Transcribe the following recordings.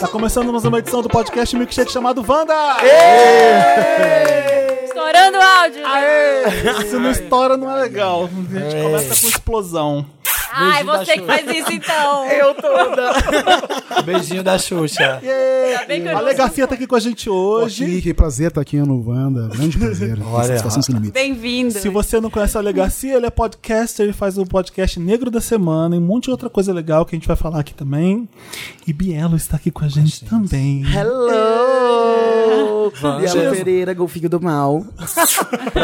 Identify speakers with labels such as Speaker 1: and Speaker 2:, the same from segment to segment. Speaker 1: Tá começando mais uma edição do podcast Milkshake chamado Wanda!
Speaker 2: Estourando o áudio.
Speaker 1: Se não estoura, não é legal. A gente começa com explosão.
Speaker 2: Ai, você que faz isso então.
Speaker 3: Eu toda.
Speaker 4: Beijinho da Xuxa.
Speaker 2: Ainda bem que eu
Speaker 1: A
Speaker 2: não
Speaker 1: Legacia tá aqui com a gente hoje.
Speaker 5: Chique, prazer estar aqui no Wanda. Grande prazer.
Speaker 4: Olha.
Speaker 5: Satisfação sem limite.
Speaker 2: Bem-vindo.
Speaker 1: Se você não conhece a Legacia, ele é podcaster, ele faz o podcast Negro da Semana e um monte de outra coisa legal que a gente vai falar aqui também. E Bielo está aqui com a gente também.
Speaker 3: Hello! Biela Pereira, golfinho do mal.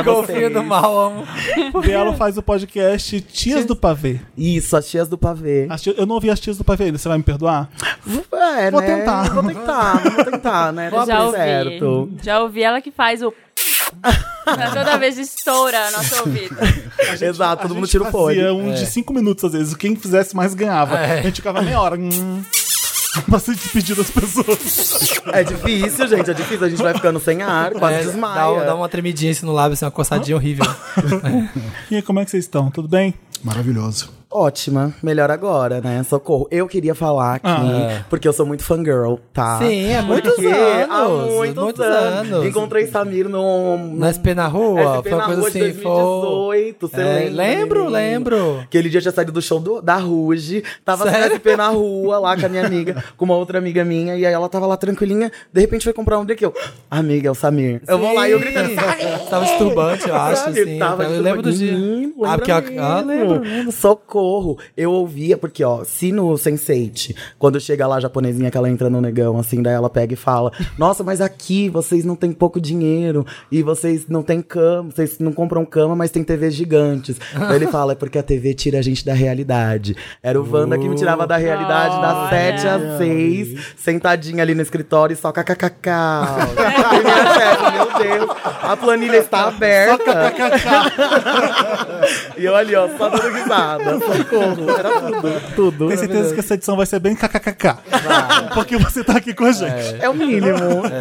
Speaker 4: Golfinho do mal, amo.
Speaker 1: Bielo faz o podcast Tias do Pavê.
Speaker 3: Isso, as tias do pavê.
Speaker 1: As tias- Eu não ouvi as Tias do Pavê ainda, você vai me perdoar?
Speaker 3: É,
Speaker 1: Vou
Speaker 3: né?
Speaker 1: tentar.
Speaker 3: Vou tentar, vou tentar, né? Tá
Speaker 2: Já
Speaker 3: tudo
Speaker 2: ouvi.
Speaker 3: certo.
Speaker 2: Já ouvi ela que faz o. Toda vez estoura nosso ouvido.
Speaker 3: Exato, todo
Speaker 1: A
Speaker 3: mundo
Speaker 1: gente
Speaker 3: tira o fone. É.
Speaker 1: Fazia um de cinco minutos, às vezes. Quem fizesse mais ganhava.
Speaker 4: É.
Speaker 1: A gente ficava meia hora. Hum. Bastante pedido das pessoas.
Speaker 3: É difícil, gente, é difícil. A gente vai ficando sem ar, quase
Speaker 4: É,
Speaker 3: desmaia.
Speaker 4: dá, dá uma tremidinha assim no lábio, assim, uma coçadinha horrível.
Speaker 1: E aí, como é que vocês estão? Tudo bem?
Speaker 5: Maravilhoso.
Speaker 3: Ótima, melhor agora, né? Socorro. Eu queria falar aqui, porque eu sou muito fangirl, tá?
Speaker 4: Ah, é. Sim, há muitos
Speaker 3: Porque Há
Speaker 4: anos,
Speaker 3: muitos,
Speaker 4: muitos
Speaker 3: anos.
Speaker 4: anos.
Speaker 3: Encontrei Samir no...
Speaker 4: Na SP na rua,
Speaker 3: SP
Speaker 4: foi uma
Speaker 3: na
Speaker 4: coisa
Speaker 3: rua de
Speaker 4: assim, foi.
Speaker 3: 2018, você
Speaker 4: É,
Speaker 3: lembra?
Speaker 4: lembro,
Speaker 3: menino?
Speaker 4: lembro.
Speaker 3: Aquele dia eu tinha saído do show do- da Ruge, tava na SP na rua lá com a minha amiga, com uma outra amiga minha, e aí ela tava lá tranquilinha, de repente foi comprar um drink eu, amiga, é o Samir. Eu vou lá e eu grito. assim,
Speaker 4: Sim. Tava disturbante, eu acho,
Speaker 3: Sabe?
Speaker 4: assim.
Speaker 3: Tava
Speaker 4: eu lembro do
Speaker 3: de.
Speaker 4: dia. Ah, porque eu- ah, lembro.
Speaker 3: Socorro. Eu ouvia, porque, ó, se no Sense8, quando chega lá a japonesinha que ela entra no negão, assim, daí ela pega e fala: Nossa, mas aqui vocês não têm pouco dinheiro e vocês não têm cama, vocês não compram cama, mas tem TVs gigantes. daí ele fala: É porque a TV tira a gente da realidade. Era o Wanda que me tirava da realidade das
Speaker 2: Olha.
Speaker 3: 7 às 6, sentadinha ali no escritório e só kkkk. Primeiro chefe, meu Deus, a planilha está aberta. E eu ali, ó, só dando risada. Socorro. Era tudo, tudo.
Speaker 1: Tenho certeza que essa edição vai ser bem kkkk. Porque você tá aqui com a gente.
Speaker 3: É o mínimo.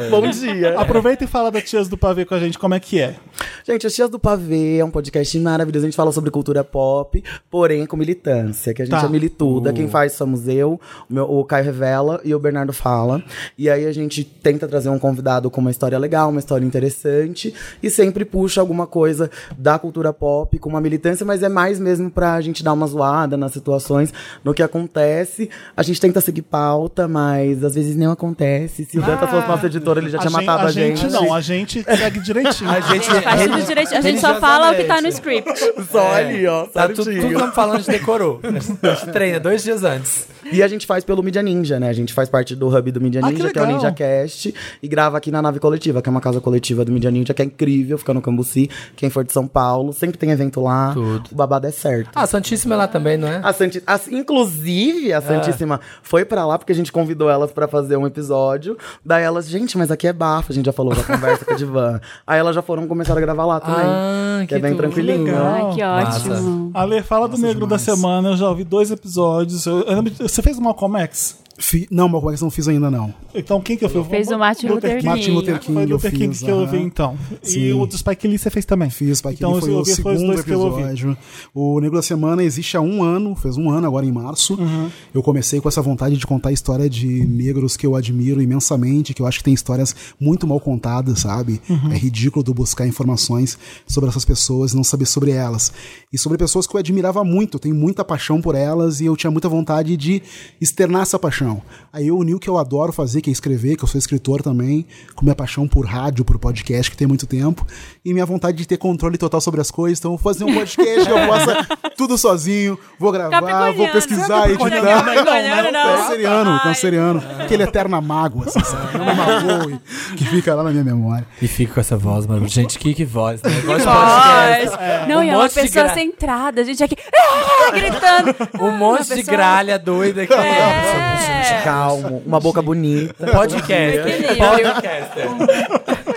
Speaker 3: Bom dia.
Speaker 1: Aproveita e fala da Tias do Pavê com a gente, como é que é.
Speaker 3: Gente, as Tias do Pavê é um podcast maravilhoso. A gente fala sobre cultura pop, porém com militância, que a gente
Speaker 1: Tá.
Speaker 3: é milituda. Quem faz somos eu, o, meu- o Caio Revela e o Bernardo Fala. E aí a gente tenta trazer um convidado com uma história legal, uma história interessante. E sempre puxa alguma coisa da cultura pop com uma militância, mas é mais mesmo pra gente dar uma zoada nas situações, no que acontece. A gente tenta seguir pauta, mas às vezes não acontece. tá Se o Danta fosse nosso editor, ele já tinha
Speaker 1: gen-
Speaker 3: matado a gente.
Speaker 1: gente não, a gente segue direitinho.
Speaker 4: A gente,
Speaker 2: Faz tudo direito. A gente só fala o que tá no script.
Speaker 3: Só ali, ó.
Speaker 4: Tá tudo, tudo que
Speaker 3: certinho.
Speaker 4: estamos falando, a gente decorou. A gente treina dois dias antes.
Speaker 3: E a gente faz pelo Mídia Ninja, né? A gente faz parte do hub do Mídia
Speaker 1: Ah, que
Speaker 3: Ninja, que, é o
Speaker 1: legal.
Speaker 3: Ninja Cast, e grava aqui na nave coletiva, que é uma casa coletiva do Mídia Ninja, que é incrível, fica no Cambuci. Quem for de São Paulo, sempre tem evento lá.
Speaker 4: Tudo.
Speaker 3: O babado é certo.
Speaker 4: Ah, Santíssima é lá também, não é?
Speaker 3: A Santi... a- Inclusive, a Santíssima foi pra lá porque a gente convidou elas pra fazer um episódio. Daí elas, gente, mas aqui é bafo, a gente já falou da conversa com a Divan. Aí elas já foram começar a gravar lá também.
Speaker 4: Ah,
Speaker 3: que é
Speaker 4: que
Speaker 3: bem
Speaker 4: tudo.
Speaker 3: tranquilinho.
Speaker 1: Legal.
Speaker 2: Ai, que
Speaker 4: Massa.
Speaker 2: ótimo.
Speaker 1: Ale, fala do Negro da Semana, eu já ouvi dois episódios. Eu- eu lembro- você fez o Malcolm X?
Speaker 5: Fi- Não, uma coisa que eu não fiz ainda, não.
Speaker 1: Então quem que eu fiz?
Speaker 2: Fez o Martin Luther King.
Speaker 5: Martin Luther King.
Speaker 1: Foi Luther
Speaker 5: eu
Speaker 1: King
Speaker 5: fiz,
Speaker 1: que eu ouvi,
Speaker 5: aham.
Speaker 1: então. E
Speaker 5: Sim.
Speaker 1: o do Spike Lee você fez também.
Speaker 5: Fiz, pai,
Speaker 1: então,
Speaker 5: que
Speaker 1: os-
Speaker 5: foi
Speaker 1: eu
Speaker 5: o
Speaker 1: ouvi, foi os
Speaker 5: segundo
Speaker 1: dois que eu ouvi.
Speaker 5: episódio. O Negro da Semana existe há um ano, fez um ano agora em março.
Speaker 1: Uhum.
Speaker 5: Eu comecei com essa vontade de contar a história de negros que eu admiro imensamente, que eu acho que tem histórias muito mal contadas, sabe?
Speaker 1: Uhum.
Speaker 5: É ridículo tu buscar informações sobre essas pessoas e não saber sobre elas. E sobre pessoas que eu admirava muito, eu tenho muita paixão por elas e eu tinha muita vontade de externar essa paixão. Aí eu uni o que eu adoro fazer, que é escrever, que eu sou escritor também, com minha paixão por rádio, por podcast, que tem muito tempo, e minha vontade de ter controle total sobre as coisas. Então, eu vou fazer um podcast, eu faço tudo sozinho, vou gravar,
Speaker 2: Capricorniano.
Speaker 5: vou pesquisar, tipo,
Speaker 2: Você é
Speaker 5: editar. é
Speaker 2: capricorniano, não, não.
Speaker 5: né? Um Canceriano,
Speaker 2: Ai.
Speaker 5: canceriano. Aquele eterna mágoa, assim, sabe? Uma magoa que fica lá na minha memória.
Speaker 4: E fico com essa voz, mano. Gente, que, que voz, né? Voz de podcast.
Speaker 2: Voz. Não,
Speaker 4: Um
Speaker 2: e é uma
Speaker 4: monte de
Speaker 2: pessoa
Speaker 4: gra-
Speaker 2: centrada, a gente aqui ah, gritando. Ah,
Speaker 4: Um monte
Speaker 2: Uma
Speaker 4: de
Speaker 2: pessoa-
Speaker 4: gralha doida aqui.
Speaker 2: É.
Speaker 3: Calmo, uma boca bonita.
Speaker 4: Podcast.
Speaker 2: Equilíbrio.
Speaker 4: Podcast.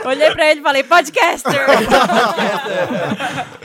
Speaker 2: Olhei pra ele e falei, podcaster!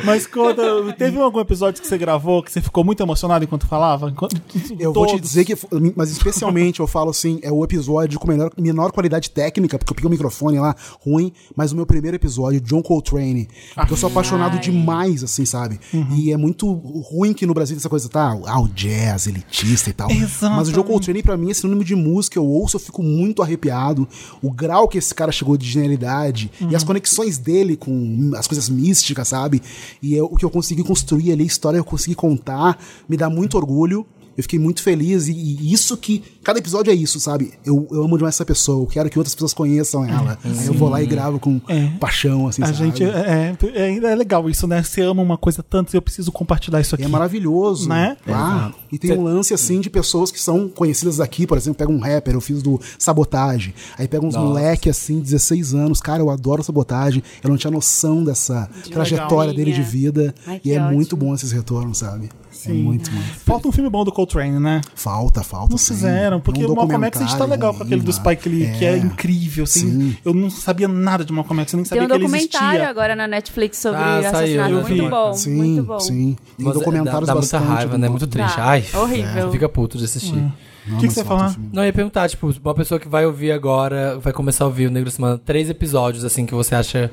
Speaker 1: Mas conta, teve algum episódio que você gravou que você ficou muito emocionado enquanto falava? Enquanto-
Speaker 5: Eu vou te
Speaker 1: Todos.
Speaker 5: dizer que, mas especialmente eu falo assim, é o episódio com menor, menor qualidade técnica, porque eu peguei o microfone lá, ruim, mas o meu primeiro episódio, John Coltrane, porque eu sou apaixonado demais, assim, sabe? E é muito ruim que no Brasil essa coisa tá, ah, o jazz, elitista e tal. Mas o John Coltrane pra mim é sinônimo de música, eu ouço, eu fico muito arrepiado, o grau que esse cara chegou de genialidade e
Speaker 1: Uhum.
Speaker 5: as conexões dele com as coisas místicas, sabe? E é o que eu consegui construir ali, a história que eu consegui contar, me dá muito orgulho. Eu fiquei muito feliz e, e isso que. Cada episódio é isso, sabe? Eu, eu amo demais essa pessoa, eu quero que outras pessoas conheçam ela. Aí eu vou lá e gravo com paixão, assim,
Speaker 1: É, A
Speaker 5: sabe?
Speaker 1: gente é, é, ainda é legal isso, né? Você ama uma coisa tanto, eu preciso compartilhar isso
Speaker 5: E
Speaker 1: aqui.
Speaker 5: é maravilhoso.
Speaker 1: Né?
Speaker 4: É,
Speaker 5: Ah, e tem um lance assim de pessoas que são conhecidas aqui, por exemplo, pega um rapper, eu fiz do Sabotagem. Aí pega uns
Speaker 4: Nossa.
Speaker 5: moleque assim, 16 anos, cara, eu adoro Sabotagem. Eu não tinha noção dessa trajetória dele de vida.
Speaker 2: Ai, que
Speaker 5: e é
Speaker 2: ótimo.
Speaker 5: muito bom esses retornos, sabe? É muito, muito.
Speaker 1: Falta um filme bom do Coltrane, né?
Speaker 5: Falta, falta.
Speaker 1: Não
Speaker 5: sim.
Speaker 1: fizeram, porque
Speaker 5: Um
Speaker 1: o Malcolm X a gente tá
Speaker 5: documentário
Speaker 1: legal com aquele do
Speaker 5: aí,
Speaker 1: Spike Lee, que é incrível. assim,
Speaker 5: Sim.
Speaker 1: eu não sabia nada de Malcolm X, eu nem
Speaker 2: Tem
Speaker 1: sabia
Speaker 2: um
Speaker 1: que ele
Speaker 2: documentário
Speaker 1: existia.
Speaker 2: agora na Netflix sobre
Speaker 4: Ah, saiu,
Speaker 2: assassinato.
Speaker 4: eu
Speaker 2: muito
Speaker 4: vi.
Speaker 2: bom,
Speaker 5: É, Sim,
Speaker 2: muito bom.
Speaker 5: sim. Tem
Speaker 4: Mas é,
Speaker 5: documentários
Speaker 4: dá, dá muita
Speaker 5: bastante.
Speaker 4: raiva,
Speaker 5: do
Speaker 4: né? É
Speaker 5: mundo.
Speaker 4: Muito triste.
Speaker 2: Tá,
Speaker 4: Ai, é,
Speaker 2: horrível.
Speaker 4: Fica puto de assistir.
Speaker 5: Não,
Speaker 1: O que que
Speaker 5: mas
Speaker 1: você ia
Speaker 5: falta
Speaker 1: falar?
Speaker 5: filme.
Speaker 4: Não, eu ia perguntar, tipo, uma pessoa que vai ouvir agora, vai começar a ouvir o Negro Semana, três episódios, assim, que você acha.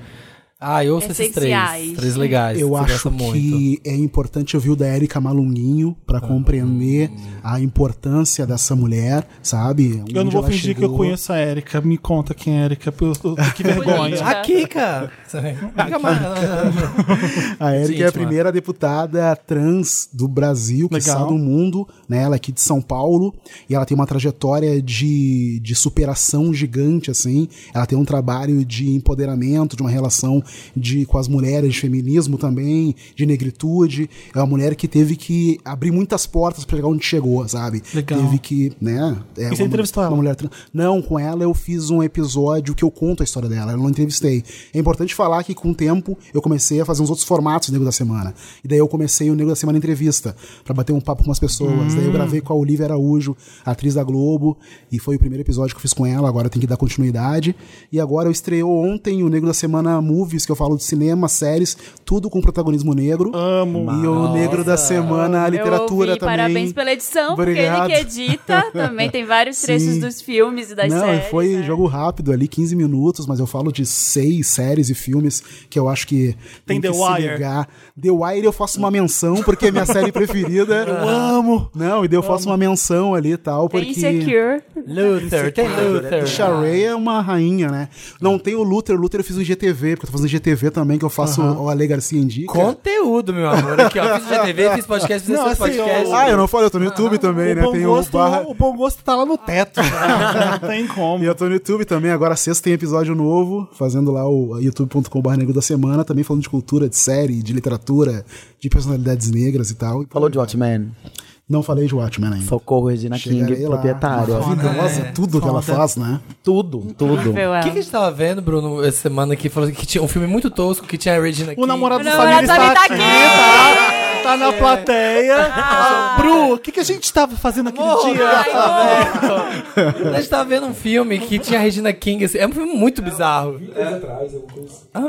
Speaker 4: Ah, eu ouço esses três.
Speaker 2: Essenciais.
Speaker 4: Três legais.
Speaker 5: Eu
Speaker 4: que você
Speaker 5: acho
Speaker 4: gosta muito. Ah.
Speaker 5: que é importante ouvir o da Érica Malunguinho pra compreender a importância dessa mulher, sabe?
Speaker 1: Eu não
Speaker 5: Onde
Speaker 1: vou
Speaker 5: ela
Speaker 1: fingir que eu
Speaker 5: chegou.
Speaker 1: conheço a Erika. Me conta quem é a Erika. eu- eu- Que vergonha.
Speaker 2: Política.
Speaker 4: A Kika! Kika, mano.
Speaker 5: A Érica
Speaker 4: Gente,
Speaker 5: é
Speaker 4: mano.
Speaker 5: a primeira deputada trans do Brasil, que está
Speaker 1: Legal.
Speaker 5: do mundo, né? Ela é aqui de São Paulo e ela tem uma trajetória de, de superação gigante, assim. Ela tem um trabalho de empoderamento, de uma relação de, com as mulheres, de feminismo também, de negritude. É uma mulher que teve que abrir muitas portas para chegar onde chegou, sabe?
Speaker 1: Legal.
Speaker 5: Teve que, né? É
Speaker 1: E você
Speaker 5: uma-
Speaker 1: entrevistou ela?
Speaker 5: uma mulher trans. Não, com ela eu fiz um episódio que eu conto a história dela, eu não entrevistei. É importante falar que com o tempo eu comecei a fazer uns outros formatos do Nego da Semana. E daí eu comecei o Nego da Semana Entrevista, pra bater um papo com umas pessoas.
Speaker 1: Hum.
Speaker 5: Daí eu gravei com a Olivia Araújo, atriz da Globo, e foi o primeiro episódio que eu fiz com ela, agora tem que dar continuidade. E agora eu estreou ontem o Nego da Semana Movies, que eu falo de cinema, séries, tudo com protagonismo negro.
Speaker 1: Amo.
Speaker 5: E o Negro da Semana a Literatura
Speaker 2: eu ouvi,
Speaker 5: também.
Speaker 2: Parabéns pela edição,
Speaker 5: Obrigado.
Speaker 2: porque ele que edita também tem vários trechos
Speaker 5: Sim.
Speaker 2: dos filmes e das
Speaker 5: Não,
Speaker 2: séries.
Speaker 5: e foi
Speaker 2: né?
Speaker 5: jogo rápido ali, 15 minutos, mas eu falo de seis séries e filmes que eu acho que.
Speaker 1: Tem The
Speaker 5: que se
Speaker 1: Wire.
Speaker 5: ligar. The Wire eu faço uma menção, porque é minha série preferida. Eu amo! Não, e daí eu faço uma menção ali e tal,
Speaker 2: Tem
Speaker 5: porque.
Speaker 2: Insecure.
Speaker 4: Luther, tem Luther.
Speaker 5: Sharey é uma rainha, né?
Speaker 1: É.
Speaker 5: Não tem o Luther, o Luther eu fiz no GTV, porque eu tô fazendo GTV também, que eu faço o Ale Garcia Indica.
Speaker 4: Conteúdo, meu amor. Aqui, ó. Fiz GTV, fiz podcast, fiz
Speaker 1: Não,
Speaker 4: esse
Speaker 1: assim,
Speaker 4: podcast.
Speaker 5: Ah, eu não falei, eu tô no YouTube também,
Speaker 1: O
Speaker 5: né?
Speaker 1: bom,
Speaker 5: Tem
Speaker 1: gosto,
Speaker 5: o barra.
Speaker 1: o bom gosto tá lá no teto. né? Não tem como.
Speaker 5: E eu tô no YouTube também, agora sexta tem episódio novo, fazendo lá o youtube.com.br negro da semana, também falando de cultura, de série, de literatura, de personalidades negras e tal. E
Speaker 3: Falou de Watchmen?
Speaker 5: Não falei de Watchmen ainda.
Speaker 3: Socorro, Regina
Speaker 5: Chegarei
Speaker 3: King,
Speaker 5: lá.
Speaker 3: proprietária.
Speaker 5: Maravilhosa, tudo que ela faz, né?
Speaker 3: Tudo, tudo.
Speaker 2: Incrível,
Speaker 4: O que, é
Speaker 2: ela.
Speaker 4: que a gente tava vendo, Bruno, essa semana que falou que tinha um filme muito tosco que tinha a Regina
Speaker 1: O namorado
Speaker 2: O
Speaker 1: do
Speaker 2: namorado
Speaker 1: Samir está
Speaker 2: tá
Speaker 1: aqui, tá? Tá na plateia. Bru, o que, que a gente tava fazendo aquele dia?
Speaker 2: Ai, amor.
Speaker 4: A gente tava vendo um filme que tinha a Regina King. assim, é um filme muito bizarro.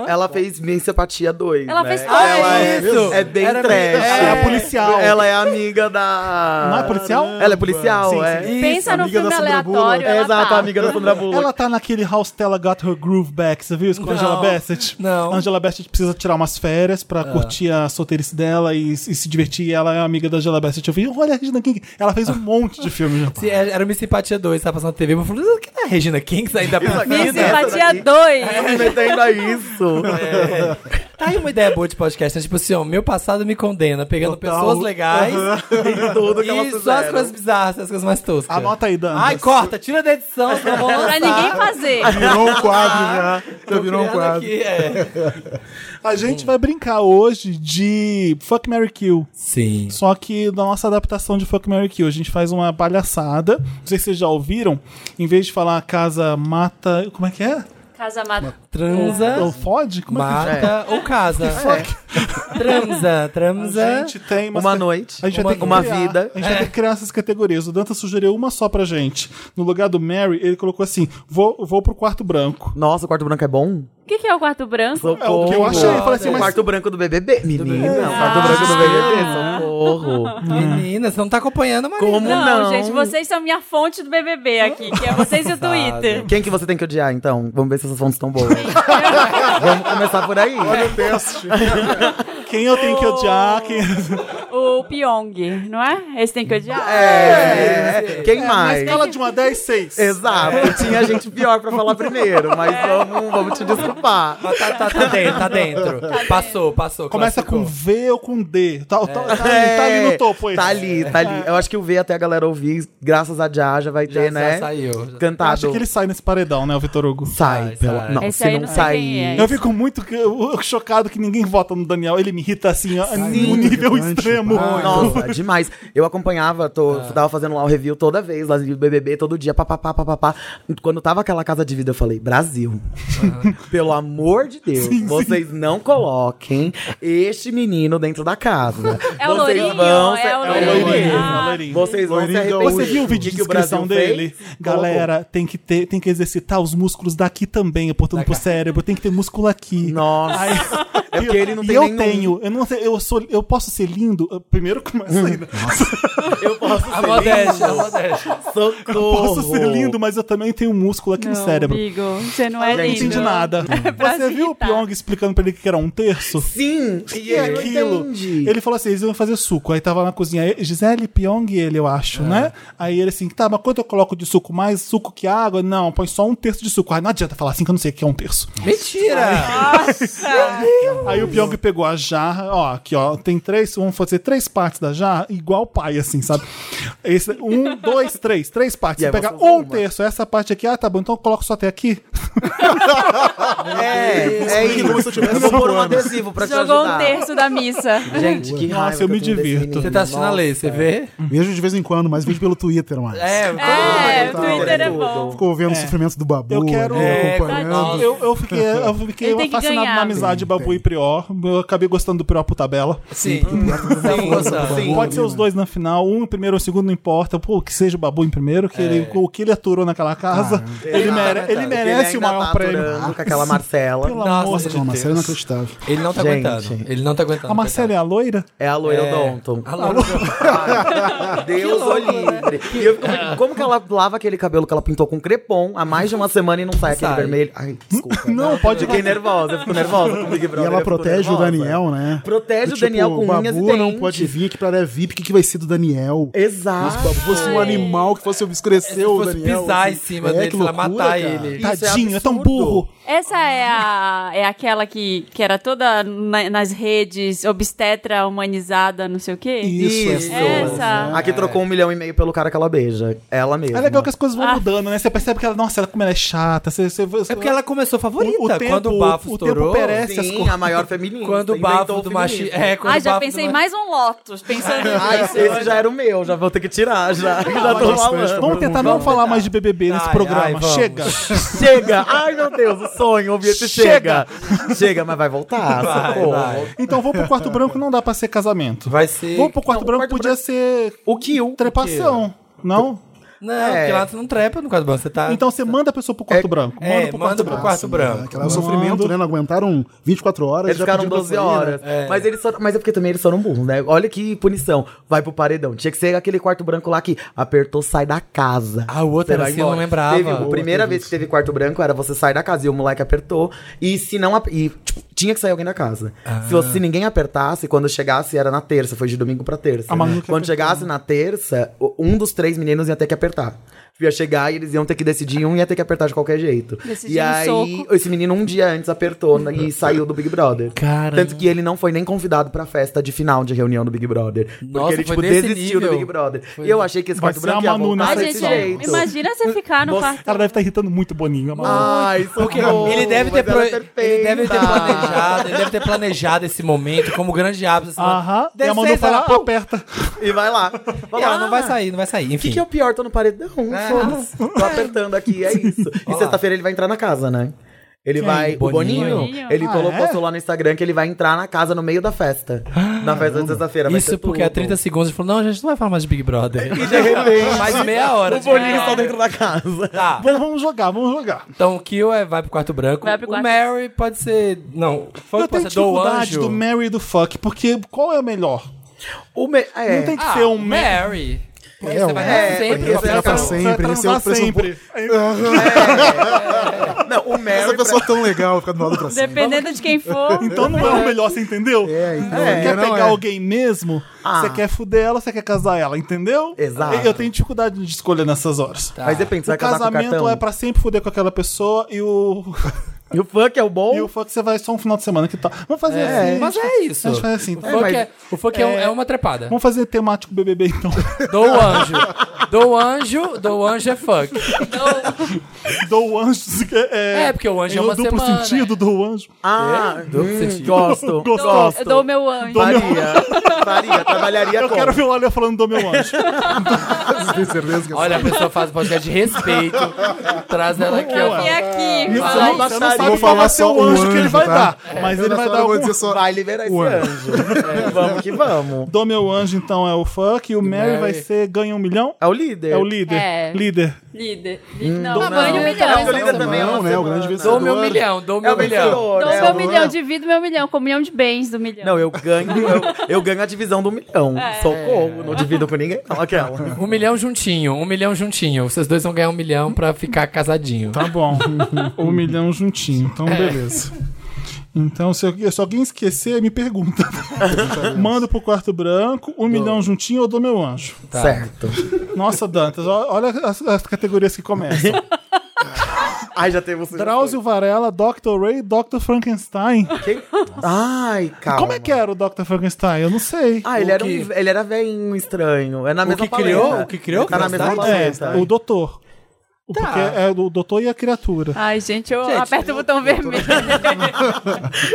Speaker 3: Ela fez Mincipatia 2.
Speaker 2: Ela
Speaker 3: né?
Speaker 2: fez
Speaker 4: Ah,
Speaker 2: Ela
Speaker 4: é isso!
Speaker 3: É bem
Speaker 4: Era
Speaker 3: trash.
Speaker 2: assim.
Speaker 4: bem-
Speaker 1: É a policial.
Speaker 3: Ela é amiga da.
Speaker 1: Não é policial?
Speaker 3: Ela é policial,
Speaker 1: Sim, sim.
Speaker 3: é.
Speaker 2: Pensa no
Speaker 5: amiga da
Speaker 2: um filme
Speaker 5: Sandra Bullock.
Speaker 2: aleatório.
Speaker 3: É
Speaker 2: ela
Speaker 3: exato,
Speaker 2: tá.
Speaker 3: a amiga da Sandra Bullock.
Speaker 1: Ela tá naquele House Stella Got Her Groove Back, você viu isso com a Angela
Speaker 4: Não,
Speaker 1: Bassett?
Speaker 4: não.
Speaker 1: A Angela Bassett precisa tirar umas férias pra curtir a solteirice dela e, e se divertir. E ela é amiga da Angela Bassett. Eu vi, olha a Regina King. Ela fez um monte de filme já.
Speaker 4: Se- é- Era uma Simpatia 2, tava passando na TV, mas eu falei, o que é a Regina King saindo da
Speaker 1: é
Speaker 4: piscina?
Speaker 2: Miss
Speaker 3: Essa
Speaker 2: Simpatia
Speaker 3: daqui.
Speaker 2: 2.
Speaker 3: Metendo a isso.
Speaker 2: É.
Speaker 4: Tá aí uma ideia boa de podcast, né? Tipo assim, ó, meu passado me condena, pegando pessoas legais
Speaker 3: Tem tudo que
Speaker 4: e
Speaker 3: elas
Speaker 4: só as coisas
Speaker 3: fizeram.
Speaker 4: bizarras, as coisas mais toscas.
Speaker 1: Anota um aí, Dan.
Speaker 4: Ai, corta, tira da edição, senão eu vou
Speaker 2: Pra
Speaker 4: lançar.
Speaker 2: ninguém fazer.
Speaker 5: Virou um quadro já. Já
Speaker 4: Tô
Speaker 5: virou um
Speaker 4: criando
Speaker 5: quadro.
Speaker 4: aqui, é.
Speaker 1: A gente vai brincar hoje de Fuck Mary Kill.
Speaker 4: Sim.
Speaker 1: Só que na nossa adaptação de Fuck Mary Kill, a gente faz uma palhaçada. Não sei se vocês já ouviram. Em vez de falar casa mata. Como é que é?
Speaker 2: Casa amada.
Speaker 4: Transa,
Speaker 1: Ou fode? Como é que
Speaker 4: mata ou casa. Transa,
Speaker 1: A
Speaker 4: transa.
Speaker 1: gente tem
Speaker 3: Uma noite,
Speaker 1: A gente
Speaker 3: uma,
Speaker 1: vai ter que
Speaker 3: uma
Speaker 1: criar-
Speaker 3: vida. É.
Speaker 1: A gente vai ter que criar essas categorias. O Danta sugeriu uma só pra gente. No lugar do Mary, ele colocou assim: vou, vou pro quarto branco.
Speaker 3: Nossa, o quarto branco é bom?
Speaker 2: O que, que é o quarto branco?
Speaker 1: É o que eu achei. Eu falei assim,
Speaker 3: o
Speaker 1: mas.
Speaker 3: quarto branco do BBB. Menina, o quarto
Speaker 2: Ah.
Speaker 3: branco do BBB, socorro.
Speaker 4: Menina, você não tá acompanhando, Marina.
Speaker 3: Como
Speaker 2: Não,
Speaker 3: não?
Speaker 2: gente, vocês são minha fonte do BBB aqui, que é vocês e o Twitter.
Speaker 3: Quem que você tem que odiar, então? Vamos ver se essas fontes estão boas. Vamos começar por aí.
Speaker 1: Quem eu tenho que odiar? Quem...
Speaker 2: O Pyong, não é? Esse tem que odiar?
Speaker 3: É, quem mais?
Speaker 1: Escala de um uma 10, 6.
Speaker 3: Exato, tinha gente pior pra falar primeiro, mas vamos, vamos te desculpar.
Speaker 1: Ah,
Speaker 4: Tá, tá, tá, tá dentro, tá dentro. passou, passou.
Speaker 1: Começa com
Speaker 4: classificou.
Speaker 1: V ou com D. Tá, tá- tá ali, tá ali no topo, esse.
Speaker 3: Tá ali, tá ali. Eu acho que o V até a galera ouvir, graças a Já, já vai
Speaker 4: Já,
Speaker 3: ter,
Speaker 4: já
Speaker 3: né?
Speaker 4: saiu. já-
Speaker 3: Cantado.
Speaker 1: Acha que ele sai nesse paredão, né, o Vitor Hugo?
Speaker 3: Sai,
Speaker 4: Sai,
Speaker 3: pela-
Speaker 4: sai.
Speaker 3: Não,
Speaker 2: Esse
Speaker 3: se
Speaker 2: aí
Speaker 3: não
Speaker 2: não sei quem
Speaker 3: sair.
Speaker 2: é.
Speaker 1: Eu fico muito que- eu- chocado que ninguém vota no Daniel. Ele me irrita assim, ó, num nível
Speaker 5: irritante,
Speaker 1: extremo.
Speaker 5: pai.
Speaker 3: Nossa, demais. Eu acompanhava, tô,
Speaker 1: É.
Speaker 3: tava fazendo lá o review toda vez, lá do BBB, todo dia, papapá, papapá. Quando tava aquela casa de vida, eu falei, Brasil, pelo amor de Deus, vocês não coloquem este menino dentro da casa.
Speaker 2: É o
Speaker 3: vocês
Speaker 2: loirinho,
Speaker 3: vão
Speaker 2: é
Speaker 3: ser-
Speaker 2: o
Speaker 1: É o
Speaker 2: loirinho.
Speaker 1: loirinho,
Speaker 2: Ah.
Speaker 1: é o loirinho.
Speaker 3: Vocês vão se
Speaker 5: Loirinho
Speaker 3: arrepender.
Speaker 5: gaúcho.
Speaker 1: Você viu o vídeo
Speaker 3: que
Speaker 1: de
Speaker 3: que o Brasil
Speaker 1: descrição dele?
Speaker 3: fez?
Speaker 1: Galera, tem que, ter, tem que exercitar os músculos daqui também, apontando pro cérebro. Tem que ter músculo aqui.
Speaker 3: Nossa.
Speaker 1: Aí-
Speaker 3: É porque ele não
Speaker 1: e
Speaker 3: tem
Speaker 1: eu
Speaker 3: nenhum.
Speaker 1: tenho, eu não sei, eu sou, eu posso ser lindo. Eu- Primeiro começa né? ainda.
Speaker 3: Eu posso ser
Speaker 4: A modéstia, a
Speaker 3: lindo.
Speaker 4: modéstia.
Speaker 3: Socorro.
Speaker 1: Eu posso ser lindo, mas eu também tenho músculo aqui no
Speaker 2: Não,
Speaker 1: cérebro.
Speaker 2: Bigo, você não é
Speaker 1: Eu não
Speaker 2: lindo.
Speaker 1: entendi nada.
Speaker 2: pra
Speaker 1: Você
Speaker 2: se
Speaker 1: viu o
Speaker 2: irritar.
Speaker 1: Pyong explicando pra ele que era um terço?
Speaker 3: Sim, e
Speaker 1: E é
Speaker 3: ele não
Speaker 1: aquilo.
Speaker 3: entende.
Speaker 1: Ele falou assim: eles iam fazer suco. Aí tava na cozinha, aí Gisele, Pyong, e ele, eu
Speaker 3: É.
Speaker 1: acho, né? Aí ele assim: tá, mas quanto eu coloco de suco? Mais suco que água? Não, põe só um terço de suco. Ah, não adianta falar assim que eu não sei o que é um terço.
Speaker 4: Mentira!
Speaker 1: Aí o Pyong pegou a jarra, ó, aqui, ó, tem três, vamos fazer três partes da jarra, igual o pai, assim, sabe? Esse, um, dois, três, três partes.
Speaker 3: E
Speaker 1: Você
Speaker 3: aí
Speaker 1: pega
Speaker 3: você usa
Speaker 1: um
Speaker 3: uma.
Speaker 1: terço, essa parte aqui, ah, tá bom, então eu coloco só até aqui.
Speaker 3: É, é isso.
Speaker 5: como se eu tivesse
Speaker 3: vou pôr
Speaker 5: cinco
Speaker 3: um
Speaker 5: anos.
Speaker 3: adesivo pra te
Speaker 2: Jogou um
Speaker 3: ajudar.
Speaker 2: terço da missa.
Speaker 3: Gente, que raiva.
Speaker 1: Nossa, eu
Speaker 3: que
Speaker 1: me
Speaker 3: tenho desse
Speaker 1: divirto.
Speaker 3: menino.
Speaker 4: Você tá assistindo a
Speaker 3: Nossa.
Speaker 4: lei, você vê?
Speaker 5: Vejo de vez em quando, mas vejo pelo Twitter mais.
Speaker 4: É,
Speaker 2: É, o
Speaker 3: Total,
Speaker 2: Twitter é
Speaker 3: tá tudo.
Speaker 2: bom.
Speaker 5: Ficou vendo o sofrimento do Babu.
Speaker 1: Eu quero-
Speaker 5: né,
Speaker 4: É,
Speaker 5: acompanhando.
Speaker 4: tadinho.
Speaker 1: Eu, eu fiquei, eu fiquei
Speaker 2: Ele tem que
Speaker 1: fascinado
Speaker 2: ganhar.
Speaker 1: na amizade de Babu
Speaker 5: Tem.
Speaker 1: e Prior. Eu acabei gostando do Prior por tabela.
Speaker 4: sim. Sim, gostando.
Speaker 5: Sim.
Speaker 1: Pode ser os dois na final, um em primeiro, o segundo não importa. Pô, que seja o Babu em primeiro, que ele, o que ele aturou naquela casa, ele, mere- ele
Speaker 3: Porque
Speaker 1: merece o
Speaker 3: tá ainda
Speaker 1: maior
Speaker 3: tá
Speaker 1: prêmio.
Speaker 3: adorando Com aquela Marcela.
Speaker 1: Pelo
Speaker 4: Nossa,
Speaker 1: amor
Speaker 4: gente,
Speaker 1: de
Speaker 5: Não,
Speaker 1: Deus.
Speaker 5: Marcelo é inacreditável.
Speaker 4: Ele não tá
Speaker 3: Gente.
Speaker 4: aguentando. Ele não tá aguentando.
Speaker 1: A Marcela é a loira?
Speaker 3: É a loira
Speaker 4: É.
Speaker 3: Odonto.
Speaker 4: A loira.
Speaker 3: Ai, Deus o livre. E eu fico pensando, como que ela lava aquele cabelo que ela pintou com crepom há mais de uma semana e não sai aquele
Speaker 4: Sai.
Speaker 3: vermelho? Ai, desculpa.
Speaker 1: Não, pode
Speaker 3: Fiquei nervosa, eu fico nervosa com o Big
Speaker 5: E
Speaker 3: Brother.
Speaker 5: ela
Speaker 3: eu fico
Speaker 5: protege o
Speaker 3: nervosa.
Speaker 5: Daniel, né?
Speaker 3: Protege
Speaker 5: Do
Speaker 3: o Daniel com
Speaker 5: Babu
Speaker 3: unhas e
Speaker 5: não
Speaker 3: dentes.
Speaker 5: pode vir, que pra ela é VIP, o que, que vai ser do Daniel?
Speaker 3: Exato.
Speaker 5: Se o Babu fosse um animal que fosse
Speaker 4: Se
Speaker 5: obscurecer o
Speaker 4: fosse
Speaker 5: Daniel.
Speaker 4: pisar em
Speaker 5: assim,
Speaker 4: cima
Speaker 5: é,
Speaker 4: dele,
Speaker 5: que
Speaker 4: sei lá,
Speaker 5: loucura,
Speaker 4: matar
Speaker 5: cara.
Speaker 4: ele.
Speaker 3: Isso é
Speaker 1: Tadinho, é tão
Speaker 3: absurdo.
Speaker 1: burro.
Speaker 2: Essa é a é aquela que, que era toda na- nas redes obstetra humanizada, não sei o quê.
Speaker 5: é
Speaker 1: Isso,
Speaker 3: Isso.
Speaker 5: né?
Speaker 2: Essa.
Speaker 3: Aqui trocou um milhão e meio pelo cara que ela beija. Ela mesma.
Speaker 1: É legal que as coisas
Speaker 2: Ah.
Speaker 1: vão mudando, né? Você percebe que ela, nossa, ela, como ela é chata. Você, você,
Speaker 4: É porque ela começou favorita.
Speaker 1: O- o tempo-
Speaker 4: quando o bafo
Speaker 1: o tempo
Speaker 4: estourou.
Speaker 1: perece. essas
Speaker 3: Sim,
Speaker 1: coisas.
Speaker 3: a maior feminista.
Speaker 4: Quando o
Speaker 3: inventou
Speaker 4: bafo do machismo.
Speaker 3: feminismo.
Speaker 4: É, quando
Speaker 2: Ah,
Speaker 4: o bafo
Speaker 2: já
Speaker 4: do
Speaker 2: pensei
Speaker 4: machi-
Speaker 2: mais um Lotus, pensando
Speaker 3: Ai,
Speaker 2: nisso.
Speaker 3: esse já era o meu, já vou ter que tirar, já. já tô
Speaker 5: Nossa,
Speaker 3: falando.
Speaker 1: Vamos tentar não falar mais de BBB nesse
Speaker 4: Ai, ai,
Speaker 1: programa.
Speaker 4: vamos.
Speaker 1: Chega.
Speaker 3: Chega! Ai, meu Deus, o sonho, ouvir esse chega! Chega, mas vai voltar,
Speaker 4: Vai,
Speaker 3: socorro.
Speaker 4: vai.
Speaker 1: Então vou pro quarto branco, não dá pra ser casamento.
Speaker 4: Vai ser.
Speaker 1: Vou pro quarto
Speaker 3: Não, o
Speaker 1: branco,
Speaker 3: quarto
Speaker 1: podia ser
Speaker 3: O Kill.
Speaker 1: trepação. Não?
Speaker 4: Não,
Speaker 3: É.
Speaker 4: porque lá você não trepa no quarto branco. Você tá.
Speaker 1: Então você manda a pessoa pro quarto branco.
Speaker 4: é, manda pro quarto,
Speaker 5: É,
Speaker 4: branco.
Speaker 5: Aquela o sofrimento, né? Não aguentaram 24 horas.
Speaker 3: Eles
Speaker 5: já
Speaker 3: ficaram
Speaker 5: pediram pra
Speaker 3: 12
Speaker 5: sair, né?
Speaker 3: horas. Mas, eles foram- mas é porque também eles foram burros, né? Olha que punição. Vai pro paredão. Tinha que ser aquele quarto branco lá que apertou, sai da casa.
Speaker 4: Ah, o outro
Speaker 3: Você
Speaker 4: era
Speaker 3: vai
Speaker 4: assim, eu não
Speaker 3: embora.
Speaker 4: lembrava.
Speaker 3: Teve, a
Speaker 4: Boa,
Speaker 3: primeira vez que teve quarto branco era você sai da casa e o moleque apertou. E se não. ap- E, tipo, tinha que sair alguém da casa.
Speaker 4: Ah.
Speaker 3: Se, você- se ninguém apertasse, quando chegasse era na terça, foi de domingo pra terça. né?
Speaker 1: A Manu que apertou,
Speaker 3: quando
Speaker 4: né?
Speaker 3: chegasse na terça, o- um dos três meninos ia ter que apertar. Ia chegar e eles iam ter que decidir, um ia ter que apertar de qualquer jeito.
Speaker 2: Decidir
Speaker 3: e
Speaker 2: no
Speaker 3: aí,
Speaker 2: soco.
Speaker 3: esse menino um dia antes apertou né, e saiu do Big Brother.
Speaker 4: Caramba.
Speaker 3: Tanto que ele não foi nem convidado pra festa de final de reunião do Big Brother.
Speaker 4: Nossa,
Speaker 3: porque
Speaker 4: foi
Speaker 3: ele, tipo,
Speaker 4: nesse
Speaker 3: desistiu
Speaker 4: nível.
Speaker 3: do Big Brother.
Speaker 4: Foi.
Speaker 3: E eu achei que esse
Speaker 1: Vai
Speaker 3: quarto
Speaker 1: ser a
Speaker 3: branco ia
Speaker 1: Manu
Speaker 3: voltar
Speaker 1: nessa
Speaker 2: Ai,
Speaker 3: desse
Speaker 2: gente,
Speaker 3: jeito.
Speaker 2: imagina você ficar no quarto.
Speaker 1: Ela deve estar irritando muito o Boninho, mano.
Speaker 3: Ai,
Speaker 4: Porque
Speaker 3: socorro,
Speaker 4: ele deve ter
Speaker 3: mas ela
Speaker 4: pro-
Speaker 3: é
Speaker 4: ele deve ter
Speaker 3: perfeita.
Speaker 4: planejado, ele deve ter planejado esse momento como grande hábito. Assim,
Speaker 1: Aham. E
Speaker 4: deve
Speaker 1: a Manu
Speaker 4: ser,
Speaker 1: fala, "Ah,
Speaker 4: ela-
Speaker 1: aperta.
Speaker 3: E vai lá. Vai
Speaker 4: E
Speaker 3: lá.
Speaker 4: ela não vai sair, não vai sair.
Speaker 3: O que,
Speaker 4: Enfim.
Speaker 3: que é o pior? Tô no paredão, foda-se. Tô apertando aqui, é isso. E
Speaker 4: Olá.
Speaker 3: sexta-feira ele vai entrar na casa, né? Ele
Speaker 1: Quem?
Speaker 3: vai.
Speaker 4: Boninho?
Speaker 3: O Boninho, ele
Speaker 1: Ah,
Speaker 3: colocou,
Speaker 1: é?
Speaker 3: postou lá no Instagram que ele vai entrar na casa no meio da festa. na festa de sexta-feira. vai
Speaker 4: Isso
Speaker 3: ser
Speaker 4: porque é há
Speaker 3: tudo.
Speaker 4: 30 segundos ele falou: não, a gente não vai falar mais de Big Brother.
Speaker 3: E de repente.
Speaker 4: Mais meia hora.
Speaker 3: O
Speaker 4: de
Speaker 3: Boninho
Speaker 4: Big
Speaker 3: está
Speaker 4: Brother.
Speaker 3: dentro da casa.
Speaker 4: Tá.
Speaker 1: Vamos, vamos jogar, vamos jogar.
Speaker 4: Então o Kill é vai pro quarto branco.
Speaker 2: Vai pro quarto-
Speaker 4: O Mary pode ser. Não, foi
Speaker 1: Eu
Speaker 4: pode
Speaker 1: tenho
Speaker 4: ser do
Speaker 1: dificuldade
Speaker 4: anjo.
Speaker 1: do Mary e do Fuck, porque qual é o melhor?
Speaker 3: O me... é.
Speaker 1: Não tem que
Speaker 4: Ah,
Speaker 1: ser um Mary.
Speaker 4: Mary. Porque
Speaker 5: É,
Speaker 4: você vai
Speaker 5: um-
Speaker 4: dar
Speaker 3: é,
Speaker 4: sempre
Speaker 3: porque
Speaker 4: uma
Speaker 3: você
Speaker 5: Pra
Speaker 3: vai
Speaker 4: pessoa-
Speaker 1: Você vai
Speaker 5: sempre, esse é o
Speaker 1: transar
Speaker 5: preço
Speaker 1: sempre.
Speaker 3: Não, o Mary.
Speaker 5: Essa pessoa é tão legal ficar do lado pra sempre.
Speaker 2: Dependendo de quem for.
Speaker 1: Então não é o melhor, você entendeu?
Speaker 5: É, então,
Speaker 1: Você quer
Speaker 5: não
Speaker 1: pegar
Speaker 5: é.
Speaker 1: alguém mesmo,
Speaker 3: Ah.
Speaker 1: você quer fuder ela, você quer casar ela, entendeu?
Speaker 3: Exato.
Speaker 1: Eu tenho dificuldade de escolha nessas horas.
Speaker 3: Mas depende, você
Speaker 1: O
Speaker 3: vai casar com o
Speaker 1: casamento
Speaker 3: cartão.
Speaker 1: é pra sempre fuder com aquela pessoa e o.
Speaker 3: E o funk é o bom?
Speaker 1: e o fuck você vai só um final de semana que tá. Vamos fazer
Speaker 4: É,
Speaker 1: assim.
Speaker 4: mas
Speaker 1: gente.
Speaker 4: é isso.
Speaker 1: A gente faz assim,
Speaker 4: O
Speaker 1: tá?
Speaker 4: funk,
Speaker 3: mas-
Speaker 4: é, o funk é um- é uma trepada.
Speaker 1: Vamos fazer temático BBB então.
Speaker 4: Dou o anjo. Dou o anjo, dou o anjo é funk.
Speaker 1: do anjo. É,
Speaker 4: É, porque o anjo é
Speaker 1: o
Speaker 4: uma
Speaker 1: duplo
Speaker 4: semana.
Speaker 1: sentido do anjo.
Speaker 3: Ah,
Speaker 4: Dou
Speaker 3: hum,
Speaker 4: sentido.
Speaker 3: gosto.
Speaker 1: Gosto.
Speaker 2: Eu
Speaker 3: gosto.
Speaker 2: dou o meu anjo.
Speaker 3: Faria. Faria. Trabalharia
Speaker 1: Eu
Speaker 3: com.
Speaker 1: quero ver o Olha falando do meu anjo.
Speaker 5: Vocês têm certeza que
Speaker 4: Olha, a pessoa faz o podcast de respeito. Traz ela aqui,
Speaker 2: Eu vim
Speaker 4: ó.
Speaker 2: aqui.
Speaker 1: Isso,
Speaker 2: fala
Speaker 1: você
Speaker 3: não
Speaker 2: aí.
Speaker 1: não sabe
Speaker 3: dá- baixaria. Vou
Speaker 1: qual
Speaker 5: falar
Speaker 1: vai ser
Speaker 5: só
Speaker 1: o
Speaker 5: o
Speaker 1: anjo que
Speaker 5: anjo,
Speaker 1: ele vai
Speaker 5: tá?
Speaker 1: dar. Mas ele vai dar
Speaker 5: vou
Speaker 1: algum
Speaker 5: dizer só.
Speaker 3: Vai liberar esse
Speaker 5: Ué.
Speaker 3: anjo. Vamos que vamos.
Speaker 1: Do meu anjo, então, é o funk. E o Mary,
Speaker 4: Mary.
Speaker 1: vai ser ganha um milhão?
Speaker 3: É o líder.
Speaker 1: É o líder.
Speaker 2: É.
Speaker 1: Líder.
Speaker 2: Líder. Não,
Speaker 3: Não,
Speaker 2: ganho um
Speaker 4: não,
Speaker 2: milhão.
Speaker 4: não,
Speaker 3: o líder
Speaker 4: Não,
Speaker 3: também é
Speaker 5: não,
Speaker 3: uma
Speaker 5: né, o grande
Speaker 3: semana.
Speaker 5: vencedor.
Speaker 4: Dou o meu um milhão, dou o
Speaker 3: É
Speaker 4: meu
Speaker 3: o
Speaker 4: milhão.
Speaker 3: vencedor.
Speaker 2: Dou
Speaker 3: né?
Speaker 2: o meu
Speaker 3: O-
Speaker 2: milhão, divido meu milhão, com um milhão de bens do milhão.
Speaker 3: Não, eu ganho, eu, eu ganho a divisão do milhão. Socorro, não divido com ninguém. é Não, aquela.
Speaker 4: Um milhão juntinho, um milhão juntinho. Vocês dois vão ganhar um milhão pra ficar casadinho.
Speaker 1: Tá bom. um milhão juntinho. Então,
Speaker 5: É.
Speaker 1: beleza. Então, se, eu- se alguém esquecer, me pergunta. Manda pro quarto branco, um milhão juntinho ou do meu anjo.
Speaker 4: Tá.
Speaker 3: Certo.
Speaker 1: Nossa, Dantas, ó- olha as, as categorias que começam.
Speaker 3: Ai, já teve um você.
Speaker 1: Drauzio Varela, Dr. Ray, Dr. Frankenstein.
Speaker 3: Quem? Ai, calma.
Speaker 1: Como é que era o Dr. Frankenstein? Eu não sei.
Speaker 3: Ah, ele
Speaker 4: O
Speaker 3: era, um,
Speaker 4: que-
Speaker 3: ele era velhinho, estranho. É na mesma
Speaker 4: que criou?
Speaker 3: paleta.
Speaker 4: O que criou?
Speaker 3: Tá na mesma
Speaker 4: Frankenstein?
Speaker 1: É,
Speaker 3: paleta.
Speaker 1: o doutor. O-
Speaker 5: Tá.
Speaker 1: Porque é o doutor e a criatura.
Speaker 2: Ai, gente, eu aperto o botão vermelho.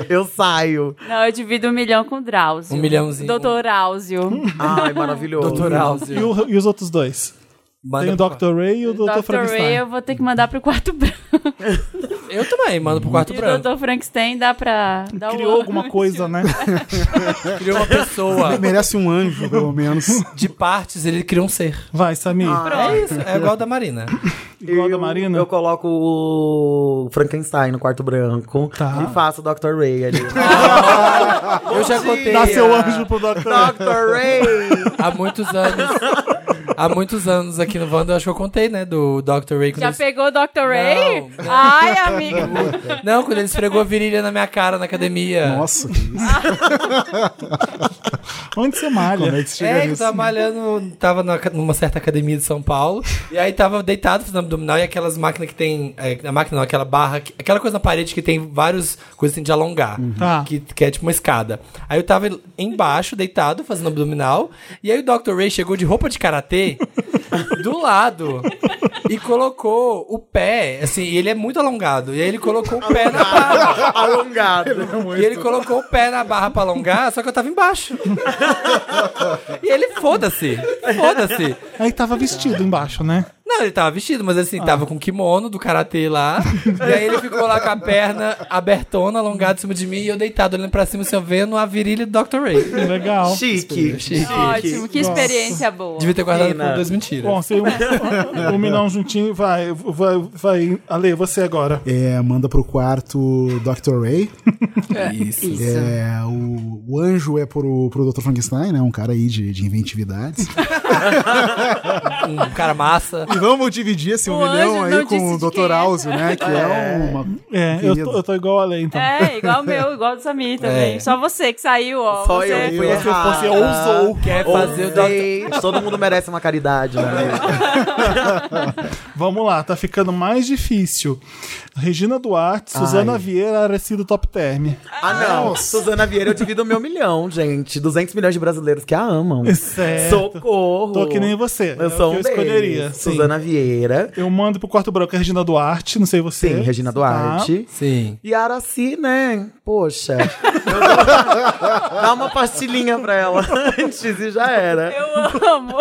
Speaker 3: Eu saio.
Speaker 2: Não, eu divido um milhão com o Drauzio.
Speaker 4: Um milhãozinho.
Speaker 2: Doutor Áuzio.
Speaker 3: Ai, maravilhoso.
Speaker 4: Doutor
Speaker 1: E,
Speaker 4: Áuzio.
Speaker 1: o- e os outros dois?
Speaker 4: manda
Speaker 1: Tem o
Speaker 4: pro-
Speaker 1: Dr. Ray e o Dr.
Speaker 2: Dr. Ray, é
Speaker 1: Frankenstein.
Speaker 2: eu vou ter que mandar pro quarto branco.
Speaker 4: Eu também, mando pro quarto
Speaker 2: E é o
Speaker 4: branco.
Speaker 2: Dr. Frankenstein dá pra. Dá
Speaker 1: Criou
Speaker 2: o...
Speaker 1: alguma coisa, né?
Speaker 4: Criou uma pessoa.
Speaker 5: Ele merece um anjo, pelo menos.
Speaker 4: De partes, ele cria um ser.
Speaker 1: Vai, Samir.
Speaker 5: Ah.
Speaker 4: É isso, é igual a da Marina.
Speaker 1: igual a da
Speaker 3: Eu-
Speaker 1: Marina.
Speaker 3: Eu coloco o Frankenstein no quarto branco.
Speaker 1: Tá.
Speaker 3: E faço o Dr. Ray ali.
Speaker 4: Eu já contei
Speaker 1: Dá seu anjo pro Dr. Ray.
Speaker 3: Dr. Ray!
Speaker 4: há muitos anos. Há muitos anos aqui no Wanda, eu acho que eu contei, né? Do Dr. Ray. quando
Speaker 2: Já
Speaker 4: ele-
Speaker 2: pegou o Dr. Ray?
Speaker 4: Não.
Speaker 2: Ai, amigo.
Speaker 4: Não, quando ele esfregou a virilha na minha cara na academia.
Speaker 5: Nossa, que isso.
Speaker 1: Onde você malha?
Speaker 5: Como é que chega
Speaker 4: É, eu
Speaker 5: nisso?
Speaker 4: tava malhando, tava na- numa certa academia de São Paulo, e aí tava deitado fazendo abdominal e aquelas máquinas que tem. é, a máquina não, aquela barra, que- aquela coisa na parede que tem várias coisas que tem de alongar,
Speaker 1: Tá.
Speaker 4: que, que é tipo uma escada. Aí eu tava embaixo, deitado, fazendo abdominal, e aí o Dr. Ray chegou de roupa de karatê do lado e colocou o pé, assim, e ele é muito alongado, e aí ele colocou o pé na barra.
Speaker 1: é um
Speaker 3: Alongado.
Speaker 4: E ele colocou o pé na barra pra alongar, só que eu tava embaixo. e ele, foda-se, foda-se.
Speaker 1: Aí tava vestido embaixo, né?
Speaker 4: Não, ele tava vestido, mas assim, tava com kimono do karatê lá. e aí ele ficou lá com a perna abertona, alongada em cima de mim, e eu deitado olhando pra cima, assim, eu vendo a virilha do Dr. Ray.
Speaker 1: Legal.
Speaker 3: Chique.
Speaker 4: Chique.
Speaker 2: Ótimo, que experiência boa.
Speaker 4: Devia ter guardado
Speaker 3: Fina.
Speaker 4: por duas mentiras.
Speaker 1: Bom, se um, um milhão juntinho, vai, vai, vai. Ale, você agora.
Speaker 5: É, manda pro quarto Dr. Ray.
Speaker 4: Isso.
Speaker 2: Isso.
Speaker 5: É, o, o anjo é pro, pro Dr. Frankenstein, né? Um cara aí de, de inventividades.
Speaker 4: Um cara massa.
Speaker 5: E vamos dividir esse um
Speaker 2: O
Speaker 5: milhão
Speaker 2: anjo não
Speaker 5: aí com
Speaker 2: disse de
Speaker 5: o
Speaker 2: quem
Speaker 5: Dr.
Speaker 2: é.
Speaker 5: Áuzio, né? Que é uma.
Speaker 1: É, eu tô, eu tô igual a Ale, então.
Speaker 2: É, igual o meu, igual o do Samir também.
Speaker 4: É.
Speaker 2: Só você que saiu, ó.
Speaker 3: Só
Speaker 2: você...
Speaker 3: eu que fui
Speaker 1: é Se eu fosse, eu
Speaker 3: errado.
Speaker 1: ousou.
Speaker 4: Quer fazer o Dr.
Speaker 3: Gente, Todo mundo merece uma caridade, né?
Speaker 1: Vamos lá, tá ficando mais difícil. Regina Duarte, Suzana Vieira, Arecido Top Term.
Speaker 3: Ah, não. Suzana Vieira, eu divido o meu milhão, gente. 200 milhões de brasileiros que a amam.
Speaker 1: É Certo.
Speaker 3: Socorro.
Speaker 1: Tô que nem você. é
Speaker 3: Eu
Speaker 1: o
Speaker 3: sou
Speaker 1: que eu
Speaker 3: um
Speaker 1: escolheria.
Speaker 3: deles.
Speaker 1: sim.
Speaker 3: Suzana Vieira.
Speaker 1: Eu mando pro quarto branco a Regina Duarte, não sei você.
Speaker 3: Sim, Regina
Speaker 1: Você tá?
Speaker 3: Duarte.
Speaker 4: Sim.
Speaker 3: E a Araci, né? Poxa. Eu dou- Dá uma pastilhinha pra ela antes e já era.
Speaker 2: Eu amo.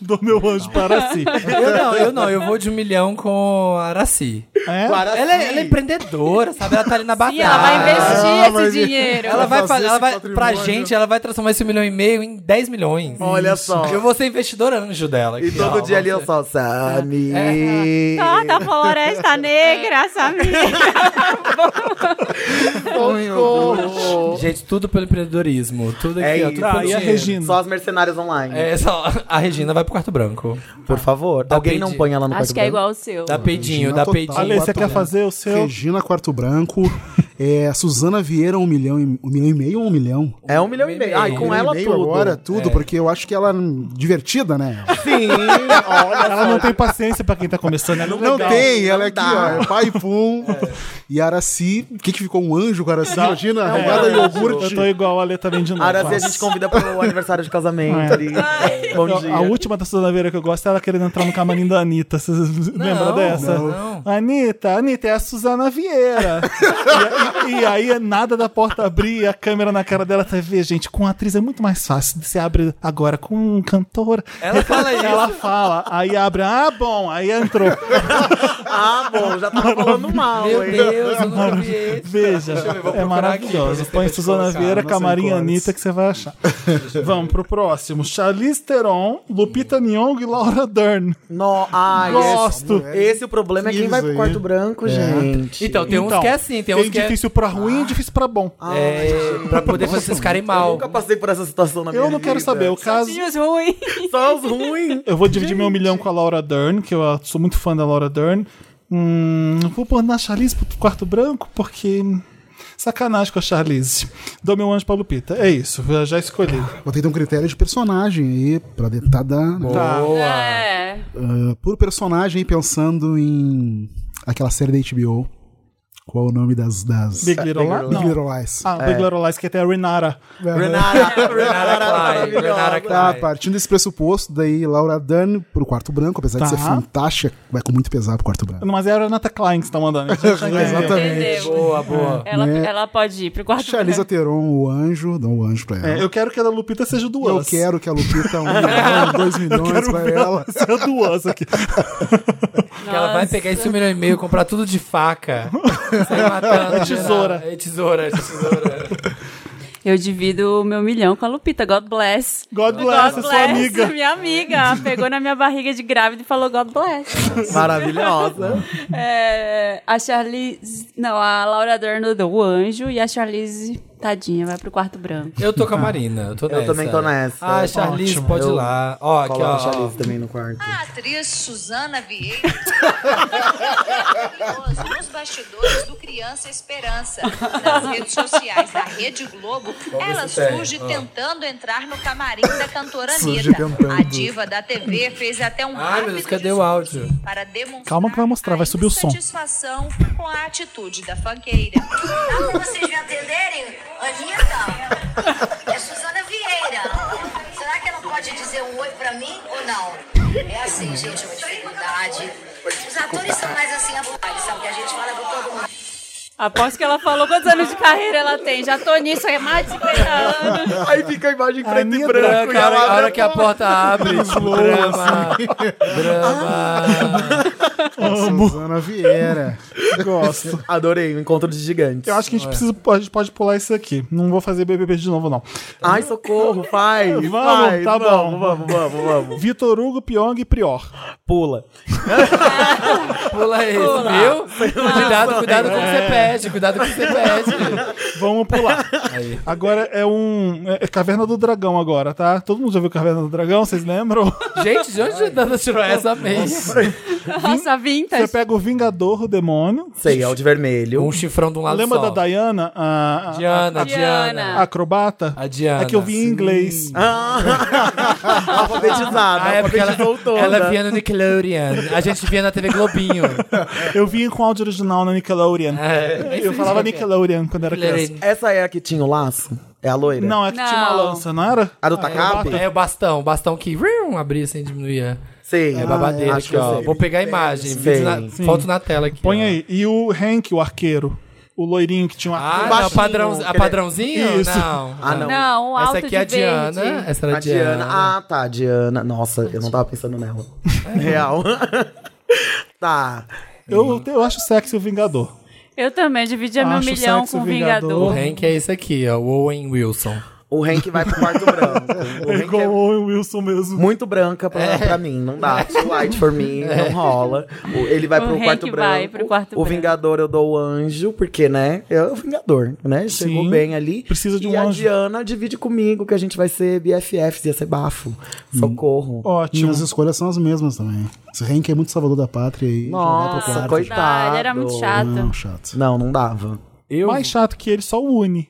Speaker 1: Do meu anjo para si.
Speaker 4: Eu não, eu não, eu vou de um milhão com a Araci.
Speaker 1: É?
Speaker 3: Para
Speaker 4: Ela é,
Speaker 3: sim.
Speaker 4: ela é empreendedora, sabe? Ela tá ali na batalha.
Speaker 2: E ela vai investir
Speaker 5: Ah, mas-
Speaker 2: esse dinheiro.
Speaker 4: Ela vai
Speaker 5: fazer
Speaker 4: fazer, ela
Speaker 5: esse
Speaker 4: vai, pra
Speaker 5: patrimônio.
Speaker 4: gente, ela vai transformar esse milhão e meio em 10 milhões.
Speaker 3: Olha só.
Speaker 4: Eu vou ser investidor anjo dela.
Speaker 3: E
Speaker 4: aqui,
Speaker 3: todo
Speaker 4: ó,
Speaker 3: dia ali eu
Speaker 4: vamos
Speaker 3: só, Sami.
Speaker 2: Tá da floresta negra, sabe?
Speaker 3: Socorro.
Speaker 4: ver. Gente, tudo pelo empreendedorismo. Tudo aqui,
Speaker 3: É
Speaker 4: ó,
Speaker 3: isso.
Speaker 4: tudo
Speaker 3: Ah,
Speaker 4: pelo
Speaker 1: e a
Speaker 4: dinheiro.
Speaker 1: Regina?
Speaker 3: Só as mercenárias online.
Speaker 4: É, só, a Regina vai pro quarto branco.
Speaker 3: Por favor.
Speaker 4: Tá
Speaker 3: Alguém
Speaker 4: pedindo.
Speaker 3: não põe ela no
Speaker 2: Acho
Speaker 3: quarto
Speaker 2: que é
Speaker 3: branco?
Speaker 2: igual o seu.
Speaker 4: Dá peidinho,
Speaker 5: Regina
Speaker 4: dá
Speaker 5: total.
Speaker 4: peidinho.
Speaker 1: Ale, você quer
Speaker 5: Branco.
Speaker 1: fazer o seu?
Speaker 5: Regina Quarto Branco. é, Suzana Vieira, um milhão, e, um milhão e meio ou um milhão?
Speaker 3: É um milhão e meio. Ai,
Speaker 4: Um
Speaker 3: com
Speaker 5: Um
Speaker 3: ela
Speaker 5: e meio
Speaker 3: tudo. É.
Speaker 5: agora, tudo, porque eu acho que ela hum, divertida, né?
Speaker 3: Sim, olha.
Speaker 1: Ela não tem paciência pra quem tá começando. Ela
Speaker 5: Não tem, ela é
Speaker 3: não
Speaker 5: aqui,
Speaker 3: dá.
Speaker 5: ó. É pai pum. E Araci, o que que ficou um anjo com Araci? Imagina, regada
Speaker 1: É. Eu
Speaker 5: iogurte.
Speaker 1: tô igual a Ale também de novo.
Speaker 3: Arazi a
Speaker 1: quase.
Speaker 3: gente convida pro aniversário de casamento.
Speaker 1: é.
Speaker 3: E- Bom
Speaker 1: Eu-
Speaker 3: dia.
Speaker 1: a última da Suzana Vieira que eu gosto é ela querendo entrar no camarim da Anitta. Vocês lembram dessa?
Speaker 4: não.
Speaker 1: Anitta, Anitta, é a Suzana Vieira. e, e- e aí é nada da porta abrir, a câmera na cara dela. Você vê, gente, com atriz é muito mais fácil. Você abre agora com um cantor.
Speaker 4: Ela fala isso.
Speaker 1: Ela fala, aí abre, ah, bom, aí entrou.
Speaker 3: Ah, bom, já tava falando mal,
Speaker 4: Meu
Speaker 3: hein?
Speaker 4: Deus, eu nunca vi esse.
Speaker 1: Veja,
Speaker 4: Deixa eu ver, vou
Speaker 1: é
Speaker 4: procurar
Speaker 1: maravilhoso.
Speaker 4: aqui pra ver se
Speaker 1: Põe
Speaker 4: eu
Speaker 1: Suzana
Speaker 4: consigo
Speaker 1: Vieira,
Speaker 5: colocar. Não sei
Speaker 1: Camarim
Speaker 5: quantos.
Speaker 1: Anitta que você vai achar. Vamos pro próximo. Charlize Theron, Lupita Nyong'o e Laura Dern.
Speaker 3: No, ai,
Speaker 1: Gosto.
Speaker 3: Esse, esse o problema é quem
Speaker 5: Isso
Speaker 3: vai pro
Speaker 5: aí.
Speaker 3: quarto branco, gente.
Speaker 4: Então, tem uns
Speaker 1: Então,
Speaker 4: que é assim, tem, uns que é,
Speaker 1: difícil pra ruim e difícil pra bom.
Speaker 3: Ah,
Speaker 4: é pra poder fazer vocês ficarem
Speaker 3: Eu
Speaker 4: mal.
Speaker 3: nunca passei por essa situação na minha
Speaker 1: eu não quero
Speaker 3: vida.
Speaker 1: saber, o caso...
Speaker 2: Tinha os ruins.
Speaker 3: Só os ruins.
Speaker 1: Eu vou dividir meu milhão com a Laura Dern, que eu ah, sou muito fã da Laura Dern. Hum, vou pôr na Charlize pro quarto branco, porque... Sacanagem com a Charlize. Dou meu anjo pra Lupita. É isso, já- já escolhi.
Speaker 5: Vou ter que ter um critério de personagem aí, pra tentar dar...
Speaker 4: Boa.
Speaker 2: É.
Speaker 5: Ah, por personagem, pensando em aquela série da HBO. Qual é o nome das... das...
Speaker 1: Big Little Lies?
Speaker 5: Big
Speaker 1: Não.
Speaker 5: Little Lies.
Speaker 1: Ah, Big Little Lies, que até a Renata.
Speaker 3: Renata,
Speaker 4: Renata Klein, Renata Klein.
Speaker 5: Tá, partindo desse pressuposto, daí Laura Dern pro quarto branco, apesar de
Speaker 1: Tá.
Speaker 5: ser fantástica, vai com muito pesar pro quarto branco.
Speaker 1: Mas é a Renata Klein que você tá mandando. a gente já entendeu.
Speaker 2: Entendeu?
Speaker 4: Boa, boa.
Speaker 2: Ela,
Speaker 5: Né?
Speaker 2: ela pode ir pro quarto
Speaker 5: Charliza Theron, o anjo, dá um anjo pra ela.
Speaker 1: É, eu quero que a da Lupita seja do
Speaker 5: eu
Speaker 1: Us.
Speaker 5: quero que a Lupita um milhão, dois milhões pra ela.
Speaker 1: seja do Us aqui.
Speaker 2: branco.
Speaker 4: Que ela vai
Speaker 2: Nossa.
Speaker 4: pegar esse milhão e meio, comprar tudo de faca. Sai matando.
Speaker 1: É tesoura.
Speaker 4: geral. É tesoura, é tesoura.
Speaker 2: Eu divido o meu milhão com a Lupita. God bless.
Speaker 1: God bless, a sua amiga.
Speaker 2: minha amiga. Pegou na minha barriga de grávida e falou God bless.
Speaker 3: Maravilhosa.
Speaker 2: É, a Charlize... Não, a Laura Dern do o anjo e a Charlize, tadinha, vai pro quarto branco.
Speaker 4: Eu tô com a Marina, eu tô nessa.
Speaker 3: também tô nessa.
Speaker 4: Ah, Charlize,
Speaker 1: Ótimo.
Speaker 4: pode ir
Speaker 3: Eu-
Speaker 4: lá. Ó, aqui,
Speaker 3: Coloca a
Speaker 4: ó, ó.
Speaker 3: Charlize também no quarto.
Speaker 6: A atriz Suzana Vieira maravilhoso nos bastidores do Criança Esperança. Nas redes sociais da Rede Globo, ela
Speaker 4: tem,
Speaker 6: surge
Speaker 4: ó.
Speaker 6: tentando entrar no camarim da cantora
Speaker 5: Surge
Speaker 6: Anitta.
Speaker 5: tentando.
Speaker 6: A diva da TV fez até um
Speaker 4: Ai, meu
Speaker 6: rápido
Speaker 4: Deus, cadê o áudio?
Speaker 6: discurso para demonstrar
Speaker 1: Calma que vai mostrar, vai
Speaker 6: a
Speaker 1: subir o som.
Speaker 6: insatisfação com a atitude da fanqueira.
Speaker 7: Dá pra Ah, vocês me atenderem? Anitta, é Suzana Vieira. Será que ela pode dizer um oi pra mim ou não? É assim, gente, é uma dificuldade. Os atores são mais assim, abulados, sabe? Que a gente fala pra todo mundo.
Speaker 2: Aposto que ela falou quantos anos de carreira ela tem. Já tô nisso, é mais de 50 anos.
Speaker 3: Aí fica a imagem
Speaker 1: preto e
Speaker 3: preto e
Speaker 1: branco
Speaker 4: Ah,
Speaker 3: branco.
Speaker 4: cara, a hora que a porta abre, brama, brama.
Speaker 5: Suzana Vieira.
Speaker 1: Gosto.
Speaker 3: Adorei, o encontro de gigantes.
Speaker 1: Eu acho que a gente precisa. A gente pode pular isso aqui. Não vou fazer BBB de novo, não.
Speaker 3: Ai, socorro, faz.
Speaker 1: Vamos,
Speaker 3: faz,
Speaker 1: tá bom.
Speaker 3: vamos, Vamos, vamos, vamos.
Speaker 1: Vitor Hugo, Pyong e Prior.
Speaker 3: Pula.
Speaker 4: Pula esse, viu? Cuidado, cuidado com o que você pede, cuidado com o que você pede.
Speaker 1: Vamos pular. Agora é um. É Caverna do Dragão agora, tá? Todo mundo já viu Caverna do Dragão, vocês lembram?
Speaker 4: Gente, de onde tá a Dana tirou essa mesa?
Speaker 2: Nossa, vintage.
Speaker 1: Você pega o Vingador, o demônio.
Speaker 3: Sei, é o de vermelho.
Speaker 4: Um chifrão de um lado
Speaker 1: Lembra
Speaker 4: só.
Speaker 1: da Diana? A, a-
Speaker 2: Diana.
Speaker 4: Diana, Diana.
Speaker 1: a acrobata?
Speaker 4: A Diana.
Speaker 1: É que eu vi em inglês.
Speaker 3: Alfabetizado.
Speaker 4: Ah, é porque ela,
Speaker 3: alfabetizou toda.
Speaker 1: né?
Speaker 4: ela via no Nickelodeon. A gente via na TV Globinho.
Speaker 1: Eu vi com áudio original na Nickelodeon.
Speaker 4: É,
Speaker 1: Eu falava Nickelodeon quando era criança.
Speaker 4: Nickelodeon.
Speaker 3: Essa é a que tinha o laço? É a loira?
Speaker 1: Não, é que tinha uma
Speaker 2: Não.
Speaker 1: lança, não era?
Speaker 3: A do tacape?
Speaker 4: É o bastão, o bastão que rum, abria sem diminuir.
Speaker 1: Ah,
Speaker 3: Sei.
Speaker 4: É babadeira
Speaker 3: Acho
Speaker 4: aqui,
Speaker 3: que eu
Speaker 4: ó.
Speaker 3: sei.
Speaker 4: Vou pegar a imagem,
Speaker 3: Sim.
Speaker 4: vídeo na-
Speaker 1: Sim.
Speaker 4: foto na tela aqui.
Speaker 1: Põe
Speaker 4: ó.
Speaker 1: aí. E o Hank, o arqueiro. O loirinho que tinha um
Speaker 4: Ah,
Speaker 1: arqueiro.
Speaker 4: não, a
Speaker 3: baixinho,
Speaker 4: padrão, a
Speaker 3: aquele-
Speaker 4: padrãozinho?
Speaker 1: Isso.
Speaker 4: Não.
Speaker 3: Ah, não.
Speaker 2: Não, um alto
Speaker 4: Essa aqui
Speaker 2: de
Speaker 4: é a
Speaker 2: verde.
Speaker 4: Diana. Essa era
Speaker 3: A Diana.
Speaker 4: Ah,
Speaker 3: Ah, tá, a Diana. Nossa, eu não tava pensando nela. Real. tá.
Speaker 1: Eu, eu acho sexy o Vingador.
Speaker 2: Eu também dividia meu
Speaker 1: Acho
Speaker 2: milhão
Speaker 1: sexy
Speaker 2: com o
Speaker 1: o Vingador.
Speaker 2: Vingador.
Speaker 4: O Hank é esse aqui, ó, o Owen Wilson.
Speaker 3: O Hank vai pro quarto branco. O
Speaker 1: É
Speaker 3: Hank
Speaker 1: igual
Speaker 3: é
Speaker 1: o Owen Wilson mesmo.
Speaker 3: muito branca pra, pra mim, não dá. Too light for me, não rola. O- Ele vai
Speaker 2: O
Speaker 3: pro
Speaker 2: Hank
Speaker 3: quarto branco.
Speaker 2: vai pro quarto
Speaker 3: o
Speaker 2: branco.
Speaker 3: Vingador eu dou o anjo, porque, né? Eu o Vingador, né? Chegou
Speaker 1: Sim.
Speaker 3: bem ali.
Speaker 1: Precisa de um
Speaker 3: e
Speaker 1: anjo.
Speaker 3: a Diana divide comigo que a gente vai ser BFFs, ia ser bafo. Socorro.
Speaker 1: Ótimo.
Speaker 5: Minhas escolhas são as mesmas também. Esse Henk é muito salvador da pátria
Speaker 3: né,
Speaker 5: e.
Speaker 3: Nossa,
Speaker 5: já vai pro quarto.
Speaker 3: coitado.
Speaker 2: Ah, ele era muito chato.
Speaker 5: Não, chato.
Speaker 3: Não, não dava. Eu...
Speaker 1: Mais chato que ele, só o Uni.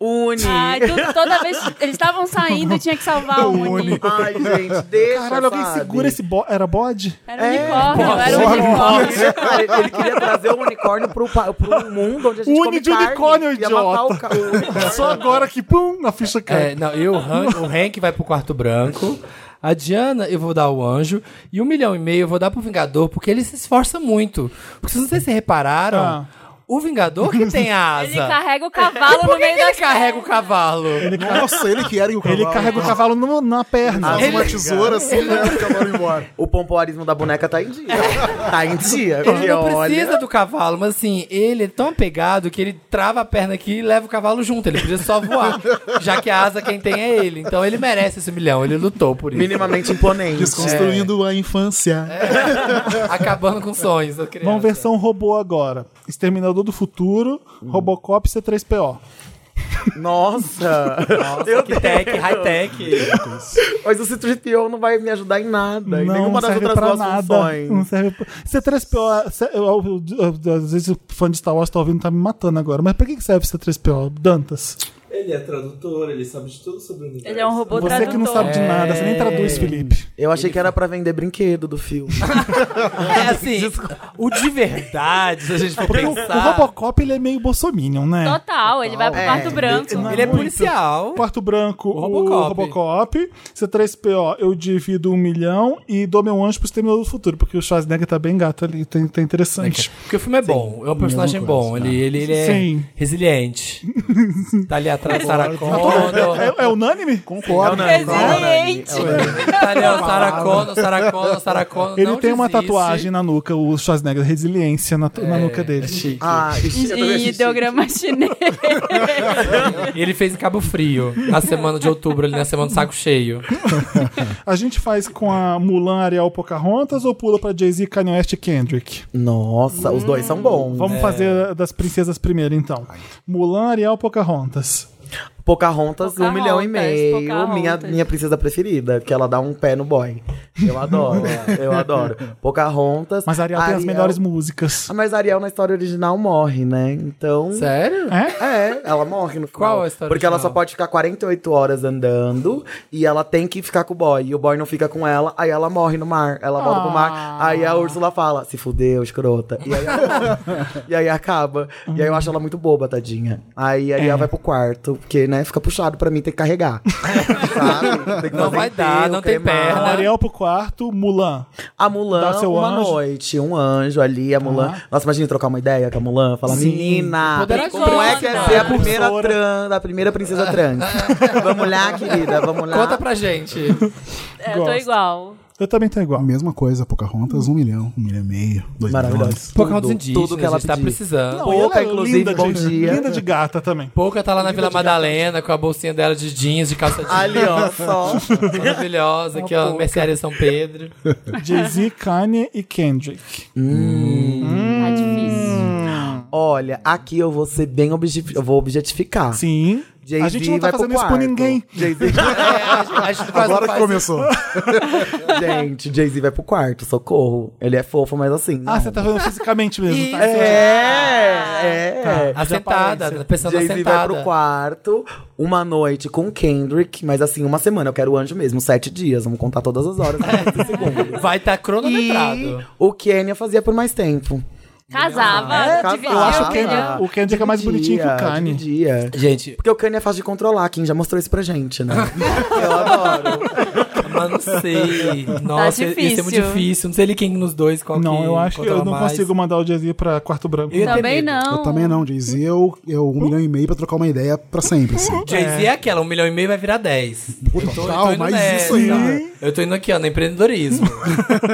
Speaker 3: Uni.
Speaker 2: Ai, tu- toda vez que eles estavam saindo, eu tinha que salvar um o Uni.
Speaker 3: Ai, gente, deixa,
Speaker 1: Caralho, alguém
Speaker 3: sabe?
Speaker 1: segura esse bo... Era bode?
Speaker 2: Era um unicórnio, era um
Speaker 1: É. porra,
Speaker 3: Ele
Speaker 2: unicórnio.
Speaker 3: queria, ele queria trazer o unicórnio pro, pa- pro mundo onde a gente
Speaker 1: Uni
Speaker 3: come
Speaker 1: de
Speaker 3: carne.
Speaker 1: unicórnio,
Speaker 3: Ia matar o
Speaker 1: idiota.
Speaker 3: ca- o unicórnio.
Speaker 1: Só agora que, pum, na ficha cai.
Speaker 4: É, não, eu, o Han- o Hank vai pro quarto branco. A Diana eu vou dar o anjo. E um milhão e meio eu vou dar pro Vingador, porque ele se esforça muito. Porque vocês não sei se repararam,
Speaker 1: Ah.
Speaker 4: o Vingador que tem a asa.
Speaker 2: Ele carrega o cavalo no
Speaker 4: Por que,
Speaker 2: meio
Speaker 4: que
Speaker 2: da
Speaker 4: ele carrega o cavalo? Ele,
Speaker 5: Nossa, ele que ergue o cavalo.
Speaker 1: Ele carrega o cavalo no- na perna.
Speaker 3: Ah,
Speaker 5: Faz uma tesoura assim, né? O cavalo embora.
Speaker 3: é O pompoarismo da boneca tá em dia. tá em dia. porque
Speaker 4: não
Speaker 3: olha.
Speaker 4: precisa do cavalo, mas assim, ele é tão apegado que ele trava a perna aqui e leva o cavalo junto. Ele podia só voar, já que a asa quem tem é ele. Então ele merece esse milhão, ele lutou por isso.
Speaker 3: Minimamente
Speaker 1: é.
Speaker 3: imponente.
Speaker 5: Desconstruindo a infância.
Speaker 4: Acabando com sonhos da criança.
Speaker 1: Vamos versão um robô agora. Exterminador do Futuro, Robocop e C3PO.
Speaker 3: Nossa.
Speaker 4: Nossa, que tech, high-tech.
Speaker 3: Mas o C3PO não vai me ajudar em nada. em nenhuma das outras duas funções.
Speaker 1: Não serve pra... C3PO, cê- eu- eu- eu- eu- às vezes o fã de Star Wars tá ouvindo tá me matando agora. Mas pra que que serve C3PO, Dantas?
Speaker 8: Ele é tradutor, ele sabe de tudo sobre o universo.
Speaker 2: Ele é um robô
Speaker 1: Você
Speaker 2: tradutor.
Speaker 1: que não sabe de nada, você nem traduz, Felipe.
Speaker 3: Eu achei que era pra vender brinquedo do filme.
Speaker 1: um
Speaker 4: É assim, o de verdade, se a gente for
Speaker 1: Porque o, o
Speaker 4: pensar.
Speaker 1: Robocop ele é meio bolsominion, né?
Speaker 2: Total, ele vai pro
Speaker 3: É,
Speaker 2: quarto branco.
Speaker 4: Ele é policial.
Speaker 1: Quarto branco, o Robocop.
Speaker 4: Robocop.
Speaker 1: C3PO, eu divido um milhão e dou meu anjo pro Exterminador do Futuro, porque o Schwarzenegger tá bem gato ali, tá, tá interessante.
Speaker 4: Porque o filme é bom, é um personagem bom. Ele, ele, ele é
Speaker 1: tá. Sim.
Speaker 4: resiliente. tá ali atrás do Saracono.
Speaker 1: É, é unânime?
Speaker 5: Concordo.
Speaker 1: é
Speaker 2: Resiliente.
Speaker 4: tá ali, ó, Saracono, Saracono, Saracono.
Speaker 1: Ele
Speaker 4: não
Speaker 1: tem uma
Speaker 4: desiste.
Speaker 1: tatuagem né? na nuca, o Schwarzenegger, resiliência na, na nuca dele.
Speaker 3: Ah, ixi, eu também
Speaker 2: E
Speaker 3: achei
Speaker 2: ideograma chinês.
Speaker 4: Ele fez em Cabo Frio, na semana de outubro, ali na semana do saco cheio.
Speaker 1: A gente faz com a Mulan, Ariel, Pocahontas ou pula pra Jay-Z, Kanye West e Kendrick?
Speaker 3: chique. Nossa, os dois são bons.
Speaker 1: Vamos fazer das princesas primeiro, então. Mulan, Ariel, Pocahontas.
Speaker 3: Pocahontas, um
Speaker 2: Pocahontas,
Speaker 3: milhão e meio.
Speaker 2: Pocahontas.
Speaker 3: Minha, minha princesa preferida, que ela dá um pé no boy. Eu adoro, eu adoro. Pocahontas.
Speaker 1: Mas Ariel, tem as melhores músicas.
Speaker 3: Ah, Mas Ariel na história original morre, né? Então.
Speaker 4: Sério?
Speaker 1: É?
Speaker 3: É, ela morre no final.
Speaker 4: Qual a história
Speaker 3: Porque ela só
Speaker 4: original?
Speaker 3: pode ficar 48 horas andando e ela tem que ficar com o boy. E o boy não fica com ela, aí ela morre no mar. Ela volta pro mar,
Speaker 4: Ah.
Speaker 3: aí a Úrsula fala, se fudeu, escrota. E aí, ela morre. e aí acaba. E aí eu acho ela muito boba, tadinha. Aí aí
Speaker 4: É.
Speaker 3: ela vai pro quarto, porque, né, fica puxado pra mim, tem que carregar. Sabe? Tem que
Speaker 4: Não
Speaker 3: fazer
Speaker 4: vai dar,
Speaker 3: enterro,
Speaker 4: não tem
Speaker 3: cremar.
Speaker 1: Então,
Speaker 4: perna.
Speaker 1: Ariel pro quarto, Mulan.
Speaker 3: A
Speaker 1: Dá
Speaker 3: Mulan,
Speaker 1: seu
Speaker 3: uma
Speaker 1: anjo. Ah.
Speaker 3: noite, um anjo ali, a Mulan. Nossa, imagina trocar uma ideia com a Mulan, falar, menina,
Speaker 4: Poderosa.
Speaker 3: como é que é ser a primeira
Speaker 1: Precursora.
Speaker 3: trans, a primeira princesa trans? vamos lá, querida, vamos lá.
Speaker 4: Conta pra gente.
Speaker 2: É, Eu tô
Speaker 1: Gosto.
Speaker 2: igual.
Speaker 1: Eu também tô
Speaker 5: A
Speaker 1: igual.
Speaker 5: mesma coisa, Pocahontas, um milhão, um milhão e meio, dois milhões.
Speaker 3: Maravilhoso.
Speaker 4: Pocahontas
Speaker 3: Tudo,
Speaker 4: indígena,
Speaker 3: tudo que ela
Speaker 4: a gente tá
Speaker 3: pedir.
Speaker 4: precisando.
Speaker 1: Não, e ela
Speaker 3: Pouca,
Speaker 1: é
Speaker 3: inclusive,
Speaker 1: linda
Speaker 3: bom
Speaker 1: de,
Speaker 3: dia.
Speaker 1: Linda de gata também.
Speaker 4: Pouca tá lá na Vila Madalena com a bolsinha dela de jeans, de calça jeans.
Speaker 3: Ali, ó, só.
Speaker 4: Maravilhosa, aqui ó, Mercearia São Pedro.
Speaker 1: Jay-Z, Kanye e Kendrick.
Speaker 2: Tá
Speaker 1: Hum.
Speaker 2: difícil.
Speaker 3: Olha, aqui eu vou ser bem objetific... eu vou objetificar.
Speaker 1: Sim.
Speaker 3: Jay-Z
Speaker 1: a gente não tá
Speaker 3: vai pro
Speaker 1: fazendo isso com
Speaker 3: quarto.
Speaker 1: ninguém.
Speaker 3: Jay-Z...
Speaker 1: É,
Speaker 5: Agora que começou.
Speaker 3: Gente, Jay-Z vai pro quarto, socorro. Ele é fofo, mas assim.
Speaker 1: Ah,
Speaker 3: não.
Speaker 1: você tá Ah, fazendo fisicamente mesmo. tá?
Speaker 3: É, é.
Speaker 4: Assentada, pensando
Speaker 3: Jay-Z vai
Speaker 4: assentada.
Speaker 3: pro quarto, uma noite com Kendrick, mas assim, uma semana, eu quero o anjo mesmo, sete dias, vamos contar todas as horas, né? 40 segundos.
Speaker 4: Vai estar tá cronometrado.
Speaker 3: E o Kenya fazia por mais tempo.
Speaker 2: Casava. dividia
Speaker 1: É, Eu acho
Speaker 2: o
Speaker 1: o Kendrick,
Speaker 2: milhão.
Speaker 1: o Kendrick é mais bonitinho que o Kanye.
Speaker 3: Dia.
Speaker 4: Gente,
Speaker 3: Porque o Kanye é fácil de controlar, quem já mostrou isso pra gente, né? eu adoro.
Speaker 4: Mas não sei. Nossa, ia ser muito
Speaker 2: difícil.
Speaker 4: difícil. Não sei ele quem nos dois, qual
Speaker 1: Tá Não,
Speaker 4: que
Speaker 1: eu acho que eu
Speaker 4: controla
Speaker 1: não
Speaker 4: mais.
Speaker 1: consigo mandar o Jay-Z pra quarto branco.
Speaker 4: Eu ia ter
Speaker 2: Também
Speaker 4: medo.
Speaker 2: não.
Speaker 5: Eu também não, Jay-Z. Eu, eu um milhão e meio pra trocar uma ideia pra sempre. Assim.
Speaker 4: Jay-Z é. aquela, um milhão e meio vai virar dez. Então
Speaker 5: Puta,
Speaker 4: Tô-
Speaker 5: tal,
Speaker 4: tô indo
Speaker 5: mas
Speaker 4: nessa,
Speaker 5: isso aí.
Speaker 4: ó. Eu tô indo aqui, ó, no empreendedorismo.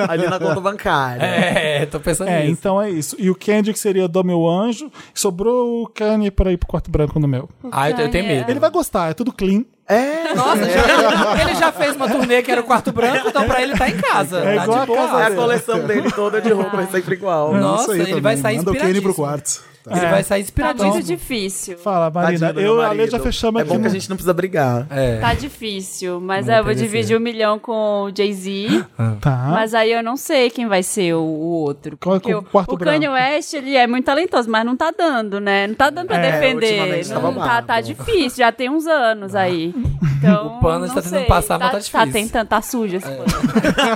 Speaker 3: Ali na conta bancária.
Speaker 4: é, tô pensando
Speaker 1: É,
Speaker 4: nisso.
Speaker 1: então é isso. E o Kendrick seria do meu anjo. Sobrou o Kanye pra ir pro quarto branco no meu.
Speaker 4: Ah, eu, tenho- eu tenho medo.
Speaker 1: então. Ele vai gostar, é tudo clean.
Speaker 3: É,
Speaker 4: Nossa, já- ele já fez uma turnê que era o quarto branco, então pra ele tá em casa.
Speaker 1: É
Speaker 4: tá
Speaker 1: igual
Speaker 4: de
Speaker 1: a
Speaker 4: boa.
Speaker 1: casa
Speaker 3: a coleção dele toda de roupa é sempre igual.
Speaker 4: Não.
Speaker 5: Isso
Speaker 4: Nossa,
Speaker 5: aí
Speaker 4: ele vai sair
Speaker 5: Manda o Kenny pro
Speaker 4: inspiradíssimo.
Speaker 5: quarto. Tá.
Speaker 4: Ele
Speaker 1: É.
Speaker 4: vai sair
Speaker 2: Tá
Speaker 4: inspiradíssimo.
Speaker 2: muito difícil.
Speaker 1: Fala, Marina.
Speaker 3: Tadinho do
Speaker 1: eu
Speaker 3: meu
Speaker 1: e a Lê já
Speaker 3: marido.
Speaker 1: fechamos
Speaker 3: É
Speaker 1: aqui. um-
Speaker 3: bom que a
Speaker 1: no-
Speaker 3: gente não precisa brigar.
Speaker 4: É.
Speaker 2: Tá difícil, mas é, eu vou dividir o milhão com o Jay-Z,
Speaker 1: Tá.
Speaker 2: mas aí eu não sei quem vai ser o, o outro.
Speaker 1: Qual é
Speaker 2: porque
Speaker 1: o
Speaker 2: o,
Speaker 1: quarto
Speaker 2: o Kanye
Speaker 1: branco?
Speaker 2: West, ele é muito talentoso, mas não tá dando, né? Não tá dando pra
Speaker 1: É,
Speaker 2: defender.
Speaker 3: ultimamente tá
Speaker 2: Não tá,
Speaker 3: babado.
Speaker 2: tá difícil, já tem uns anos
Speaker 1: Ah.
Speaker 2: aí. Então,
Speaker 4: O pano
Speaker 2: não
Speaker 4: tá tentando
Speaker 2: sei.
Speaker 4: passar, mas tá difícil.
Speaker 2: Tá tentando, tá sujo
Speaker 3: É.
Speaker 2: esse pano.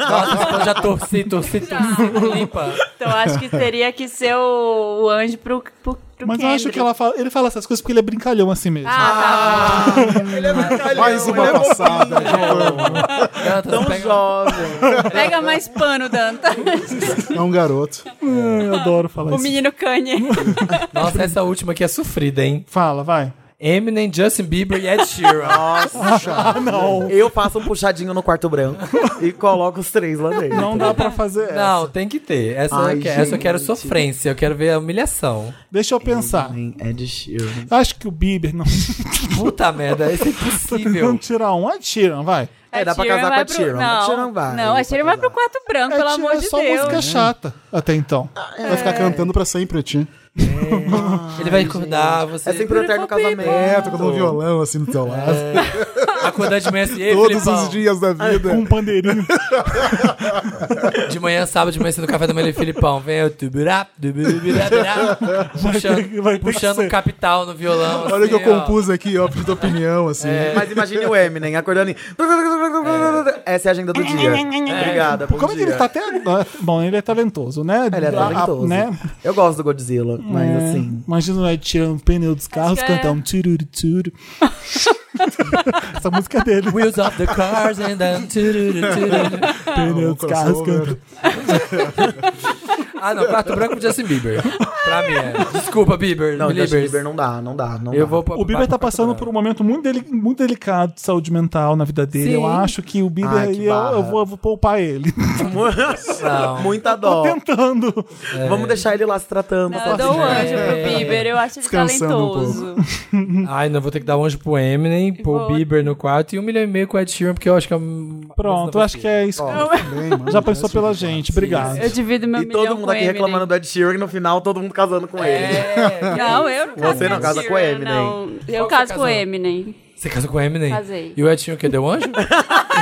Speaker 4: Nossa, então eu já torci, torci,
Speaker 2: Tá.
Speaker 4: torci, limpa.
Speaker 2: Então acho que teria que ser o, o anjo pro, pro, pro
Speaker 1: Mas eu acho
Speaker 2: Kendrick.
Speaker 1: que ela fala- ele fala essas coisas porque ele é brincalhão assim mesmo.
Speaker 2: Ah,
Speaker 3: é
Speaker 5: Mais uma passada.
Speaker 4: Dantas,
Speaker 3: Tão
Speaker 4: pega-
Speaker 3: jovem.
Speaker 2: tá bom. Pega mais pano, tá? Danta.
Speaker 5: É um garoto.
Speaker 1: Eu adoro falar
Speaker 2: o
Speaker 1: isso.
Speaker 2: menino Kanye.
Speaker 4: Nossa, essa última aqui é sofrida, hein?
Speaker 1: Fala, vai.
Speaker 4: Eminem, Justin Bieber e Ed Sheeran.
Speaker 3: Eu faço um puxadinho no quarto branco e coloco os três lá dentro.
Speaker 1: Não Então dá pra fazer essa.
Speaker 4: Não, tem que ter. Essa,
Speaker 3: Ai,
Speaker 4: eu, quero, essa eu
Speaker 3: gente.
Speaker 4: quero sofrência, eu quero ver a humilhação.
Speaker 1: Deixa eu pensar.
Speaker 3: É de Sheeran.
Speaker 1: Acho que o Bieber não,
Speaker 4: Puta merda, isso é
Speaker 1: não
Speaker 4: impossível.
Speaker 1: tira um. Atira, vai.
Speaker 3: É, dá pra
Speaker 2: Sheeran
Speaker 3: casar
Speaker 2: vai
Speaker 3: com a Sheeran.
Speaker 2: Não,
Speaker 3: A Sheeran vai.
Speaker 2: Não, a Sheeran vai pro quarto branco, pelo
Speaker 1: Ed Sheeran
Speaker 2: amor de
Speaker 1: é só
Speaker 2: Deus.
Speaker 1: música chata até então.
Speaker 5: Vai
Speaker 4: É.
Speaker 5: ficar cantando pra sempre, Ti.
Speaker 4: Ele vai acordar, você.
Speaker 3: É sempre o eterno casamento.
Speaker 5: É, tocando um violão assim no teu
Speaker 4: É.
Speaker 5: lado.
Speaker 4: Acordar de manhã assim, ei,
Speaker 5: Todos
Speaker 4: Felipão.
Speaker 5: os dias da
Speaker 1: Com
Speaker 5: vida.
Speaker 1: um pandeirinho.
Speaker 4: De manhã, sábado, de manhã, assim, no café da manhã, ele, Filipão, vem eu. tubirá, tubirá, tubirá, Puxando,
Speaker 1: vai ter que
Speaker 4: puxando
Speaker 1: ser.
Speaker 4: capital no violão.
Speaker 5: Olha o que eu
Speaker 4: assim, ó. É.
Speaker 5: compus aqui, ó, pedindo opinião, assim.
Speaker 3: Mas imagine o Eminem acordando e... Essa é a agenda do dia. Obrigada, bom
Speaker 1: Como é que ele
Speaker 3: dia.
Speaker 1: tá até. Bom, ele é talentoso, né?
Speaker 3: Ele é
Speaker 1: A- a-
Speaker 3: talentoso.
Speaker 1: né? É.
Speaker 3: Eu gosto do Godzilla, mas assim...
Speaker 1: Imagina o Ed tirando o pneu dos carros,
Speaker 2: que é-
Speaker 1: cantar um tiruri tiro. Essa música é dele.
Speaker 4: Wheels of the cars and then. tururu, tururu.
Speaker 1: pneu dos carros cantando.
Speaker 4: Ah, não, prato branco pro Justin Bieber. Pra mim é. Desculpa, Bieber.
Speaker 3: Não,
Speaker 4: Beliebers.
Speaker 3: Justin Bieber não dá, não dá, não
Speaker 4: Eu
Speaker 3: dá.
Speaker 4: vou pra-
Speaker 1: O Bieber tá
Speaker 4: pra-
Speaker 1: passando por um momento muito, deli- muito delicado de saúde mental na vida dele. Eu
Speaker 4: Sim.
Speaker 1: acho que o Bieber,
Speaker 3: Ai, que
Speaker 1: ele- eu, eu
Speaker 3: barra.
Speaker 1: vou, eu vou poupar ele. um
Speaker 4: Não.
Speaker 3: Muita dó.
Speaker 1: Tentando.
Speaker 4: é.
Speaker 3: Vamos deixar ele lá se tratando.
Speaker 2: Não,
Speaker 3: só
Speaker 2: eu dou um
Speaker 3: assim.
Speaker 2: anjo pro Bieber, eu acho ele
Speaker 5: Descansando um
Speaker 2: talentoso.
Speaker 4: Ai, não, vou ter que dar um anjo pro Eminem, pro
Speaker 2: Vou.
Speaker 4: Bieber no quarto e um milhão e meio com o Ed Sheeran, porque eu acho que é um...
Speaker 1: Pronto, eu acho que é isso. Já pensou pela gente. Obrigado.
Speaker 2: Eu divido meu
Speaker 3: E todo
Speaker 2: milhão
Speaker 3: mundo
Speaker 2: com
Speaker 3: aqui
Speaker 2: Eminem.
Speaker 3: reclamando do Ed Sheeran e no final todo mundo casando com ele.
Speaker 4: É.
Speaker 2: Não, eu não caso é
Speaker 3: Você não
Speaker 2: Ed
Speaker 3: casa com
Speaker 2: Sheeran,
Speaker 3: Eminem.
Speaker 2: não. Eu
Speaker 4: você
Speaker 2: caso com
Speaker 4: casou?
Speaker 2: Eminem.
Speaker 4: Você casou com o Eminem?
Speaker 2: Casei.
Speaker 4: E o Ed Sheeran, que deu anjo?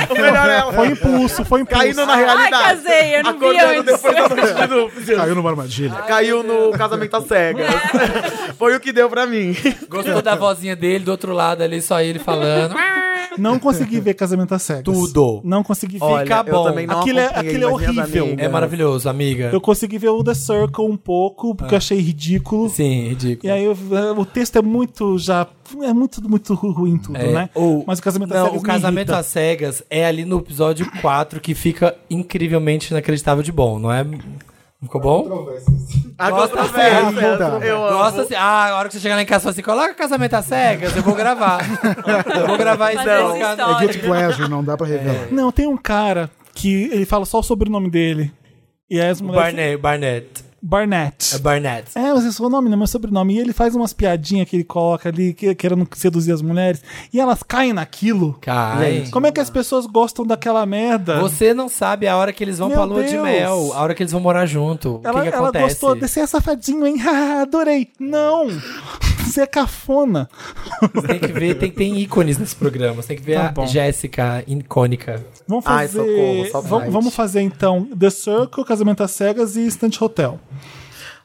Speaker 3: O melhor é ela
Speaker 1: Foi impulso, foi impulso.
Speaker 3: caindo na
Speaker 2: Ai,
Speaker 3: realidade.
Speaker 2: casei, eu não vi
Speaker 3: Acordando
Speaker 2: antes.
Speaker 3: depois da noite de núpcias.
Speaker 5: Caiu numa armadilha.
Speaker 3: Caiu no casamento às cegas. Foi o que deu pra mim.
Speaker 4: Gostou da vozinha dele, do outro lado ali, só ele falando.
Speaker 1: Não consegui ver Casamento às Cegas.
Speaker 4: Tudo.
Speaker 1: Não consegui ver.
Speaker 3: Olha,
Speaker 4: bom.
Speaker 3: Eu também não
Speaker 1: Aquilo é-
Speaker 3: acompanhei,
Speaker 1: aquilo é
Speaker 3: mas minhas
Speaker 1: horrível.
Speaker 3: amigas-
Speaker 4: É maravilhoso, amiga.
Speaker 1: Eu consegui ver o The Circle um pouco, porque eu achei ridículo.
Speaker 4: Sim, ridículo.
Speaker 1: E aí eu- o texto é muito já. É muito, muito ru- ruim tudo,
Speaker 4: É,
Speaker 1: né?
Speaker 4: ou-
Speaker 1: Mas o casamento às
Speaker 4: Não,
Speaker 1: cegas.
Speaker 4: o
Speaker 1: me
Speaker 4: casamento
Speaker 1: irrita.
Speaker 4: às cegas é ali no episódio 4 que fica incrivelmente inacreditável de bom, não é? Ficou bom?
Speaker 1: É
Speaker 3: A
Speaker 4: Gosta
Speaker 3: controvérsia.
Speaker 5: certo, tá.
Speaker 3: Eu amo.
Speaker 4: Gosta assim. Ah, a hora que você chegar lá em casa, você fala assim: coloca casamento às cegas, eu vou gravar. eu vou gravar isso
Speaker 2: Fazer
Speaker 4: aí,
Speaker 2: essa
Speaker 4: cara.
Speaker 5: É
Speaker 2: história.
Speaker 5: Guilty Pleasure, não
Speaker 4: É.
Speaker 5: dá pra revelar.
Speaker 1: Não, tem um cara que ele fala só o sobrenome dele. E aí as
Speaker 4: O
Speaker 1: mulheres.
Speaker 4: Barnett, Barnett.
Speaker 1: Barnett.
Speaker 4: É Barnett.
Speaker 1: É, mas esse nome não é meu sobrenome. E ele faz umas piadinhas que ele coloca ali, que, querendo seduzir as mulheres. E elas caem naquilo.
Speaker 4: Cai.
Speaker 1: Como é que as pessoas gostam daquela merda?
Speaker 4: Você não sabe a hora que eles vão
Speaker 1: Meu
Speaker 4: pra lua de
Speaker 1: Deus.
Speaker 4: mel, a hora que eles vão morar junto. o
Speaker 1: Ela,
Speaker 4: que, que
Speaker 1: ela
Speaker 4: acontece?
Speaker 1: gostou desse é safadinho, hein? Haha, Adorei. Não! Você é cafona.
Speaker 4: Você tem que ver, tem, tem ícones nesse programa. Você tem que ver
Speaker 1: Tá
Speaker 4: a
Speaker 1: bom.
Speaker 4: Jéssica icônica.
Speaker 1: Vamos
Speaker 3: Ai,
Speaker 1: fazer.
Speaker 3: socorro, só
Speaker 1: vamos,
Speaker 3: fight.
Speaker 1: vamos fazer então The Circle, Casamento às Cegas e Instant Hotel.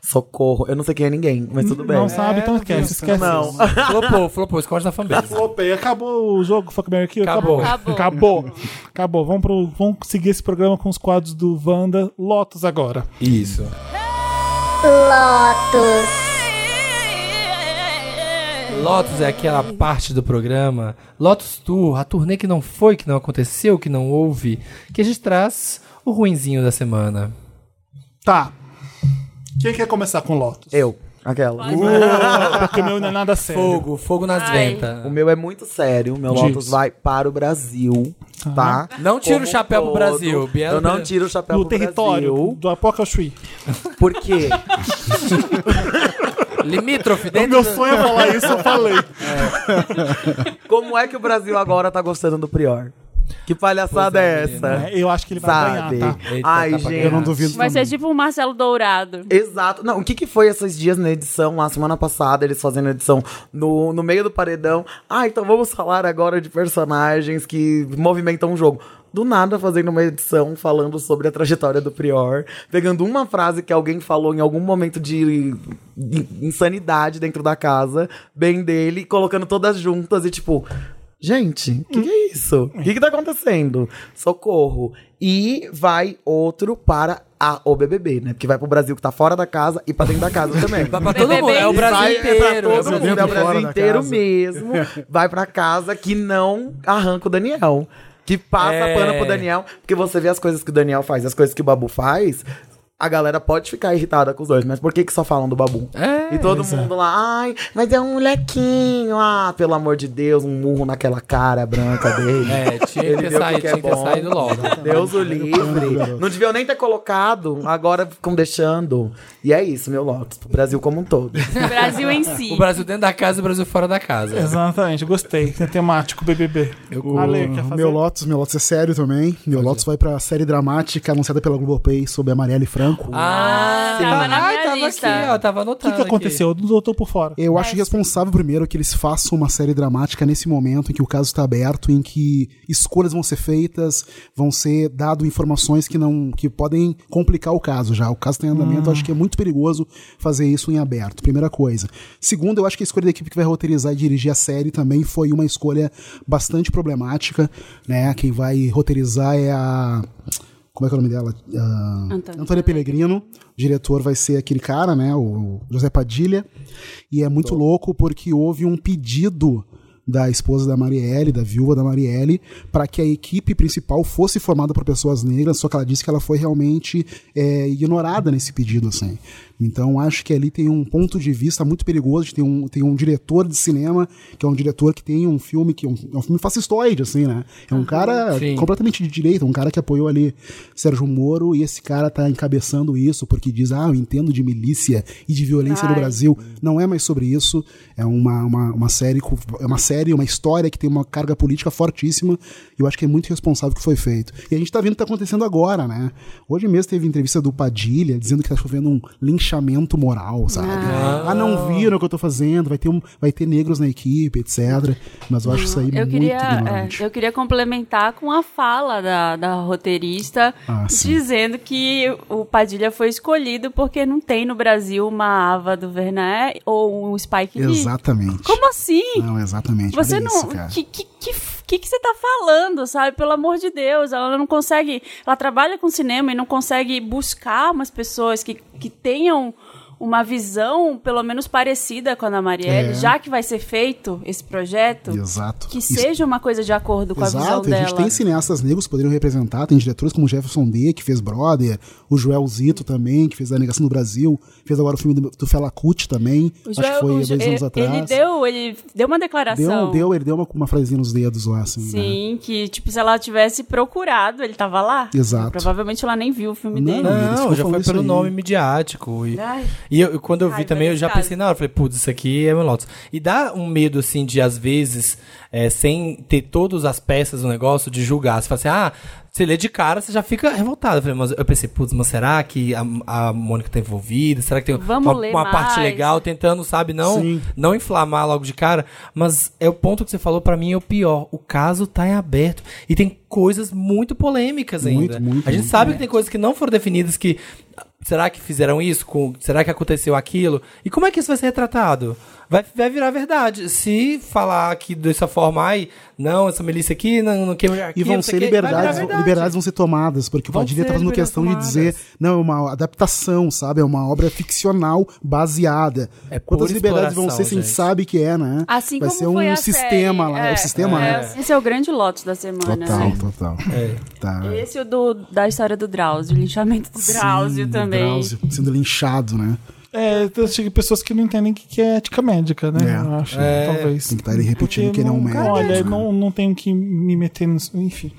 Speaker 3: Socorro. Eu não sei quem é ninguém, mas tudo bem.
Speaker 1: Não sabe, então esquece. Esquece.
Speaker 3: Não.
Speaker 4: Flopou, flopou, esconde na fanbase.
Speaker 1: Opa, e acabou o jogo Fuck Mary Kill?
Speaker 4: Acabou.
Speaker 1: Acabou. Acabou. Acabou. Vamos, pro, vamos seguir esse programa com os quadros do Wanda Lotus agora.
Speaker 4: Isso.
Speaker 9: Lotus.
Speaker 4: Lotus é aquela parte do programa, Lotus Tour, a turnê que não foi, que não aconteceu, que não houve, que a gente traz o ruinzinho da semana.
Speaker 1: Tá. Quem quer começar com Lotus?
Speaker 3: Eu, aquela.
Speaker 1: Porque o meu não é nada sério.
Speaker 4: Fogo, fogo nas
Speaker 2: Ai.
Speaker 4: ventas.
Speaker 3: O meu é muito sério. O meu
Speaker 1: Diz.
Speaker 3: Lotus vai para o Brasil, tá?
Speaker 4: Não tira o chapéu pro
Speaker 3: todo.
Speaker 4: Brasil, Biel-
Speaker 3: Eu não tiro o chapéu
Speaker 1: No
Speaker 3: tá pro
Speaker 1: território
Speaker 3: Brasil.
Speaker 1: do Apoca ao Chuí.
Speaker 3: Porque
Speaker 4: Limítrofe
Speaker 1: O
Speaker 4: dentro
Speaker 1: meu
Speaker 4: do-
Speaker 1: sonho é falar isso, eu falei.
Speaker 3: como é que o Brasil agora tá gostando do Prior? Que palhaçada é essa?
Speaker 1: É, eu acho que ele vai
Speaker 3: Sabe?
Speaker 1: ganhar, tá?
Speaker 4: Eita,
Speaker 3: Ai,
Speaker 4: tá pra
Speaker 3: gente.
Speaker 5: Eu não duvido.
Speaker 2: Vai ser
Speaker 5: também.
Speaker 2: tipo o Marcelo Dourado.
Speaker 3: Exato. Não, o que que foi esses dias na edição, lá semana passada, eles fazendo edição no, no meio do paredão. Ah, então vamos falar agora de personagens que movimentam o jogo. Do nada fazendo uma edição falando sobre a trajetória do Prior, pegando uma frase que alguém falou em algum momento de in- insanidade dentro da casa, bem dele, e colocando todas juntas e tipo. Gente, o que, que é isso? O que, que tá acontecendo? Socorro. E vai outro para a OBBB, né? Porque vai pro Brasil que tá fora da casa e pra dentro da casa também.
Speaker 4: Vai pra todo mundo, é o
Speaker 2: Vai
Speaker 4: Brasil
Speaker 3: Vai
Speaker 4: inteiro.
Speaker 3: pra
Speaker 4: é o
Speaker 3: todo
Speaker 4: Brasil
Speaker 3: mundo, é o
Speaker 4: inteiro.
Speaker 5: fora
Speaker 3: Brasil
Speaker 5: da
Speaker 3: inteiro
Speaker 5: casa.
Speaker 3: mesmo. Vai pra casa que não arranca o Daniel. Que passa
Speaker 4: É.
Speaker 3: pano pro Daniel. Porque você vê as coisas que o Daniel faz, as coisas que o Babu faz. A galera pode ficar irritada com os dois, mas por que, que só falam do Babu?
Speaker 4: É,
Speaker 3: e todo mundo lá, ai, mas é um molequinho. Ah, pelo amor de Deus, um murro naquela cara branca dele.
Speaker 4: É, tinha que
Speaker 3: Ele
Speaker 4: ter
Speaker 3: viu o
Speaker 4: saído,
Speaker 3: que é
Speaker 4: tinha que ter
Speaker 3: bom.
Speaker 4: saído logo.
Speaker 3: Deus o livre. Não deviam nem ter colocado, agora ficam deixando. E é isso, meu Lotus, pro Brasil como um todo.
Speaker 2: O Brasil em si.
Speaker 4: O Brasil dentro da casa e o Brasil fora da casa.
Speaker 1: Exatamente, gostei. É temático, BBB.
Speaker 5: O
Speaker 1: Ale, quer fazer?
Speaker 5: meu Lotus, meu Lotus é sério também. Meu Lotus vai pra série dramática anunciada pela Globoplay sobre a Marielle Franco.
Speaker 4: Ah,
Speaker 2: Tava na minha
Speaker 4: tava
Speaker 2: lista.
Speaker 4: aqui, ó, tava
Speaker 1: O que,
Speaker 4: anotado
Speaker 1: que aconteceu? Eu não tô por fora.
Speaker 5: Eu acho irresponsável, primeiro, que eles façam uma série dramática nesse momento em que o caso está aberto, em que escolhas vão ser feitas, vão ser dado informações que não que podem complicar o caso já. O caso tem andamento, eu acho que é muito perigoso fazer isso em aberto, primeira coisa. Segundo, eu acho que a escolha da equipe que vai roteirizar e dirigir a série também foi uma escolha bastante problemática, né? Quem vai roteirizar é a. Como é que é o nome dela? Ah,
Speaker 2: Antônia.
Speaker 5: Antônia Pellegrino, o diretor vai ser aquele cara, né? O José Padilha. E é muito louco porque houve um pedido da esposa da Marielle, da viúva da Marielle, para que a equipe principal fosse formada por pessoas negras, só que ela disse que ela foi realmente é, ignorada nesse pedido, assim. Então acho que ali tem um ponto de vista muito perigoso, de tem um, tem um diretor de cinema, que é um diretor que tem um filme que é um, é um filme fascistoide, assim, né? É um cara
Speaker 4: Sim.
Speaker 5: completamente de direita, um cara que apoiou ali Sérgio Moro, e esse cara tá encabeçando isso porque diz, ah, eu entendo de milícia e de violência no
Speaker 2: Ai.
Speaker 5: Brasil. Não é mais sobre isso, é uma, uma, uma série, com- é uma série, uma história que tem uma carga política fortíssima, e eu acho que é muito responsável o que foi feito. E a gente tá vendo o que tá acontecendo agora, né? Hoje mesmo teve entrevista do Padilha, dizendo que tá chovendo um linchamento moral, sabe? Ah, não viram o que eu tô fazendo, vai ter, um, vai ter negros na equipe, etc. Mas eu acho isso aí
Speaker 2: Eu
Speaker 5: muito
Speaker 2: queria, é,
Speaker 5: ignorante.
Speaker 2: eu queria complementar com a fala da, da roteirista
Speaker 5: Ah, sim.
Speaker 2: dizendo que o Padilha foi escolhido porque não tem no Brasil uma Ava do Vernet ou um Spike Lee.
Speaker 5: Exatamente. Ah,
Speaker 2: Como assim?
Speaker 5: Não, exatamente.
Speaker 2: Você
Speaker 5: Olha
Speaker 2: não.
Speaker 5: isso, cara.
Speaker 2: que, que, que, que, que você tá falando, sabe? Pelo amor de Deus. Ela não consegue. Ela trabalha com cinema e não consegue buscar umas pessoas que, que tenham uma visão, pelo menos parecida com a Ana Marielle,
Speaker 5: É.
Speaker 2: já que vai ser feito esse projeto.
Speaker 5: Exato.
Speaker 2: Que
Speaker 5: Isso-
Speaker 2: seja uma coisa de acordo com a visão
Speaker 5: Exato, e a gente
Speaker 2: dela.
Speaker 5: tem cineastas negros que poderiam representar, tem diretores como Jefferson D, que fez Brother, o Joel Zito também, que fez A Negação do Brasil, fez agora o filme do, do Fela Kuti também,
Speaker 2: O
Speaker 5: acho que
Speaker 2: Joel-
Speaker 5: foi há
Speaker 2: o
Speaker 5: dois
Speaker 2: Jo-
Speaker 5: anos
Speaker 2: é, ele,
Speaker 5: atrás.
Speaker 2: ele deu, ele deu uma declaração.
Speaker 5: deu, deu, ele deu uma, uma frasezinha nos dedos lá, assim. né?
Speaker 2: Sim, que tipo, se ela tivesse procurado, ele tava lá.
Speaker 5: Exato.
Speaker 2: Provavelmente ela nem viu o filme
Speaker 5: Não, É.
Speaker 2: dele.
Speaker 5: Eles
Speaker 4: Não,
Speaker 5: ficam
Speaker 4: já foi
Speaker 5: falando isso
Speaker 4: pelo
Speaker 5: aí.
Speaker 4: nome midiático. E,
Speaker 2: Ai.
Speaker 4: e eu- quando eu vi
Speaker 2: Ai,
Speaker 4: também, eu já
Speaker 2: verdade.
Speaker 4: pensei na hora, falei, putz, isso aqui é meu Lotus. E dá um medo, assim, de às vezes, é, sem ter todas as peças do negócio, de julgar. Você fala assim, ah, você lê de cara, você já fica revoltado. Eu, falei, mas eu pensei, putz, mas será que a, a Mônica tá envolvida? Será que tem
Speaker 2: Vamos
Speaker 4: uma,
Speaker 2: ler
Speaker 4: uma parte
Speaker 2: mais.
Speaker 4: legal tentando, sabe, não,
Speaker 5: Sim.
Speaker 4: não inflamar logo de cara? Mas é o ponto que você falou, pra mim é o pior. O caso tá em aberto. E tem coisas muito polêmicas
Speaker 5: Muito,
Speaker 4: ainda.
Speaker 5: muito,
Speaker 4: a gente
Speaker 5: muito.
Speaker 4: sabe que tem coisas que não foram definidas que será que fizeram isso com será que aconteceu aquilo e como é que isso vai ser retratado vai, vai virar verdade. Se falar aqui dessa forma, ai, não, essa milícia aqui não, não queima
Speaker 5: E
Speaker 4: aqui,
Speaker 5: vão
Speaker 4: não sei
Speaker 5: ser
Speaker 4: o quê", vai virar
Speaker 5: liberdades,
Speaker 4: verdade.
Speaker 5: liberdades vão ser tomadas, porque o
Speaker 4: Vão
Speaker 5: Padilha
Speaker 4: ser
Speaker 5: tá fazendo
Speaker 4: liberdades
Speaker 5: questão de
Speaker 4: tomadas.
Speaker 5: dizer, não, é uma adaptação, sabe? É uma obra ficcional baseada.
Speaker 4: É
Speaker 5: Quantas
Speaker 4: pura
Speaker 5: liberdades vão ser,
Speaker 4: exploração,
Speaker 5: se a gente
Speaker 4: gente.
Speaker 5: sabe que é, né?
Speaker 2: Assim
Speaker 5: Vai
Speaker 2: como
Speaker 5: ser
Speaker 2: foi
Speaker 5: um
Speaker 2: a
Speaker 5: sistema
Speaker 2: série.
Speaker 5: lá, é o sistema,
Speaker 2: é,
Speaker 5: né?
Speaker 2: Esse é o grande lote da semana.
Speaker 5: Total,
Speaker 2: né?
Speaker 5: total. Tá.
Speaker 2: Esse é o do, da história do Drauzio, o linchamento do Drauzio
Speaker 5: Sim,
Speaker 2: também.
Speaker 5: Drauzio sendo linchado, né?
Speaker 1: É, então, chega pessoas que não entendem o que que é ética médica, né?
Speaker 5: É.
Speaker 1: Eu acho, talvez.
Speaker 5: Tem que estar ele repetindo
Speaker 1: Porque
Speaker 5: que ele é um
Speaker 1: não-
Speaker 5: médico,
Speaker 1: Olha,
Speaker 5: né?
Speaker 1: não, não tenho que me meter nisso. Enfim.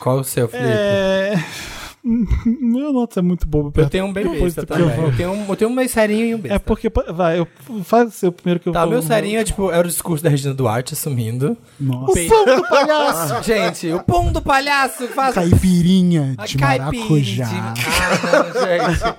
Speaker 4: Qual o seu, Felipe?
Speaker 1: É. Meu nota é muito bobo.
Speaker 4: Eu tenho um bem
Speaker 1: Depois
Speaker 4: besta
Speaker 1: do que eu
Speaker 4: também.
Speaker 1: vou-
Speaker 4: Eu tenho, um- eu tenho um meio serinho e um besta.
Speaker 1: É porque. Vai, eu faz o seu primeiro que eu
Speaker 4: Tá,
Speaker 1: vou.
Speaker 4: meu serinho é tipo, era o discurso da Regina Duarte assumindo.
Speaker 5: Nossa.
Speaker 4: O pão do palhaço! Gente, o pão do palhaço faz
Speaker 5: Caipirinha
Speaker 4: A
Speaker 5: de
Speaker 4: caipi-
Speaker 5: maracujá.
Speaker 4: de- Ah, não, gente.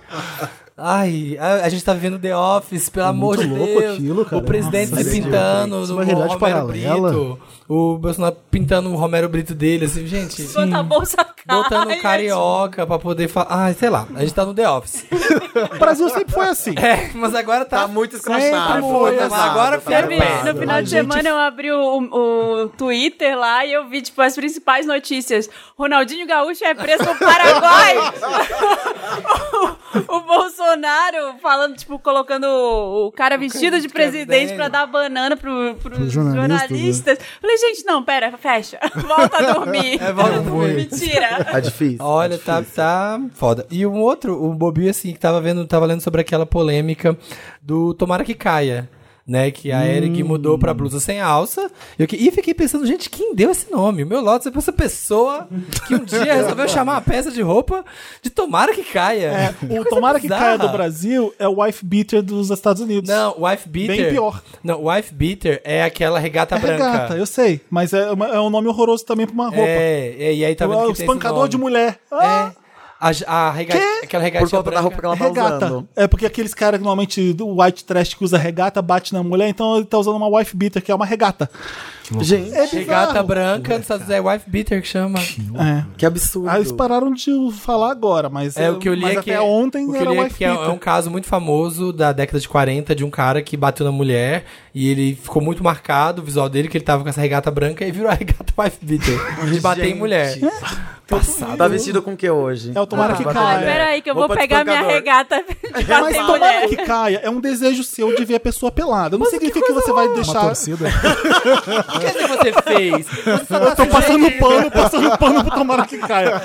Speaker 4: Ai, a, a gente tá vivendo The Office, pelo amor de
Speaker 5: É muito louco
Speaker 4: Deus.
Speaker 5: aquilo, cara.
Speaker 4: O presidente
Speaker 5: Nossa,
Speaker 4: se
Speaker 5: gente,
Speaker 4: pintando,
Speaker 5: isso é
Speaker 4: o
Speaker 5: uma realidade
Speaker 4: Romero
Speaker 5: paralela.
Speaker 4: Brito. O Bolsonaro pintando o Romero Brito dele, assim, gente.
Speaker 2: Enquanto a bolsa cai.
Speaker 4: Botando o carioca pra poder falar. Ai, sei lá, a gente tá no The Office.
Speaker 1: O Brasil sempre foi assim.
Speaker 4: É, mas agora tá.
Speaker 9: Tá muito escrachado.
Speaker 4: Sempre foi,
Speaker 9: tá
Speaker 4: mas agora
Speaker 9: tá
Speaker 4: fica bem.
Speaker 2: No final de semana eu abri o, o- o Twitter lá e eu vi, tipo, as principais notícias. Ronaldinho Gaúcho é preso no Paraguai. o, o Bolsonaro falando, tipo, colocando o, o cara vestido de presidente pra dar banana pro, pros
Speaker 5: jornalistas, né?
Speaker 2: jornalistas. Falei, gente, não, pera, fecha. Volta a dormir.
Speaker 4: É, volta a dormir.
Speaker 2: Mentira.
Speaker 3: Tá difícil.
Speaker 4: Olha, tá, tá foda. E um outro, o Bobinho, assim, que tava vendo, tava lendo sobre aquela polêmica do Tomara que caia. Né, que
Speaker 1: Hum.
Speaker 4: a Eric mudou pra blusa sem alça. E Eu, que- e fiquei pensando, gente, quem deu esse nome? O meu Lotus é pra essa pessoa que um dia resolveu chamar a peça de roupa de Tomara que caia.
Speaker 1: É,
Speaker 4: Que
Speaker 1: o
Speaker 4: coisa
Speaker 1: Tomara que
Speaker 4: bizarra.
Speaker 1: caia do Brasil é o wife beater dos Estados Unidos.
Speaker 4: Não, Wife Beater.
Speaker 1: Bem pior.
Speaker 4: Não, Wife Beater é aquela regata
Speaker 1: é
Speaker 4: branca.
Speaker 1: regata, eu sei. Mas é, uma- é um nome horroroso também pra uma roupa.
Speaker 4: É, é, e aí tá vendo
Speaker 1: o
Speaker 4: que tem esse
Speaker 1: espancador
Speaker 4: nome.
Speaker 1: de mulher. Ah,
Speaker 4: É. A, a rega- Aquela regatinha
Speaker 3: Por conta da
Speaker 4: branca.
Speaker 3: roupa que ela tá
Speaker 1: regata.
Speaker 3: usando.
Speaker 1: É porque aqueles caras que normalmente do white trash que usa regata bate na mulher, então ele tá usando uma wife beater, que é uma regata.
Speaker 3: Gente,
Speaker 1: É bizarro.
Speaker 4: Regata branca, nos Estados Unidos é wife beater que chama.
Speaker 1: É.
Speaker 3: que absurdo.
Speaker 1: Ah, eles pararam de falar agora, mas,
Speaker 4: É o que eu li
Speaker 1: mas
Speaker 4: é que
Speaker 1: até ontem
Speaker 4: o que eu
Speaker 1: era
Speaker 4: li é
Speaker 1: wife
Speaker 4: que é,
Speaker 1: beater.
Speaker 4: é um caso muito famoso da década de 40 de um cara que bateu na mulher e ele ficou muito marcado o visual dele que ele tava com essa regata branca e virou a regata wife beater de bater em mulher.
Speaker 3: Passado. Tá vestido com o que hoje? Ah,
Speaker 1: É o tomara que
Speaker 2: Ai,
Speaker 1: caia.
Speaker 2: peraí, que eu vou
Speaker 9: Roupa de
Speaker 2: pegar minha
Speaker 9: espancador.
Speaker 2: regata de
Speaker 1: É, Mas
Speaker 2: bater em
Speaker 1: tomara
Speaker 2: mulher.
Speaker 1: que caia é um desejo seu de ver a pessoa pelada. Não significa que você vai
Speaker 5: Uma
Speaker 1: deixar.
Speaker 5: torcida.
Speaker 4: O que é que você fez? Você só tá,
Speaker 1: Estão passando pano, passando pano pro tomara que caia.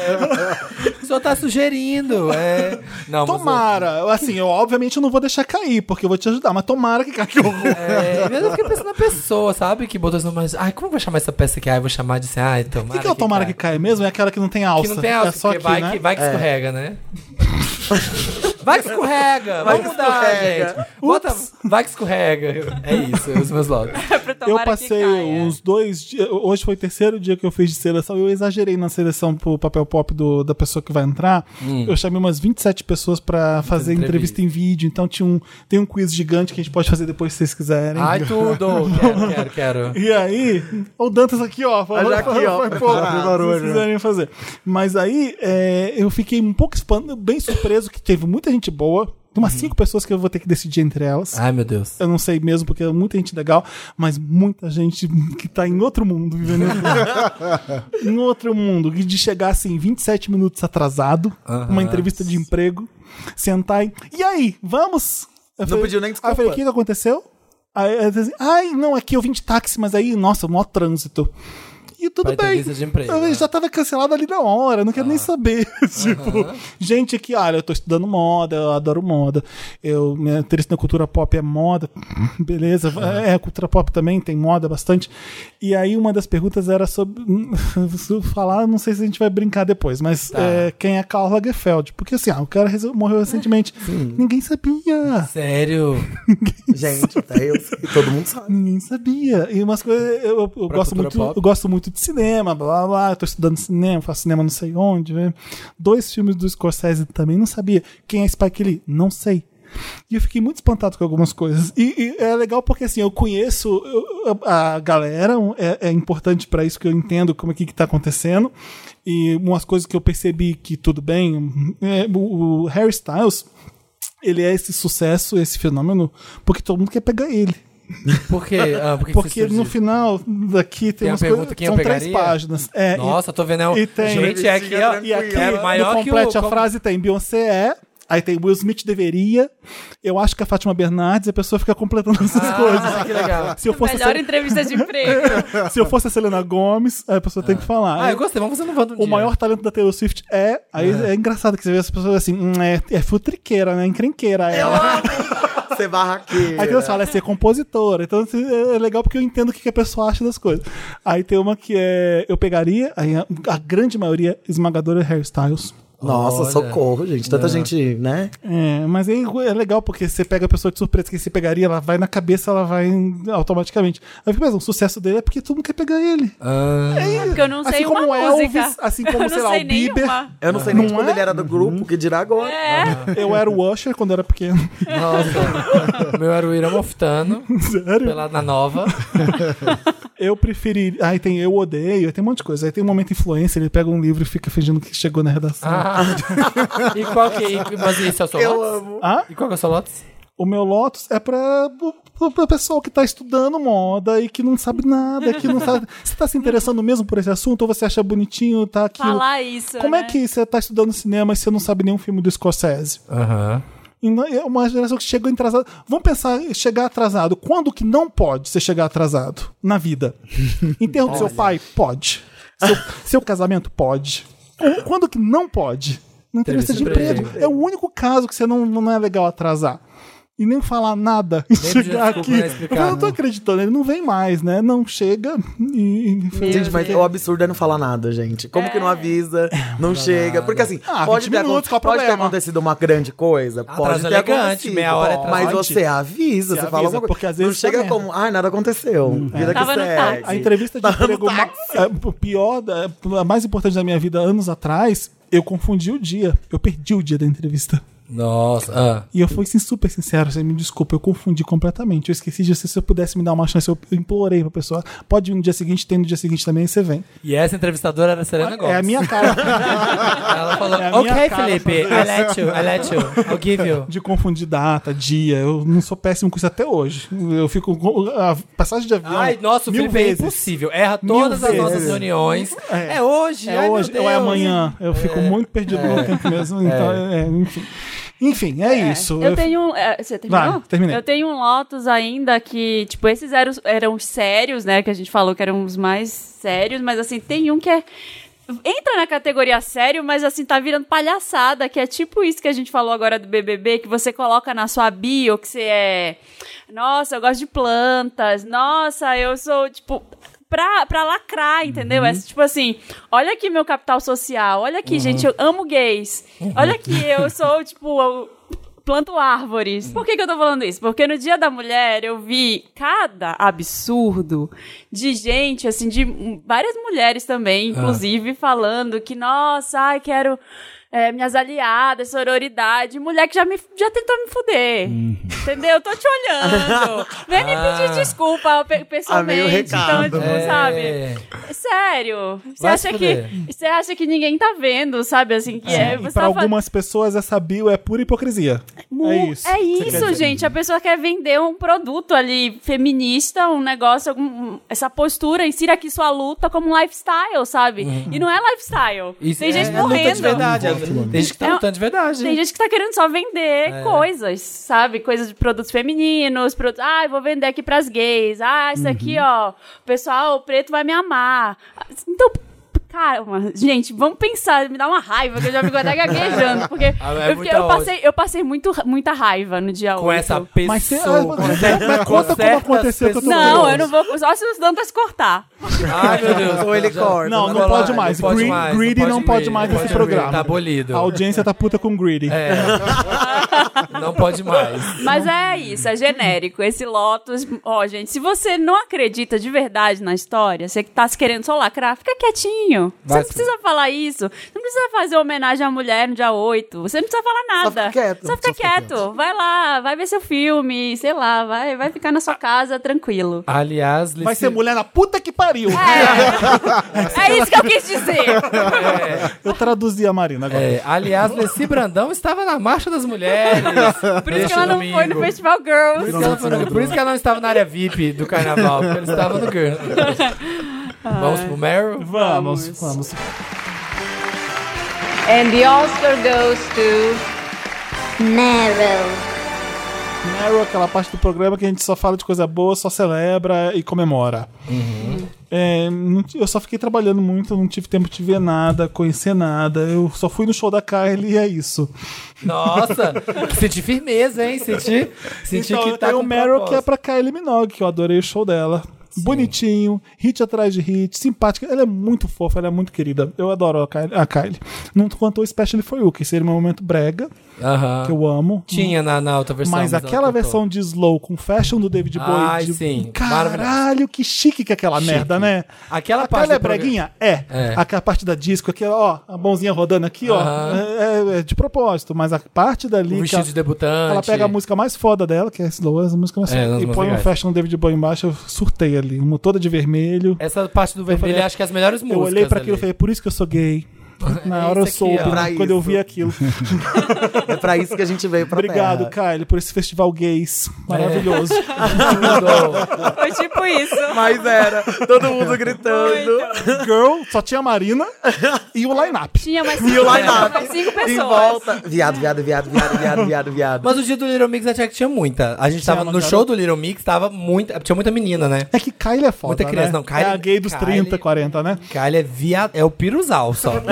Speaker 4: só tá sugerindo. É... Não, mas-
Speaker 1: Tomara. Assim, eu obviamente eu não vou deixar cair, porque eu vou te ajudar, mas tomara que caia. Que horror.
Speaker 4: É, mas eu fiquei pensando na pessoa, sabe? Que botou assim, mas. Ai, como eu vou chamar essa peça aqui? Ai, eu vou chamar de assim, ai, tomara.
Speaker 1: O que, que é o tomara que caia mesmo? É aquela que não tem alça.
Speaker 4: Que não tem alça,
Speaker 1: é só
Speaker 4: porque
Speaker 1: aqui,
Speaker 4: vai,
Speaker 1: né?
Speaker 4: que, vai que escorrega, né? Vai que escorrega! Vai mudar, gente! Bota, vai que escorrega! É isso, os meus lotes.
Speaker 2: pra tomara
Speaker 1: Eu
Speaker 2: que
Speaker 1: passei
Speaker 2: caia.
Speaker 1: uns dois dias. Hoje foi o terceiro dia que eu fiz de seleção. Eu exagerei na seleção pro papel pop do- da pessoa que vai entrar. Eu chamei umas 27 pessoas pra fazer
Speaker 4: entrevista.
Speaker 1: entrevista. em vídeo. Então tinha um, tem um quiz gigante que a gente pode fazer depois se vocês quiserem.
Speaker 4: Ai, tudo! Quero, quero, quero.
Speaker 1: E aí, ó, o Dantas aqui, ó. Falou,
Speaker 3: já aqui, ó, Ah,
Speaker 1: Foi pouco,
Speaker 3: né?
Speaker 1: vocês quiserem fazer. Mas aí, é, eu fiquei um pouco espan- bem surpreso que teve muita gente boa. Tem umas cinco pessoas que eu vou ter que decidir entre elas.
Speaker 4: Ai, meu Deus.
Speaker 1: Eu não sei mesmo, porque é muita gente legal, mas muita gente que tá em outro mundo, vivendo em outro mundo. em outro mundo. e De chegar assim, 27 minutos atrasado, uma entrevista de emprego, sentar e. E aí, vamos? Eu
Speaker 9: Não pediu nem
Speaker 1: Aí eu falei,
Speaker 9: desculpa.
Speaker 1: o que, que aconteceu? Aí eu falei assim, ai, não, aqui eu vim de táxi, mas aí, nossa, mó trânsito. E tudo
Speaker 4: Pra
Speaker 1: bem.
Speaker 4: entrevista de emprego,
Speaker 1: Eu
Speaker 4: né?
Speaker 1: já tava cancelado ali na hora, não quero nem saber. tipo, gente aqui, olha, eu tô estudando moda, eu adoro moda. Eu, minha interesse na cultura pop é moda. Beleza, é, cultura pop também tem moda bastante. E aí uma das perguntas era sobre. se falar, não sei se a gente vai brincar depois, mas é, quem é Karl Lagerfeld? Porque assim, ah, o cara resol- morreu recentemente. Ninguém sabia.
Speaker 4: Sério?
Speaker 3: Gente, até eu. E todo mundo sabe.
Speaker 1: Ninguém sabia. E umas coisas. Eu, eu- eu
Speaker 4: Pra
Speaker 1: gosto
Speaker 4: cultura
Speaker 1: muito,
Speaker 4: pop.
Speaker 1: eu gosto muito de cinema, blá blá blá. Eu tô estudando cinema, faço cinema não sei onde. né? Dois filmes do Scorsese também não sabia. Quem é Spike Lee? Não sei. E eu fiquei muito espantado com algumas coisas. E, e é legal porque, assim, eu conheço eu- a a galera, um, é, é importante pra isso que eu entendo como é que, que tá acontecendo. E umas coisas que eu percebi que tudo bem. é, o, o Harry Styles, ele é esse sucesso, esse fenômeno, porque todo mundo quer pegar ele.
Speaker 4: Por quê? Ah, por que que
Speaker 1: Porque
Speaker 4: vocês
Speaker 1: no
Speaker 4: surgiram?
Speaker 1: final daqui tem,
Speaker 4: Tem a
Speaker 1: umas
Speaker 4: pergunta
Speaker 1: coisas.
Speaker 4: quem eu
Speaker 1: são três
Speaker 4: pegaria?
Speaker 1: páginas. É, e-
Speaker 4: Nossa, tô vendo. é um-
Speaker 1: e tem-
Speaker 4: Gente, é aqui, ó.
Speaker 1: E aqui,
Speaker 4: é maior
Speaker 1: no
Speaker 4: que o-
Speaker 1: complete a
Speaker 4: como-
Speaker 1: frase tem Beyoncé é, aí tem Will Smith deveria, eu acho que a Fátima Bernardes, e a pessoa fica completando essas
Speaker 4: Ah,
Speaker 1: coisas.
Speaker 4: que legal.
Speaker 1: Se eu, fosse a
Speaker 2: Melhor
Speaker 1: Sel-
Speaker 2: entrevista de emprego.
Speaker 1: se eu fosse a Selena Gomes, aí a pessoa tem que falar.
Speaker 4: Ah,
Speaker 1: Aí
Speaker 4: eu gostei. Vamos fazer no Wanda um
Speaker 1: o
Speaker 3: é.
Speaker 4: dia.
Speaker 1: maior talento da Taylor Swift é. Aí é, engraçado que você vê as pessoas assim, hum, é, é futriqueira, né? Encrenqueira ela.
Speaker 3: Você é barraqueira.
Speaker 1: Aí tem fala, é ser compositora. Então assim, é legal porque eu entendo o que que a pessoa acha das coisas. Aí tem uma que é. Eu pegaria, aí a, a grande maioria esmagadora é hairstyles.
Speaker 3: Nossa,
Speaker 4: Olha.
Speaker 3: socorro, gente. Tanta gente, né?
Speaker 1: É, mas aí é legal porque você pega a pessoa de surpresa que você pegaria, ela vai na cabeça, ela vai automaticamente. Aí fica, mas o sucesso dele é porque todo mundo quer pegar ele.
Speaker 3: Ah.
Speaker 4: Ah,
Speaker 2: Porque eu não sei
Speaker 1: assim como
Speaker 2: uma
Speaker 1: Elvis,
Speaker 2: música.
Speaker 1: assim como,
Speaker 2: eu
Speaker 1: sei
Speaker 2: não
Speaker 1: lá,
Speaker 2: sei
Speaker 1: o Bieber.
Speaker 2: nenhuma.
Speaker 3: Eu não sei nem de
Speaker 1: é?
Speaker 3: quando ele era do grupo, que dirá agora.
Speaker 2: É,
Speaker 1: Eu era o Usher quando era pequeno.
Speaker 4: Nossa. o meu era o Irã Moftano,
Speaker 1: Sério?
Speaker 4: pela na nova.
Speaker 1: Eu preferi. Aí tem Eu Odeio, aí tem um monte de coisa. Aí tem um momento influência, ele pega um livro e fica fingindo que chegou na redação. Ah,
Speaker 4: Ah. E qual que e, Mas esse é o seu
Speaker 3: Eu
Speaker 4: Lotus?
Speaker 3: amo.
Speaker 4: E qual que é o seu Lotus?
Speaker 1: o meu Lotus é pra, pra pessoal que tá estudando moda e que não sabe nada, que não sabe. Você tá se interessando mesmo por esse assunto ou você acha bonitinho, tá aqui.
Speaker 2: falar isso.
Speaker 1: Como é
Speaker 2: né?
Speaker 1: que você tá estudando cinema e você não sabe nenhum filme do Scorsese?
Speaker 4: Aham.
Speaker 1: E não- É uma geração que chegou atrasada. Vamos pensar em chegar atrasado. Quando que não pode você chegar atrasado na vida? Em termos do seu pai, pode. Seu, seu casamento, pode. Qu- Quando que não pode? Na entrevista de
Speaker 4: Entrevista de
Speaker 1: emprego. É o único caso que você não, não é legal atrasar. E nem falar nada e
Speaker 4: pedir
Speaker 1: chegar
Speaker 4: desculpa,
Speaker 1: aqui.
Speaker 4: né,
Speaker 1: Eu
Speaker 4: explicar,
Speaker 1: falo, não tô
Speaker 4: né?
Speaker 1: acreditando, ele não vem mais, né? Não chega e. e-
Speaker 3: Gente, mas o absurdo é não falar nada, gente. Como que não
Speaker 1: É.
Speaker 3: avisa? Não chega. Porque assim,
Speaker 1: Ah,
Speaker 3: pode,
Speaker 1: 20
Speaker 3: ter, acon-
Speaker 1: minutos, qual é o
Speaker 3: pode ter
Speaker 1: problema?
Speaker 3: acontecido uma grande coisa.
Speaker 4: Atraso
Speaker 3: pode ter
Speaker 4: elegante,
Speaker 3: acontecido.
Speaker 4: meia hora é atraso.
Speaker 3: Mas você avisa,
Speaker 1: Você
Speaker 3: você,
Speaker 1: avisa,
Speaker 3: fala alguma coisa.
Speaker 1: porque às vezes
Speaker 3: não chega
Speaker 1: dá
Speaker 3: como, ai, nada aconteceu. Vida que
Speaker 2: Tava no
Speaker 3: segue.
Speaker 1: A entrevista de
Speaker 4: Tá
Speaker 1: emprego ma- é, o pior, da- a mais importante da minha vida anos atrás, eu confundi o dia. Eu perdi o dia da entrevista.
Speaker 4: Nossa. ah.
Speaker 1: E eu fui assim, super sincero, você me desculpa, eu confundi completamente. Eu esqueci de você, se eu pudesse me dar uma chance, eu implorei pra pessoa. Pode ir no dia seguinte, tem no dia seguinte também, aí você vem.
Speaker 4: E essa entrevistadora era a Selena Gomes.
Speaker 1: É a minha cara
Speaker 4: Ela falou,
Speaker 1: é a minha
Speaker 4: ok,
Speaker 1: cara
Speaker 4: Felipe, I let you, I let you, I'll give you.
Speaker 1: de confundir data, dia. Eu não sou péssimo com isso até hoje. Eu fico. com- A passagem de avião.
Speaker 4: Ai, nossa, o
Speaker 1: mil
Speaker 4: Felipe é
Speaker 1: vezes.
Speaker 4: impossível. Erra todas as
Speaker 1: vezes.
Speaker 4: nossas reuniões. É, hoje,
Speaker 1: É
Speaker 4: ai, meu
Speaker 1: hoje, ou é
Speaker 4: Deus. É.
Speaker 1: amanhã. Eu fico muito perdido no tempo mesmo. Então, é, enfim. Enfim, é, isso.
Speaker 2: Eu
Speaker 1: Eu-
Speaker 2: tenho. é, Você terminou?
Speaker 1: Vai, terminei.
Speaker 2: Eu tenho um Lotus ainda que, tipo, esses eram, eram os sérios, né? Que a gente falou que eram os mais sérios, mas assim, tem um que é. Entra na categoria sério, mas assim, tá virando palhaçada, que é tipo isso que a gente falou agora do BBB, que você coloca na sua bio que você é. Nossa, eu gosto de plantas. Nossa, eu sou, tipo. Pra, pra lacrar,
Speaker 1: Uhum.
Speaker 2: entendeu? É tipo assim: olha aqui meu capital social, olha aqui, gente, eu amo gays.
Speaker 1: Uhum.
Speaker 2: Olha aqui, eu sou, tipo, eu- planto árvores. Por que, que eu tô falando isso? Porque no Dia da Mulher eu vi cada absurdo de gente, assim, de hum, várias mulheres também, inclusive, falando que, nossa, ai, quero. é, minhas aliadas, sororidade, mulher que já, me, já tentou me fuder. Entendeu? Eu tô te olhando. Vem me pedir desculpa pe- pessoalmente. então,
Speaker 3: recado.
Speaker 2: tipo,
Speaker 4: É.
Speaker 2: sabe? Sério. Você
Speaker 4: Vai se
Speaker 2: acha,
Speaker 4: fuder.
Speaker 2: que, você acha que ninguém tá vendo, sabe? Assim, que é,
Speaker 1: e
Speaker 2: você
Speaker 1: pra
Speaker 2: tá fa-
Speaker 1: algumas pessoas essa bio é pura hipocrisia.
Speaker 2: Mu-
Speaker 1: é isso.
Speaker 2: É
Speaker 1: Você quer
Speaker 2: isso,
Speaker 1: dizer.
Speaker 2: gente. A pessoa quer vender um produto ali feminista, um negócio, algum- essa postura, insira aqui sua luta como um lifestyle, sabe? E não é lifestyle.
Speaker 4: Isso
Speaker 2: tem
Speaker 4: é-
Speaker 2: gente
Speaker 4: é luta de
Speaker 2: morrendo.
Speaker 4: verdade. é- Tem gente que tá
Speaker 2: É-
Speaker 4: lutando de verdade.
Speaker 2: Tem gente que tá querendo só vender
Speaker 4: É.
Speaker 2: coisas, sabe? Coisas de produtos femininos, produtos. Ah, eu vou vender aqui pras gays. Ah,
Speaker 4: Uhum.
Speaker 2: isso aqui, ó. O pessoal o preto vai me amar. Ah, Então. Calma, gente, vamos pensar. Me dá uma raiva que eu já fico até gaguejando. Porque
Speaker 4: Ah, é
Speaker 2: eu, fiquei-
Speaker 4: muita
Speaker 2: eu passei, eu passei muito, muita raiva no dia
Speaker 4: Com
Speaker 2: oito.
Speaker 4: essa pessoa.
Speaker 1: Mas você- ah, mas- mas conta
Speaker 4: com
Speaker 1: como
Speaker 4: certas
Speaker 1: aconteceu que eu tô
Speaker 2: Não,
Speaker 1: curioso.
Speaker 2: eu não vou. Só se os Dantas cortar.
Speaker 4: Ai, meu Deus.
Speaker 3: Ou ele corta.
Speaker 1: Ah, Não, não,
Speaker 4: Não
Speaker 1: pode
Speaker 4: pode
Speaker 1: mais.
Speaker 4: mais,
Speaker 1: Greedy
Speaker 4: não pode
Speaker 1: Greedy não
Speaker 4: mais,
Speaker 1: pode
Speaker 4: não
Speaker 1: mais
Speaker 4: pode
Speaker 1: nesse
Speaker 4: mais.
Speaker 1: programa.
Speaker 4: Tá abolido. É.
Speaker 1: A audiência tá puta com Greedy.
Speaker 2: É,
Speaker 4: Não pode mais.
Speaker 2: Mas é isso, é genérico. Esse Lotus. Ó, gente, se você não acredita de verdade na história, você que tá se querendo só lacrar, fica quietinho. Você
Speaker 4: Vai
Speaker 2: não
Speaker 4: se-
Speaker 2: precisa falar isso. Você não precisa fazer homenagem à mulher no dia 8. Você não precisa falar nada.
Speaker 3: fica quieto.
Speaker 2: Só fica
Speaker 3: Só fica
Speaker 2: quieto. Vai lá, vai ver seu filme, sei lá, vai, vai ficar
Speaker 3: Ah.
Speaker 2: na sua casa tranquilo.
Speaker 4: Aliás,
Speaker 1: Vai
Speaker 4: Lici-
Speaker 1: ser mulher na puta que pariu.
Speaker 2: É isso que eu quis dizer.
Speaker 1: Eu traduzi a Marina agora.
Speaker 4: é, aliás, Leci Brandão estava na Marcha das Mulheres.
Speaker 2: Por isso que ela não foi no Festival Girls.
Speaker 4: Por isso que ela foi no- Por isso que ela não estava na área VIP do carnaval, porque ela estava no Girl. Vamos pro Meryl?
Speaker 1: Vamos, vamos.
Speaker 9: And the Oscar goes to.
Speaker 10: Meryl.
Speaker 1: Meryl, aquela parte do programa que a gente só fala de coisa boa, só celebra e comemora.
Speaker 2: Uhum.
Speaker 1: É, não ti- eu só fiquei trabalhando muito, não tive tempo de ver nada, conhecer nada. Eu só fui no show da Kylie e é isso.
Speaker 4: Nossa, senti firmeza, hein? Senti, senti
Speaker 1: então,
Speaker 4: que tá
Speaker 1: tem
Speaker 4: com
Speaker 1: o Meryl que é
Speaker 4: propósito.
Speaker 1: pra Kylie Minogue, que eu adorei o show dela. Bonitinho, hit atrás de hit, simpática. Ela é muito fofa, ela é muito querida. Eu adoro a Kylie. A Kylie. Não contou o Special For You, que seria meu momento brega,
Speaker 4: Aham.
Speaker 1: que eu amo.
Speaker 4: Tinha na, na outra versão.
Speaker 1: Mas
Speaker 4: ela Um
Speaker 1: aquela
Speaker 4: cortou.
Speaker 1: versão de Slow com Fashion do David Bowie.
Speaker 4: Ai,
Speaker 1: de-
Speaker 4: sim.
Speaker 1: Caralho,
Speaker 4: Maravilhosa.
Speaker 1: que chique que é aquela
Speaker 4: Chique.
Speaker 1: merda, né?
Speaker 4: Aquela
Speaker 1: Aquela
Speaker 4: parte
Speaker 1: é
Speaker 4: do programa-
Speaker 1: breguinha? É.
Speaker 4: É.
Speaker 1: Aquela parte da disco, aquela, ó, a mãozinha rodando aqui, ó.
Speaker 4: Aham.
Speaker 1: É, é de propósito, mas a parte dali.
Speaker 4: O
Speaker 1: que
Speaker 4: vestido
Speaker 1: ela-
Speaker 4: de debutante.
Speaker 1: ela pega a música mais foda dela, que é Slow, as músicas mais
Speaker 4: É,
Speaker 1: foda,
Speaker 4: as
Speaker 1: e
Speaker 4: mais
Speaker 1: põe um
Speaker 4: legais.
Speaker 1: fashion David Bowie embaixo, eu surtei ali. Uma toda de vermelho.
Speaker 4: Essa parte do vermelho,
Speaker 1: falei,
Speaker 4: acho que é as melhores
Speaker 1: eu
Speaker 4: músicas.
Speaker 1: olhei pra aquilo e
Speaker 4: ali. É
Speaker 1: falei, por isso que eu sou gay. Na hora eu
Speaker 4: isso aqui,
Speaker 1: soube,
Speaker 4: ó.
Speaker 3: Pra
Speaker 1: quando eu
Speaker 3: isso.
Speaker 1: vi aquilo.
Speaker 3: É pra isso que a gente veio pra
Speaker 1: Obrigado,
Speaker 3: terra.
Speaker 1: Kylie, por esse festival gays
Speaker 4: É.
Speaker 1: maravilhoso.
Speaker 4: Tudo.
Speaker 2: Foi tipo isso.
Speaker 3: Mas era, todo mundo gritando.
Speaker 1: Girl, só tinha a Marina e o line-up.
Speaker 2: Tinha mais
Speaker 3: E o
Speaker 2: cinco,
Speaker 3: line-up?
Speaker 2: mais cinco
Speaker 3: Em
Speaker 2: pessoas.
Speaker 3: volta. Viado, viado, viado, viado, viado, viado, viado.
Speaker 4: Mas o dia do Little Mix até que tinha muita. A gente tava
Speaker 1: uma
Speaker 4: no
Speaker 1: garota.
Speaker 4: show do Little Mix, tava muita, tinha muita menina, né?
Speaker 1: É que Kylie é foda,
Speaker 4: Muita criança,
Speaker 1: né?
Speaker 4: não, Kylie-
Speaker 1: é a gay dos
Speaker 4: Kylie-
Speaker 1: 30, 40, né?
Speaker 4: Kylie é via, é o piruzal só. que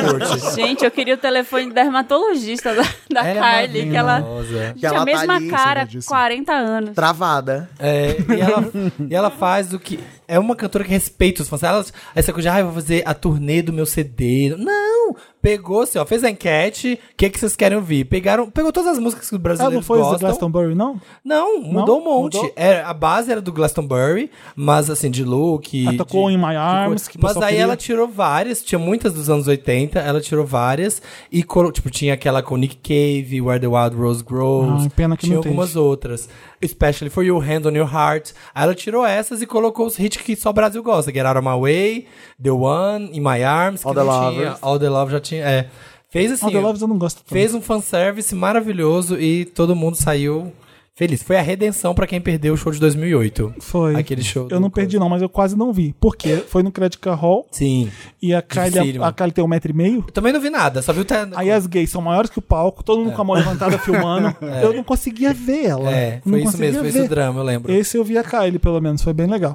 Speaker 4: curte.
Speaker 2: Gente, eu queria o telefone do dermatologista da, da
Speaker 4: Ela é
Speaker 2: Kylie, que ela
Speaker 4: maravilhosa.
Speaker 3: Que
Speaker 2: tinha
Speaker 3: ela
Speaker 2: a
Speaker 3: tá
Speaker 2: mesma
Speaker 3: ali,
Speaker 2: cara,
Speaker 5: disso.
Speaker 2: 40
Speaker 3: Tá
Speaker 2: anos.
Speaker 3: Travada.
Speaker 4: É, e, ela, e ela faz o que. É uma cantora que respeita os fãs. Ela, essa coisa de, ah, eu vou fazer a turnê do meu CD. Não! Pegou assim, ó, fez a enquete. O que, é que vocês querem ouvir? Pegaram, pegou todas as músicas que o
Speaker 1: Ela
Speaker 4: brasileiro
Speaker 1: não foi do
Speaker 4: gosta.
Speaker 1: Glastonbury, não?
Speaker 4: Não, mudou um monte.
Speaker 1: Mudou?
Speaker 4: Era- a base era do Glastonbury, mas assim, de look.
Speaker 1: Ela tocou
Speaker 4: de-
Speaker 1: em My Arms,
Speaker 4: de coisa.
Speaker 1: que o
Speaker 4: Mas
Speaker 1: pessoal
Speaker 4: aí
Speaker 1: queria.
Speaker 4: ela tirou várias, tinha muitas dos anos 80, ela tirou várias. E, colo- tipo, tinha aquela com Nick Cave, Where the Wild Rose Grows.
Speaker 1: Ah, pena que
Speaker 4: tinha
Speaker 1: não teve.
Speaker 4: algumas outras. Especially for You, Hand on Your Heart. Aí ela tirou essas e colocou os hits que só o Brasil gosta. Get Out of My Way, The One, In My Arms. que
Speaker 3: All the
Speaker 4: não tinha.
Speaker 3: Lovers.
Speaker 4: All the Love já tinha, é. Fez assim...
Speaker 1: All the
Speaker 4: ó,
Speaker 1: Loves eu não gosto tanto.
Speaker 4: Fez um fanservice maravilhoso e todo mundo saiu feliz. Foi a redenção pra quem perdeu o show de 2008.
Speaker 1: Foi.
Speaker 4: Aquele show.
Speaker 1: Eu não perdi, não, mas eu quase não vi. Porque foi no Credit Card Hall
Speaker 4: Sim.
Speaker 1: e a Kylie,
Speaker 4: Dificílimo.
Speaker 1: a Kylie tem um metro e meio.
Speaker 4: Eu também não vi nada, só vi o Tan-
Speaker 1: Aí as gays são maiores que o palco, todo mundo com a mão levantada filmando. Eu não conseguia ver ela.
Speaker 4: É,
Speaker 1: Não
Speaker 4: foi isso
Speaker 1: conseguia
Speaker 4: mesmo, foi
Speaker 1: ver.
Speaker 4: esse o drama, eu lembro.
Speaker 1: Esse eu vi a Kylie, pelo menos, foi bem legal.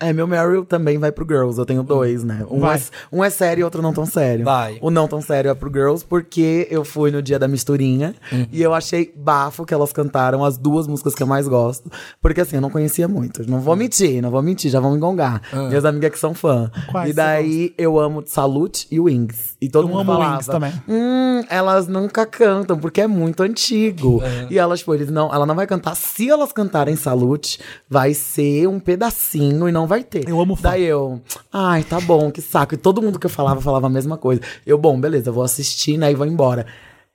Speaker 3: É, meu Meryl também vai pro Girls. Eu tenho dois, né? Um,
Speaker 1: Vai.
Speaker 3: é, um é sério e outro não tão sério.
Speaker 4: Vai.
Speaker 3: O não tão sério é pro Girls, porque eu fui no dia da misturinha
Speaker 1: Uhum.
Speaker 3: e eu achei bafo que elas cantaram as duas músicas que eu mais gosto. Porque assim, eu não conhecia muito. Não vou
Speaker 1: Uhum.
Speaker 3: mentir, não vou mentir, já vão me engongar. Minhas amigas que são fã.
Speaker 1: Quais
Speaker 3: e daí eu amo Salute e Wings. E todo
Speaker 1: Eu
Speaker 3: mundo
Speaker 1: amo
Speaker 3: falava,
Speaker 1: Wings também.
Speaker 3: Hum, elas nunca cantam, porque é muito antigo.
Speaker 1: É.
Speaker 3: E elas, tipo, eles não, ela não vai cantar. Se elas cantarem Salute, vai ser um pedacinho e não vai ter.
Speaker 1: Eu amo fã.
Speaker 3: Daí eu, ai, tá bom, que saco. E todo mundo que eu falava, falava a mesma coisa. Eu, bom, beleza, eu vou assistir, né, e vou embora.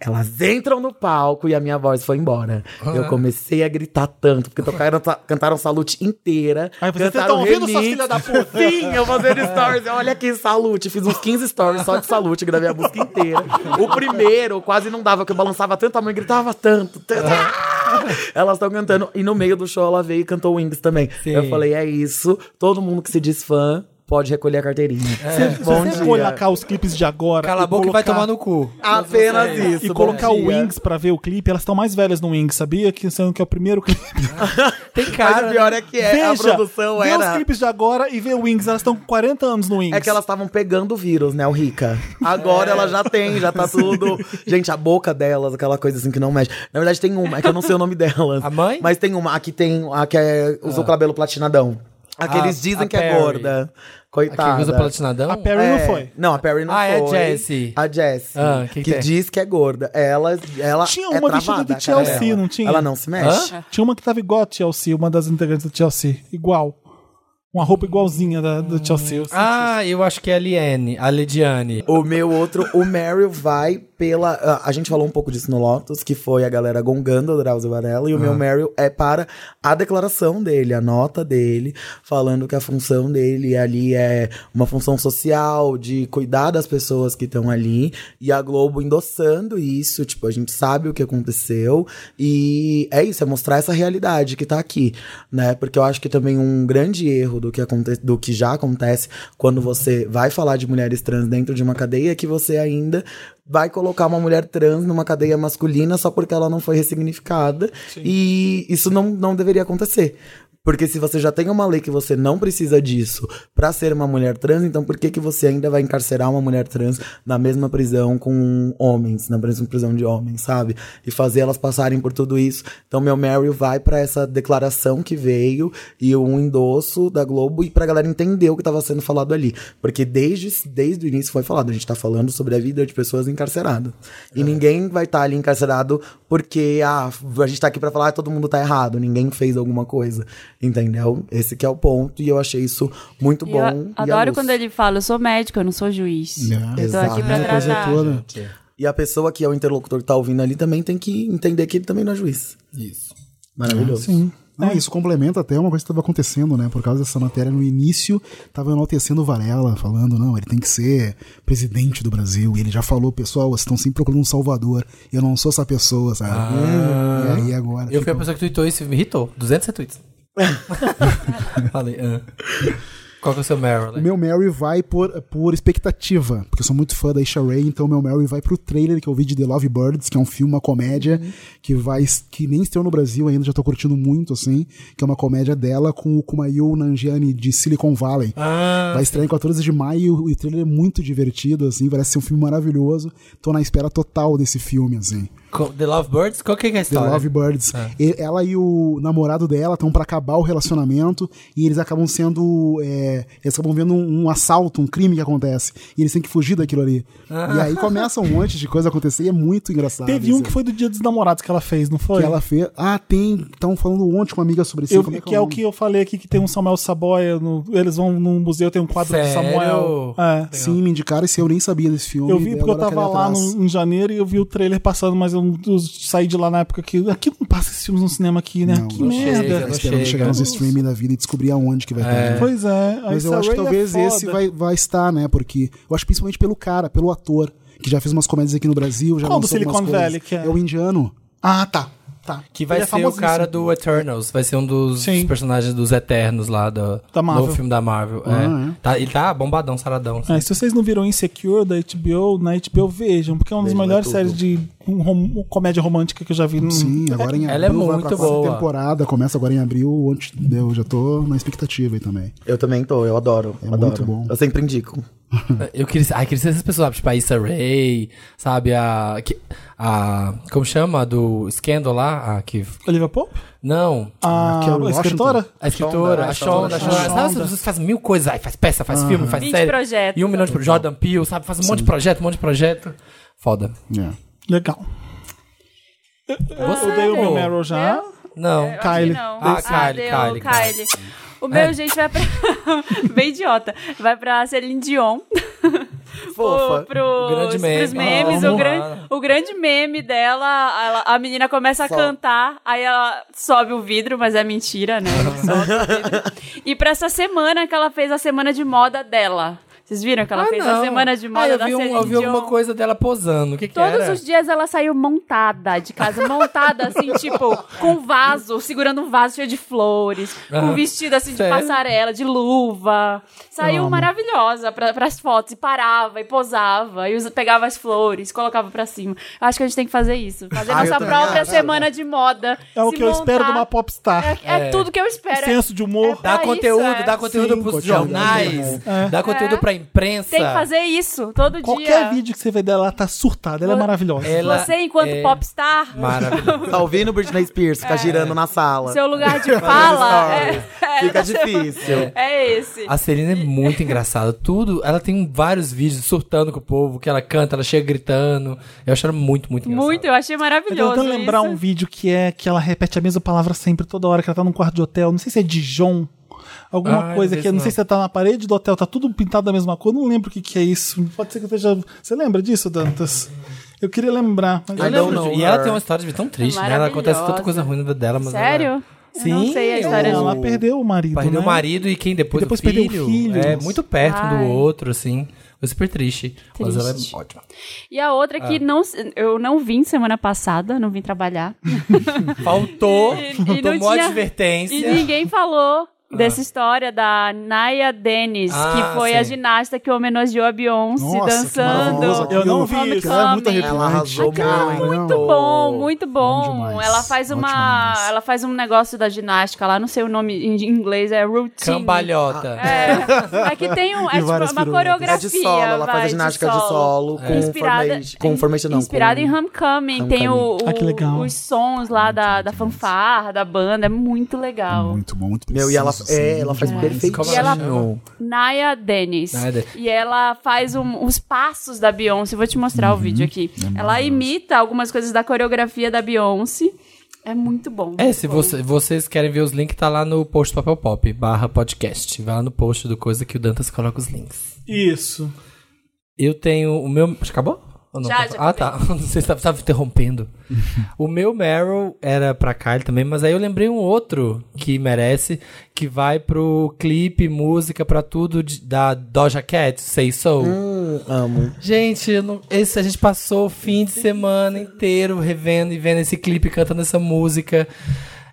Speaker 3: Elas entram no palco e a minha voz foi embora.
Speaker 1: Ah.
Speaker 3: Eu comecei a gritar tanto, porque tocaram, ta- cantaram salute inteira.
Speaker 1: Aí você, "Vocês
Speaker 3: cantaram
Speaker 1: tão ouvindo, suas
Speaker 3: remix.
Speaker 1: filha da puta?"
Speaker 3: Sim, eu Tá fazendo stories. Olha aqui, salute. Fiz uns 15 stories só de salute, gravei a música inteira. O primeiro quase não dava, porque eu balançava tanto a mãe, gritava tanto. tanto. Ah! Elas estão cantando. E no meio do show ela veio e cantou Wings também. Eu falei, é isso. Todo mundo que se diz fã pode recolher a carteirinha. Bom
Speaker 1: Se você
Speaker 3: dia.
Speaker 1: colocar os clipes de agora.
Speaker 4: É, Cala
Speaker 1: e
Speaker 4: a boca e vai
Speaker 1: colocar-
Speaker 4: tomar no cu.
Speaker 3: Apenas isso.
Speaker 1: E
Speaker 3: bom
Speaker 1: colocar o
Speaker 3: dia.
Speaker 1: Wings pra ver o clipe, elas estão mais velhas no Wings, sabia? Que sendo que é o primeiro clipe.
Speaker 4: Tem
Speaker 3: Mas o
Speaker 4: cara. né?
Speaker 3: pior é que é, a
Speaker 1: Veja,
Speaker 3: produção
Speaker 1: vê os
Speaker 3: era.
Speaker 1: clipes de agora e vê o Wings, elas estão com 40 anos no Wings.
Speaker 3: É que elas estavam pegando o vírus, né, o Rica? Agora
Speaker 4: É.
Speaker 3: ela já tem, já tá tudo. Gente, a boca delas, aquela coisa assim que não mexe. Na verdade, tem uma, é que eu não sei o nome delas.
Speaker 4: A mãe?
Speaker 3: Mas tem uma, a que tem. A que é, usou cabelo platinadão. A que
Speaker 4: Ah,
Speaker 3: eles dizem
Speaker 4: a
Speaker 3: que é
Speaker 4: Perry.
Speaker 3: gorda.
Speaker 4: A
Speaker 3: Coitada.
Speaker 4: que usa platinadão?
Speaker 1: A Perry
Speaker 3: É,
Speaker 1: não foi.
Speaker 3: Não, a Perry não
Speaker 4: Ah, é a
Speaker 3: foi.
Speaker 4: Jessie.
Speaker 3: A Jessie.
Speaker 4: Ah, que
Speaker 3: que
Speaker 4: que tem?
Speaker 3: diz que é gorda. Ela, ela
Speaker 1: Tinha
Speaker 3: é
Speaker 1: uma vestida
Speaker 3: travada,
Speaker 1: de
Speaker 3: a cara
Speaker 1: Chelsea,
Speaker 3: dela.
Speaker 1: não tinha?
Speaker 3: Ela não se mexe.
Speaker 1: Tinha uma que tava igual a Chelsea, uma das integrantes da Chelsea. Igual. Uma roupa igualzinha da, da Chelsea. Eu senti
Speaker 4: Ah, eu acho que é a Liane, a Lidiane.
Speaker 3: O meu outro, o Meryl vai pela. A, a gente falou um pouco disso no Lotus, que foi a galera gongando o Drauzio Varela, e o meu Meryl é para a declaração dele, a nota dele, falando que a função dele ali é uma função social, de cuidar das pessoas que estão ali, e a Globo endossando isso, tipo, a gente sabe o que aconteceu, e é isso, é mostrar essa realidade que tá aqui, né? Porque eu acho que também um grande erro do que, aconte do que já acontece quando você vai falar de mulheres trans dentro de uma cadeia é que você ainda vai colocar uma mulher trans numa cadeia masculina só porque ela não foi ressignificada. E isso não, não deveria acontecer. Porque se você já tem uma lei que você não precisa disso pra ser uma mulher trans, então por que, que você ainda vai encarcerar uma mulher trans na mesma prisão com homens, na mesma prisão de homens, sabe? E fazer elas passarem por tudo isso. Então meu Meryl vai pra essa declaração que veio e um endosso da Globo e pra galera entender o que tava sendo falado ali. Porque desde, desde o início foi falado, a gente tá falando sobre a vida de pessoas encarceradas. E ninguém vai estar ali encarcerado porque ah, a gente tá aqui pra falar, ah, todo mundo tá errado, ninguém fez alguma coisa. Entendeu? Esse que é o ponto e eu achei isso muito bom.
Speaker 2: Eu
Speaker 3: e a
Speaker 2: adoro
Speaker 3: luz.
Speaker 2: quando ele fala, eu sou médico, eu não sou juiz.
Speaker 5: Não.
Speaker 2: eu tô
Speaker 3: Exato.
Speaker 2: aqui pra
Speaker 5: É, coisa
Speaker 2: tratar.
Speaker 5: toda.
Speaker 3: E a pessoa que é o interlocutor que tá ouvindo ali também tem que entender que ele também não é juiz.
Speaker 5: Isso.
Speaker 3: Maravilhoso.
Speaker 1: Sim.
Speaker 5: Não, isso complementa até uma coisa que estava acontecendo, né? Por causa dessa matéria no início, tava enaltecendo o Varela, falando, não, ele tem que ser presidente do Brasil. E ele já falou, pessoal, vocês estão sempre procurando um salvador. Eu não sou essa pessoa, sabe? E aí agora.
Speaker 4: Ah. Eu fui
Speaker 5: fica-
Speaker 4: a pessoa que tweetou isso e me irritou. 200 retweets. Falei, ah. Qual que é o seu Meryl?
Speaker 5: O meu Mary vai por, por expectativa, porque eu sou muito fã da Isha Ray, então o meu Mary vai pro trailer que eu vi de The Love Birds, que é um filme, uma comédia, que vai que nem estreou no Brasil ainda, já tô curtindo muito, assim, que é uma comédia dela com o Kumail Nanjiani de Silicon Valley.
Speaker 4: Ah,
Speaker 5: Vai estrear em 14 de maio e o trailer é muito divertido, assim, parece ser um filme maravilhoso. Tô na espera total desse filme, assim.
Speaker 4: co- The Lovebirds? Qual que é a
Speaker 5: The
Speaker 4: história?
Speaker 5: Love Birds.
Speaker 1: É.
Speaker 5: E- Ela e o namorado dela estão pra acabar o relacionamento e eles acabam sendo. é, eles acabam vendo um, um assalto, um crime que acontece. E eles têm que fugir daquilo ali. E aí começa um monte de coisa a acontecer e é muito
Speaker 4: Tá
Speaker 5: engraçado.
Speaker 1: Ah. Teve um
Speaker 5: assim.
Speaker 1: que foi do Dia dos Namorados que ela fez, não foi?
Speaker 5: Que ela fez. Ah, tem. Estão falando ontem com uma amiga sobre isso.
Speaker 1: Eu-
Speaker 5: Como
Speaker 1: que é o
Speaker 5: nome?
Speaker 1: que eu falei aqui que tem um Samuel Saboia. no- eles vão num museu, tem um quadro do
Speaker 4: Sério?
Speaker 1: Samuel. É.
Speaker 5: Sim, me indicaram esse eu nem sabia desse filme.
Speaker 1: Eu
Speaker 5: e
Speaker 1: vi
Speaker 5: daí
Speaker 1: porque eu
Speaker 5: agora
Speaker 1: tava
Speaker 5: quero ir
Speaker 1: lá
Speaker 5: atrás.
Speaker 1: no- em janeiro e eu vi o trailer passando, mas eu, não- eu saí de lá na época que. Aqui não passa esses filmes no cinema aqui, né?
Speaker 5: Não,
Speaker 1: que
Speaker 5: não
Speaker 1: merda.
Speaker 4: chega, não
Speaker 5: Esperando
Speaker 4: chega.
Speaker 5: chegar nos streaming da vida e descobrir aonde que vai estar. né?
Speaker 1: Pois é. a
Speaker 5: Mas eu
Speaker 1: Issa
Speaker 5: acho
Speaker 1: Rae
Speaker 5: que
Speaker 1: é
Speaker 5: talvez
Speaker 1: foda.
Speaker 5: esse vai, vai estar, né? Porque eu acho principalmente pelo cara, pelo ator, que já fez umas comédias aqui no Brasil. Já
Speaker 1: Qual do
Speaker 5: lançou algumas
Speaker 1: Silicon
Speaker 5: coisas.
Speaker 1: Valley que é?
Speaker 5: o indiano.
Speaker 1: Ah, tá. tá.
Speaker 4: Que vai
Speaker 1: Ele é
Speaker 4: ser o
Speaker 1: famosíssimo.
Speaker 4: cara do Eternals. Vai ser um dos
Speaker 1: Sim.
Speaker 4: personagens dos Eternos lá do
Speaker 1: Da Marvel. Ah,
Speaker 4: novo filme da Marvel. É. Tá- ele tá bombadão, saradão.
Speaker 1: É, se vocês não viram Insecure da HBO, na HBO vejam, porque é uma das melhores séries de um rom- comédia romântica que eu já vi. no-
Speaker 5: Sim, agora em abril.
Speaker 4: Ela é
Speaker 5: vai pra
Speaker 4: muito
Speaker 5: quarta
Speaker 4: boa.
Speaker 5: temporada, começa agora em abril. Onde eu já tô na expectativa aí também.
Speaker 3: Eu também tô, eu adoro.
Speaker 5: É
Speaker 3: adoro.
Speaker 5: muito bom.
Speaker 3: Eu sempre indico.
Speaker 4: Eu queria, ai, queria ser essas pessoas, sabe? tipo a Issa Rae, sabe? A, que- a. Como chama? A Do Scandal lá? A que.
Speaker 1: Olivia Pope?
Speaker 4: Não.
Speaker 1: A, a
Speaker 5: Carol Washington.
Speaker 1: Ah, escritora?
Speaker 4: A escritora,
Speaker 3: Shonda,
Speaker 4: a Ah, Shonda, a Shonda.
Speaker 1: Shonda.
Speaker 4: Sabe, essas pessoas que fazem mil coisas, aí faz peça, faz filme, faz
Speaker 2: 20
Speaker 4: série.
Speaker 2: projetos.
Speaker 4: E um milhão de projetos. Jordan Peele, sabe? Faz um monte de projeto, um monte de projeto. Foda.
Speaker 5: É.
Speaker 1: Legal.
Speaker 2: Ah,
Speaker 4: Você
Speaker 1: Eu dei o meu
Speaker 4: pô.
Speaker 1: Meryl já.
Speaker 2: É?
Speaker 4: Não.
Speaker 2: Eu acho que
Speaker 1: Kylie.
Speaker 2: não.
Speaker 4: Ah, Kylie,
Speaker 2: deu
Speaker 4: Kylie, Kylie.
Speaker 2: O meu, gente, vai pra. Bem idiota. Vai pra Celine Dion.
Speaker 3: Fofa.
Speaker 2: Pro, pros-
Speaker 4: Grande meme.
Speaker 2: pros memes.
Speaker 4: Amo.
Speaker 2: o, gran, o grande meme dela, ela- a menina começa a cantar, aí ela sobe o vidro, mas é mentira, né? Ela sobe o vidro. E pra essa semana que ela fez a semana de moda dela. Vocês viram que ela fez a semana de moda
Speaker 4: ah, eu
Speaker 2: da
Speaker 4: vi, um-
Speaker 2: Celine
Speaker 4: eu vi
Speaker 2: Dion?
Speaker 4: alguma coisa dela posando. O que, que
Speaker 2: Todos
Speaker 4: era?
Speaker 2: os dias ela saiu montada de casa, montada assim, tipo, com vaso, segurando um vaso cheio de flores, com
Speaker 4: Ah,
Speaker 2: vestido assim
Speaker 4: sério?
Speaker 2: de passarela, de luva. Saiu maravilhosa pra, pras fotos e parava e posava e usa- pegava as flores, colocava pra cima. Acho que a gente tem que fazer isso, fazer
Speaker 3: Ah, eu
Speaker 2: nossa
Speaker 3: também
Speaker 2: própria
Speaker 3: acho.
Speaker 2: semana de moda.
Speaker 1: É o
Speaker 2: se
Speaker 1: que eu espero de
Speaker 2: montar.
Speaker 1: uma popstar. Um
Speaker 2: É, é tudo que eu espero. é-
Speaker 1: Senso de humor.
Speaker 2: é
Speaker 4: Dá
Speaker 2: pra
Speaker 4: conteúdo,
Speaker 2: isso, é.
Speaker 4: dá conteúdo pros
Speaker 5: conteúdo,
Speaker 4: jornais, dá conteúdo
Speaker 2: É.
Speaker 4: pra imprensa.
Speaker 2: Tem que fazer isso todo
Speaker 1: Qualquer
Speaker 2: um dia.
Speaker 1: vídeo que você vê dela, ela tá surtada. Ela é
Speaker 2: Vo-
Speaker 1: maravilhosa.
Speaker 4: Ela
Speaker 2: Você, enquanto
Speaker 4: é
Speaker 2: popstar,
Speaker 4: Maravilhoso.
Speaker 3: Tá ouvindo Britney Spears? Fica girando na sala.
Speaker 2: seu lugar de fala é,
Speaker 3: Fica difícil.
Speaker 2: é esse.
Speaker 4: A Celina é muito engraçada. Tudo, ela tem vários vídeos surtando com o povo, que ela canta, ela chega gritando. Eu acho ela muito, muito engraçada.
Speaker 2: Muito, eu achei
Speaker 4: é
Speaker 1: Eu
Speaker 2: maravilhoso.
Speaker 1: tô tentando lembrar
Speaker 2: isso.
Speaker 1: um vídeo que é que ela repete a mesma palavra sempre, toda hora, que ela tá num quarto de hotel. Não sei se é Dijon. Alguma
Speaker 4: Ah,
Speaker 1: coisa
Speaker 4: não
Speaker 1: que não
Speaker 4: sei
Speaker 1: sei se tá na parede do hotel, tá tudo pintado da mesma cor, não lembro o que, que é isso. Pode ser que eu esteja. Você lembra disso, Dantas? Eu queria lembrar. mas
Speaker 4: Eu
Speaker 1: eu
Speaker 4: lembro
Speaker 1: lembro
Speaker 4: de-
Speaker 1: disso.
Speaker 4: E ela é tem uma história de vida tão triste, né? Ela acontece tanta coisa ruim na vida dela, mas ela-
Speaker 2: Sério?
Speaker 4: Sim.
Speaker 2: Eu não sei a história
Speaker 4: o-
Speaker 2: de...
Speaker 1: Ela perdeu o marido.
Speaker 4: um Perdeu
Speaker 1: né?
Speaker 4: o marido e quem depois,
Speaker 1: E depois
Speaker 4: o filho,
Speaker 1: perdeu o filho.
Speaker 4: É, muito perto um do
Speaker 2: Ai.
Speaker 4: outro, assim. Foi super triste. Mas ela
Speaker 2: Triste.
Speaker 4: é ótima.
Speaker 2: E a outra é que não, eu não vim semana passada, não vim trabalhar.
Speaker 4: Faltou,
Speaker 2: E- e não
Speaker 4: tomou a
Speaker 2: tinha-
Speaker 4: advertência.
Speaker 2: E ninguém falou dessa história da Naya Dennis,
Speaker 4: Ah,
Speaker 2: que foi a
Speaker 4: sim.
Speaker 2: ginasta que homenageou a Beyoncé
Speaker 5: Nossa, que maravilhoso.
Speaker 2: dançando.
Speaker 1: Eu não
Speaker 2: Homem
Speaker 1: vi isso.
Speaker 2: que
Speaker 1: Ela é muito
Speaker 2: come.
Speaker 1: arrepiante.
Speaker 3: Ela arrasou
Speaker 5: Cara,
Speaker 3: muito.
Speaker 5: não.
Speaker 2: Muito bom, muito bom.
Speaker 5: Bom demais.
Speaker 2: ela faz
Speaker 5: Ótimo
Speaker 2: uma,
Speaker 5: demais.
Speaker 2: ela faz um negócio da ginástica lá, não sei o nome em inglês, é routine.
Speaker 4: Cambalhota.
Speaker 2: É, é que tem um, é
Speaker 5: E
Speaker 2: tipo
Speaker 5: várias
Speaker 2: uma
Speaker 5: piruetas.
Speaker 2: coreografia.
Speaker 3: É de solo, ela
Speaker 2: vai,
Speaker 3: faz a ginástica de solo, com
Speaker 2: Inspirada,
Speaker 3: formation, com formation não,
Speaker 2: inspirada
Speaker 3: com-
Speaker 2: em Homecoming, tem o,
Speaker 1: Ah, que
Speaker 2: o-
Speaker 1: legal.
Speaker 2: os sons lá da, da fanfarra, da banda, é muito legal.
Speaker 5: Muito bom, muito
Speaker 3: Meu, e ela,
Speaker 5: preciso,
Speaker 3: é,
Speaker 5: assim,
Speaker 3: ela faz
Speaker 5: demais.
Speaker 3: perfeitinho.
Speaker 4: E ela-
Speaker 2: Naya Dennis.
Speaker 4: Naya Den-
Speaker 2: E ela faz um- os passos da Beyoncé. Vou te mostrar o vídeo aqui. Ela imita algumas coisas da coreografia da Beyoncé. É muito bom.
Speaker 4: É, se você- vocês querem ver os links, tá lá no post do Papel Pop, barra podcast. Vai lá no post do Coisa que o Dantas coloca os links.
Speaker 1: Isso.
Speaker 4: Eu tenho o meu... Acabou? Ou não?
Speaker 2: Já, já
Speaker 4: ah, tá. Não sei se tava, tava interrompendo. o meu Meryl era pra cá ele também, mas aí eu lembrei um outro que merece, que vai pro clipe, música, pra tudo de- da Doja Cat, Say So.
Speaker 3: Hum, amo.
Speaker 4: Gente, eu não- esse, a gente passou o fim de semana inteiro revendo e vendo esse clipe, cantando essa música.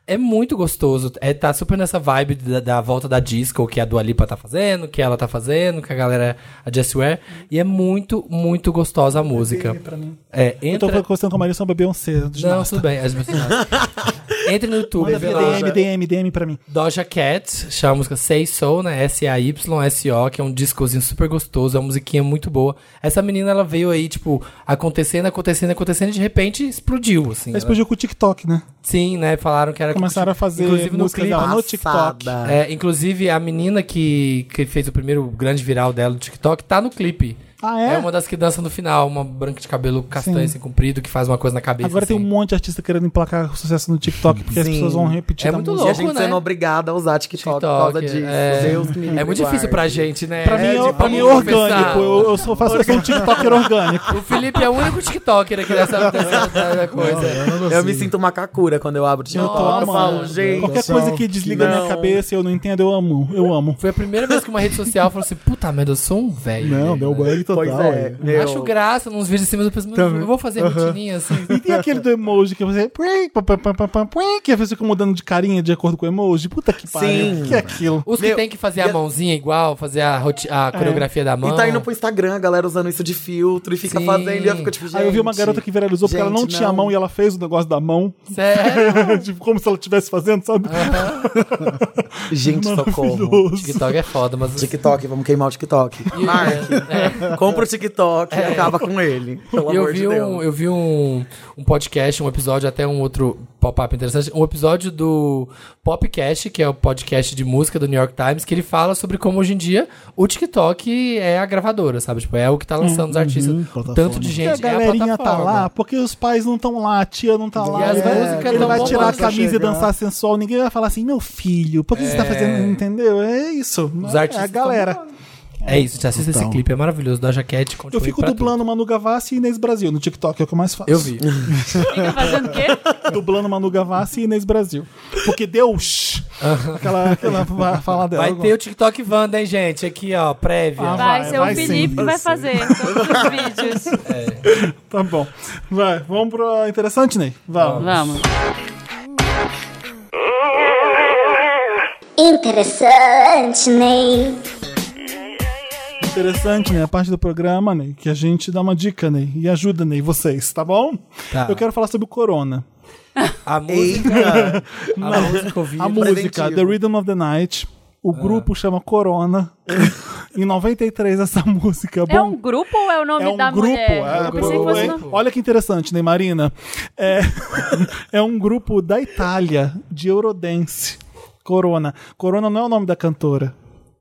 Speaker 4: É muito gostoso. É, tá super nessa vibe da, da volta da disco que a Dua Lipa tá fazendo, que ela tá fazendo, que a galera, a Jessie Ware. E é muito, muito gostosa a música. É,
Speaker 1: Eu tô
Speaker 4: entra...
Speaker 1: conversando com Então o marido sobre a Beyoncé. de
Speaker 4: Não,
Speaker 1: ginasta.
Speaker 4: tudo bem. as pessoas- Entre no YouTube.
Speaker 1: Manda
Speaker 4: vê
Speaker 1: via
Speaker 4: lá.
Speaker 1: DM, DM, DM pra mim.
Speaker 4: Doja Cat, chama a música Say Soul, né? S-A-Y-S-O, que é um discozinho super gostoso, é uma musiquinha muito boa. Essa menina, ela veio aí, tipo, acontecendo, acontecendo, acontecendo, e de repente explodiu, assim.
Speaker 1: Ela explodiu com o TikTok, né?
Speaker 4: Ela- Sim, né? Falaram que era...
Speaker 1: Começaram a fazer
Speaker 4: Inclusive no
Speaker 1: músicas
Speaker 4: clipe.
Speaker 1: dela no
Speaker 3: Passada.
Speaker 1: TikTok.
Speaker 4: É, inclusive, a menina que, que fez o primeiro grande viral dela no TikTok tá no clipe.
Speaker 1: Ah, é?
Speaker 4: uma das que dança no final, uma branca de cabelo castanho,
Speaker 1: Sim.
Speaker 4: assim, comprido, que faz uma coisa na cabeça,
Speaker 1: Agora tem um
Speaker 4: assim.
Speaker 1: monte de artista querendo emplacar sucesso no TikTok, porque as
Speaker 3: Sim.
Speaker 1: pessoas vão repetir
Speaker 4: É
Speaker 1: da
Speaker 4: muito
Speaker 1: música.
Speaker 3: E a
Speaker 4: Louco,
Speaker 3: gente
Speaker 4: né?
Speaker 3: sendo obrigada a usar TikTok, por causa disso.
Speaker 4: é...
Speaker 3: Deus me
Speaker 4: é
Speaker 3: livre,
Speaker 4: muito difícil pra gente, né?
Speaker 1: Pra mim,
Speaker 4: é,
Speaker 1: é,
Speaker 4: tipo,
Speaker 1: pra mim é
Speaker 4: vamos começar.
Speaker 1: orgânico. Eu, eu sou, faço, eu sou um TikToker orgânico.
Speaker 4: O Felipe é o único TikToker aqui dessa, dessa- dessa coisa.
Speaker 3: guarde. Eu me sinto macacura quando eu abro
Speaker 1: Eu
Speaker 3: TikTok.
Speaker 1: tô
Speaker 3: Eu falo,
Speaker 1: amando.
Speaker 3: gente.
Speaker 1: Qualquer coisa que desliga a minha
Speaker 3: Não.
Speaker 1: cabeça e eu não entendo, eu amo. Eu amo.
Speaker 4: Foi a primeira vez que uma rede social falou assim: puta merda, eu sou um velho.
Speaker 5: Não,
Speaker 4: né?
Speaker 5: deu bug total.
Speaker 3: Pois é.
Speaker 5: olha.
Speaker 3: meu.
Speaker 4: Acho graça nos vídeos assim, mas eu penso, mas eu vou fazer rotininha assim.
Speaker 1: E tem aquele do emoji que você. Puim, pam, pam, pam, pam, pam, puim, Que você fica mudando de carinha de acordo com o emoji. Puta que pariu.
Speaker 3: Sim.
Speaker 1: O que é aquilo?
Speaker 4: Os que
Speaker 3: Meu,
Speaker 4: tem que fazer a
Speaker 3: e-
Speaker 4: mãozinha igual, fazer a, roti- a coreografia da mão.
Speaker 3: E tá indo pro Instagram, a galera usando isso de filtro e fica
Speaker 4: Sim.
Speaker 3: fazendo. E eu fico tipo, gente.
Speaker 1: Aí eu vi uma garota que viralizou porque ela não,
Speaker 3: gente,
Speaker 1: tinha a mão e ela fez o negócio da mão.
Speaker 4: Sério?
Speaker 1: tipo, como se ela estivesse fazendo, sabe?
Speaker 3: Gente, socorro.
Speaker 1: Maravilhoso.
Speaker 4: TikTok é foda, mas.
Speaker 3: TikTok, vamos queimar o TikTok. Mark, compra o TikTok e acaba com ele. Pelo
Speaker 4: E eu
Speaker 3: amor de
Speaker 4: vi,
Speaker 3: Deus.
Speaker 4: um, eu vi um, um podcast, um episódio, até um outro pop-up interessante, um episódio do Popcast, que é o podcast de música do New York Times, que ele fala sobre como hoje em dia o TikTok é a gravadora, sabe? Tipo, é o que tá lançando os artistas.
Speaker 5: uhum,
Speaker 4: O
Speaker 5: plataforma.
Speaker 4: tanto de
Speaker 1: Porque a
Speaker 4: gente é a
Speaker 1: galerinha tá
Speaker 4: plataforma.
Speaker 1: lá, porque os pais não estão lá, a tia não tá lá.
Speaker 4: as
Speaker 1: É,
Speaker 4: músicas
Speaker 1: Ele
Speaker 4: tão
Speaker 1: vai tirar a
Speaker 4: bombando.
Speaker 1: camisa e
Speaker 3: Chegar.
Speaker 1: dançar sensual, ninguém vai falar assim, meu filho, por que você tá fazendo? Entendeu? É isso.
Speaker 4: É. Os
Speaker 1: é
Speaker 4: artistas
Speaker 1: a galera.
Speaker 4: É isso, gente, assista esse
Speaker 5: Então.
Speaker 4: clipe, é maravilhoso, da jaquete.
Speaker 1: Eu
Speaker 4: continue
Speaker 1: fico
Speaker 4: pra
Speaker 1: dublando Manu Gavassi e Inês Brasil no TikTok, é o que eu mais faço.
Speaker 4: tudo. Eu vi.
Speaker 3: Então,
Speaker 2: Fica Tá fazendo o quê?
Speaker 1: Dublando Manu Gavassi e Inês Brasil. Porque Deus! aquela, aquela fa- fala dela.
Speaker 4: Vai ter o TikTok Wanda, hein, gente? Aqui, ó, prévia.
Speaker 1: Ah,
Speaker 2: Vai,
Speaker 1: vai,
Speaker 2: ser
Speaker 1: vai
Speaker 2: o Felipe
Speaker 1: sim,
Speaker 2: que
Speaker 1: vai
Speaker 2: vai
Speaker 1: sim.
Speaker 2: fazer todos os vídeos.
Speaker 1: Tá bom. Vai, vamos pro interessante, Ney? Vamos.
Speaker 2: Vamos.
Speaker 10: Interessante, Ney.
Speaker 1: Interessante, né? A parte do programa, Ney, que a gente dá uma dica, Ney, e ajuda, Ney, vocês, tá bom?
Speaker 4: Tá.
Speaker 1: Eu quero falar sobre o Corona.
Speaker 4: A música. a música ouvida.
Speaker 1: Ah, A música
Speaker 3: Preventivo. É.
Speaker 1: The Rhythm of the Night. O grupo chama Corona. em 93, essa música.
Speaker 2: É
Speaker 1: bom-
Speaker 2: um grupo ou é o nome
Speaker 1: é um
Speaker 2: da
Speaker 1: grupo.
Speaker 2: mulher?
Speaker 1: é,
Speaker 2: Eu pensei que
Speaker 1: pô,
Speaker 2: fosse
Speaker 1: hein?
Speaker 2: nome.
Speaker 1: Olha que interessante, né, Marina? É, é um grupo da Itália, de Eurodance. Corona. Corona não é o nome da cantora.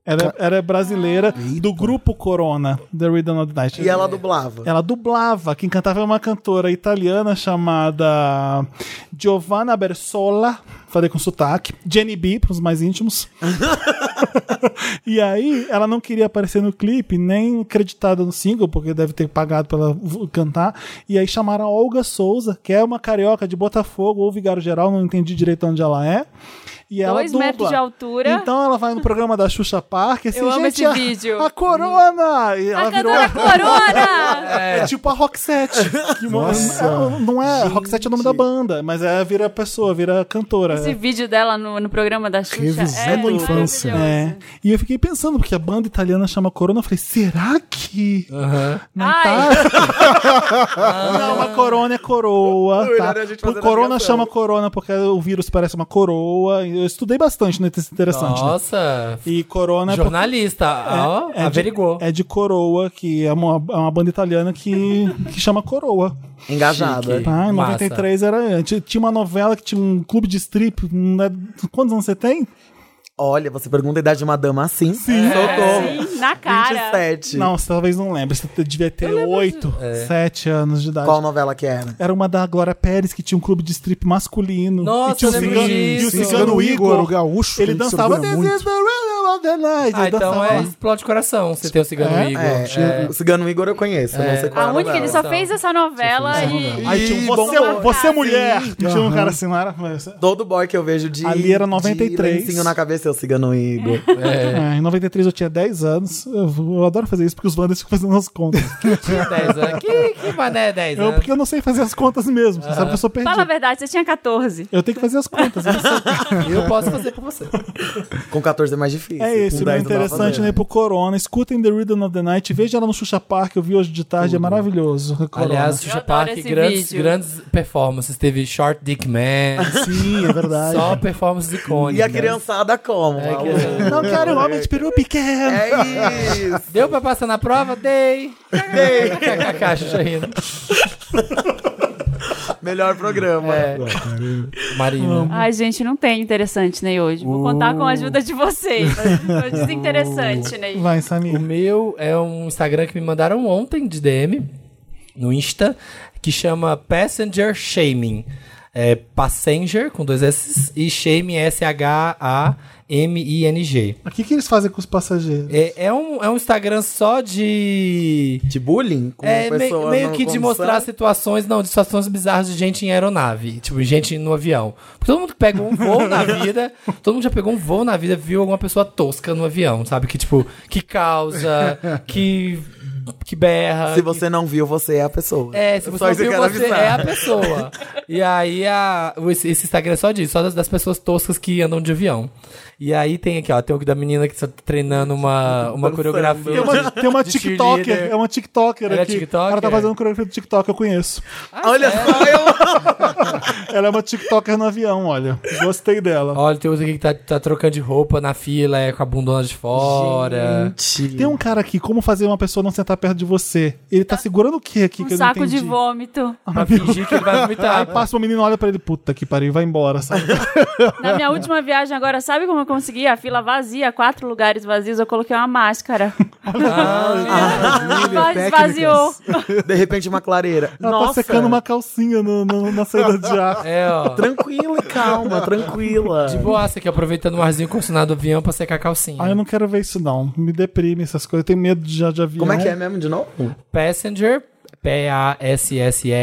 Speaker 1: Ela, ela é brasileira do grupo Corona, The Rhythm of the Night.
Speaker 3: Ah. E ela dublava.
Speaker 1: Ela dublava. Quem cantava era uma cantora italiana chamada Giovanna Bersola. Falei com sotaque. Jenny B, para os mais íntimos. E aí, ela não queria aparecer no clipe, nem acreditada no single, porque deve ter pagado pra ela v- cantar. E aí chamaram a Olga Souza, que é uma carioca de Botafogo, ou Vigário Geral, não entendi direito onde ela é. E ela
Speaker 2: Dois metros
Speaker 1: dubla.
Speaker 2: de altura.
Speaker 1: Então ela vai no programa da Xuxa Parker. Assim,
Speaker 2: Eu amo
Speaker 1: "Gente,
Speaker 2: esse
Speaker 1: a-
Speaker 2: vídeo."
Speaker 1: A Corona! E ela
Speaker 2: A
Speaker 1: virou
Speaker 2: cantora Corona!
Speaker 1: é tipo a Roxette. Que mo- é, não é. Roxette é o nome da banda, mas é vira pessoa, vira cantora. É.
Speaker 2: Esse vídeo dela no, no programa da Xuxa
Speaker 5: Revisando
Speaker 2: é
Speaker 5: a infância.
Speaker 2: maravilhoso.
Speaker 1: É. E eu fiquei pensando, porque a banda italiana chama Corona, eu falei, será que. Não
Speaker 2: Ai.
Speaker 1: tá? não, uma corona é coroa. Tá?
Speaker 3: melhor é a gente fazendo
Speaker 1: corona
Speaker 3: ligação.
Speaker 1: chama corona porque o vírus parece uma coroa. Eu estudei bastante, né? Isso é interessante. Né?
Speaker 4: Nossa.
Speaker 1: E corona é porque-
Speaker 4: Jornalista, ó,
Speaker 1: é
Speaker 4: averigou.
Speaker 1: De, é de Coroa, que é uma, é uma banda italiana que, que chama Coroa.
Speaker 3: Engajada.
Speaker 4: Chique.
Speaker 1: Tá? Em
Speaker 4: Massa.
Speaker 1: 93 era. Tinha tinha uma novela que tinha um clube de strip. né? Quantos anos você tem?
Speaker 3: Olha, você pergunta a idade de uma dama assim? Sim. Socorro.
Speaker 2: Sim, na cara.
Speaker 3: 27.
Speaker 1: Não, você talvez não lembre. Você devia ter 8, 7 anos de idade.
Speaker 3: Qual novela que era?
Speaker 1: Era uma da Glória Pérez que tinha um clube de strip masculino.
Speaker 4: Nossa,
Speaker 1: e tinha o
Speaker 4: eu lembro
Speaker 1: cigano, e o
Speaker 4: disso.
Speaker 1: cigano Igor.
Speaker 5: o gaúcho.
Speaker 1: ele
Speaker 5: que a gente se
Speaker 1: dançava
Speaker 5: orgulha
Speaker 1: This
Speaker 5: muito.
Speaker 1: is the rhythm of the night.
Speaker 4: Ah,
Speaker 1: Ele
Speaker 4: então
Speaker 1: dançava.
Speaker 4: é explode coração. Você tem o cigano
Speaker 1: É,
Speaker 4: Igor.
Speaker 3: É,
Speaker 4: É.
Speaker 3: O Cigano Igor eu conheço, eu não sei qual é
Speaker 2: A única, ele só
Speaker 4: Não.
Speaker 2: fez essa novela e.
Speaker 1: Aí tinha um você,
Speaker 2: bom.
Speaker 1: você mulher. Tinha um
Speaker 5: Aham.
Speaker 1: cara assim, não era? Mas-
Speaker 3: Todo boy que eu vejo de.
Speaker 1: Ali era 93.
Speaker 3: De lencinho na cabeça é o Cigano Igor.
Speaker 1: É, em 93 eu tinha 10 anos. Eu, eu adoro fazer isso porque os Wanders ficam fazendo as contas.
Speaker 4: Tinha 10 anos. Que, que mané né? 10
Speaker 1: Eu,
Speaker 4: anos?
Speaker 1: porque eu não sei fazer as contas mesmo. Você sabe que eu sou perdido.
Speaker 2: Fala a verdade, você tinha 14.
Speaker 1: Eu tenho que fazer as contas. eu não sei.
Speaker 4: Eu posso fazer por você.
Speaker 3: Com 14 é mais difícil.
Speaker 1: É isso,
Speaker 3: com
Speaker 1: meu
Speaker 3: 10 não dá pra
Speaker 1: interessante,
Speaker 3: fazer.
Speaker 1: né? Pro Corona. Escutem The Rhythm of the Night. Veja ela no Xuxa Park. Eu vi hoje de tarde. É maravilhoso. Corona.
Speaker 4: Aliás,
Speaker 2: Eu
Speaker 4: Xuxa
Speaker 2: adoro
Speaker 4: Park,
Speaker 2: esse
Speaker 4: grandes,
Speaker 2: vídeo.
Speaker 4: grandes performances. Teve Short Dick Man.
Speaker 1: sim, é verdade.
Speaker 4: Só performances
Speaker 3: E
Speaker 4: icônicas.
Speaker 3: a criançada como?
Speaker 4: É,
Speaker 3: Alô?
Speaker 4: criança-
Speaker 1: Não quero um homem de peru pequeno.
Speaker 3: É isso.
Speaker 4: Deu pra passar na prova? Dei. Dei. KKK, Xuxa rindo.
Speaker 3: Melhor programa.
Speaker 4: É.
Speaker 1: Uhum.
Speaker 4: Marina.
Speaker 2: Ai, gente, não tem interessante Ney hoje. Vou contar com a ajuda de vocês. Foi desinteressante, Ney.
Speaker 1: Vai,
Speaker 4: O
Speaker 1: Samir.
Speaker 4: meu é um Instagram que me mandaram ontem de DM, no Insta, que chama Passenger Shaming. É Passenger, com dois S, e Shaming, S-H-A-M-I-N-G.
Speaker 1: O que, que eles fazem com os passageiros?
Speaker 4: É, é um, é um Instagram só de...
Speaker 3: De bullying? Com
Speaker 4: é, me-
Speaker 3: pessoas
Speaker 4: meio
Speaker 3: na
Speaker 4: que de
Speaker 3: condição?
Speaker 4: mostrar situações, não, de situações bizarras de gente em aeronave, tipo, gente no avião. Porque todo mundo que pega um voo na vida, todo mundo já pegou um voo na vida, viu alguma pessoa tosca no avião, sabe? Que, tipo, que causa, que, que berra.
Speaker 3: Se
Speaker 4: que-
Speaker 3: você não viu, você é a pessoa.
Speaker 4: é, se você
Speaker 3: Só
Speaker 4: não
Speaker 3: isso eu
Speaker 4: viu,
Speaker 3: quero
Speaker 4: você
Speaker 3: avisar.
Speaker 4: é a pessoa. E aí, a, o- esse esse Instagram é só disso, só das, das pessoas toscas que andam de avião. E aí tem aqui, ó, tem o da menina que tá treinando uma, uma coreografia.
Speaker 1: Tem uma,
Speaker 4: de-
Speaker 1: tem uma
Speaker 4: de
Speaker 1: TikToker.
Speaker 4: cheerleader.
Speaker 1: É uma TikToker
Speaker 4: Ela é
Speaker 1: aqui.
Speaker 4: TikToker?
Speaker 1: Ela tá fazendo coreografia do TikTok, eu conheço.
Speaker 4: ah, é.
Speaker 3: Olha só, eu.
Speaker 1: Ela é uma TikToker no avião, olha. Gostei dela.
Speaker 4: Olha, tem outro aqui que tá, tá trocando de roupa na fila, é com a bundona de fora.
Speaker 1: Tem um cara aqui, como fazer uma pessoa não sentar perto de você? Ele tá segurando o que aqui
Speaker 2: Um
Speaker 1: que eu não
Speaker 2: saco
Speaker 1: entendi?
Speaker 2: de vômito.
Speaker 4: Pra fingir que ele vai
Speaker 1: Aí
Speaker 4: vomitar.
Speaker 1: passa uma menina, olha pra ele, puta que pariu, vai embora, sabe?
Speaker 2: Na minha última viagem agora, sabe como eu consegui? A fila vazia, quatro lugares vazios, eu coloquei uma máscara. Esva- Esvaziou.
Speaker 3: De repente, uma clareira.
Speaker 1: Ela
Speaker 3: Nossa.
Speaker 1: tá secando uma calcinha no- no- na saída de ar.
Speaker 4: É, ó.
Speaker 3: Tranquila e calma, tranquila.
Speaker 4: De boaça aqui, aproveitando o arzinho condicionado do avião pra secar a calcinha.
Speaker 1: Ah, eu não quero ver isso não. Me deprime essas coisas. Eu tenho medo de, de avião.
Speaker 3: Como é que é mesmo de novo?
Speaker 4: Passenger,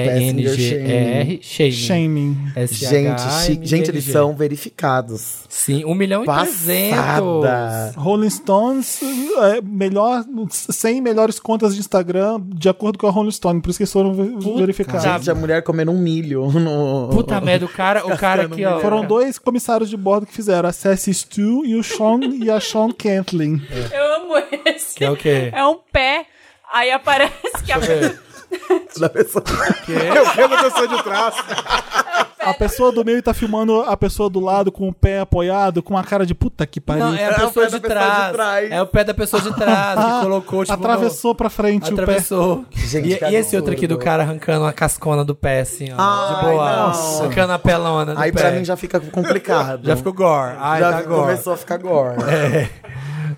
Speaker 4: P-A-S-S-E-N-G-E-R, Shane.
Speaker 1: Shaming.
Speaker 3: Gente, chi- gente, eles são verificados.
Speaker 4: Sim, 1 milhão e 300.
Speaker 3: Passada.
Speaker 1: Rolling Stones, é, melhor, 100 melhores contas de Instagram, de acordo com a Rolling Stone. Por isso que eles foram ver- verificados.
Speaker 4: já-
Speaker 3: Gente, a mulher comendo um milho no.
Speaker 4: Puta merda, o cara, o cara aqui, ó.
Speaker 1: Foram dois comissários de bordo que fizeram, a Cessie Stu e, o Sean, e a Sean Cantlin.
Speaker 2: Eu amo esse.
Speaker 4: Que é o quê?
Speaker 2: É um pé. Aí aparece que a
Speaker 3: da pessoa.
Speaker 1: A pessoa do meio tá filmando a pessoa do lado com o pé apoiado, com uma cara de puta que pariu.
Speaker 4: Não, é a
Speaker 3: É o
Speaker 4: pessoa
Speaker 3: pé da
Speaker 4: de
Speaker 3: pessoa de
Speaker 4: trás.
Speaker 3: trás.
Speaker 4: É o pé da pessoa de trás que colocou, tipo, no-
Speaker 1: Ah, Atravessou pra frente o pé.
Speaker 4: Atravessou.
Speaker 3: Gente,
Speaker 4: e,
Speaker 3: que
Speaker 4: e esse outro
Speaker 3: absurdo.
Speaker 4: aqui do cara arrancando a cascona do pé, assim, ó.
Speaker 3: Ai,
Speaker 4: de boa.
Speaker 3: não.
Speaker 4: Arrancando a pelona do
Speaker 3: Aí
Speaker 4: pé.
Speaker 3: pra mim já fica complicado.
Speaker 4: Já ficou gore. Ai,
Speaker 3: Já
Speaker 4: tá
Speaker 3: fi-
Speaker 4: gore.
Speaker 3: começou a ficar gore.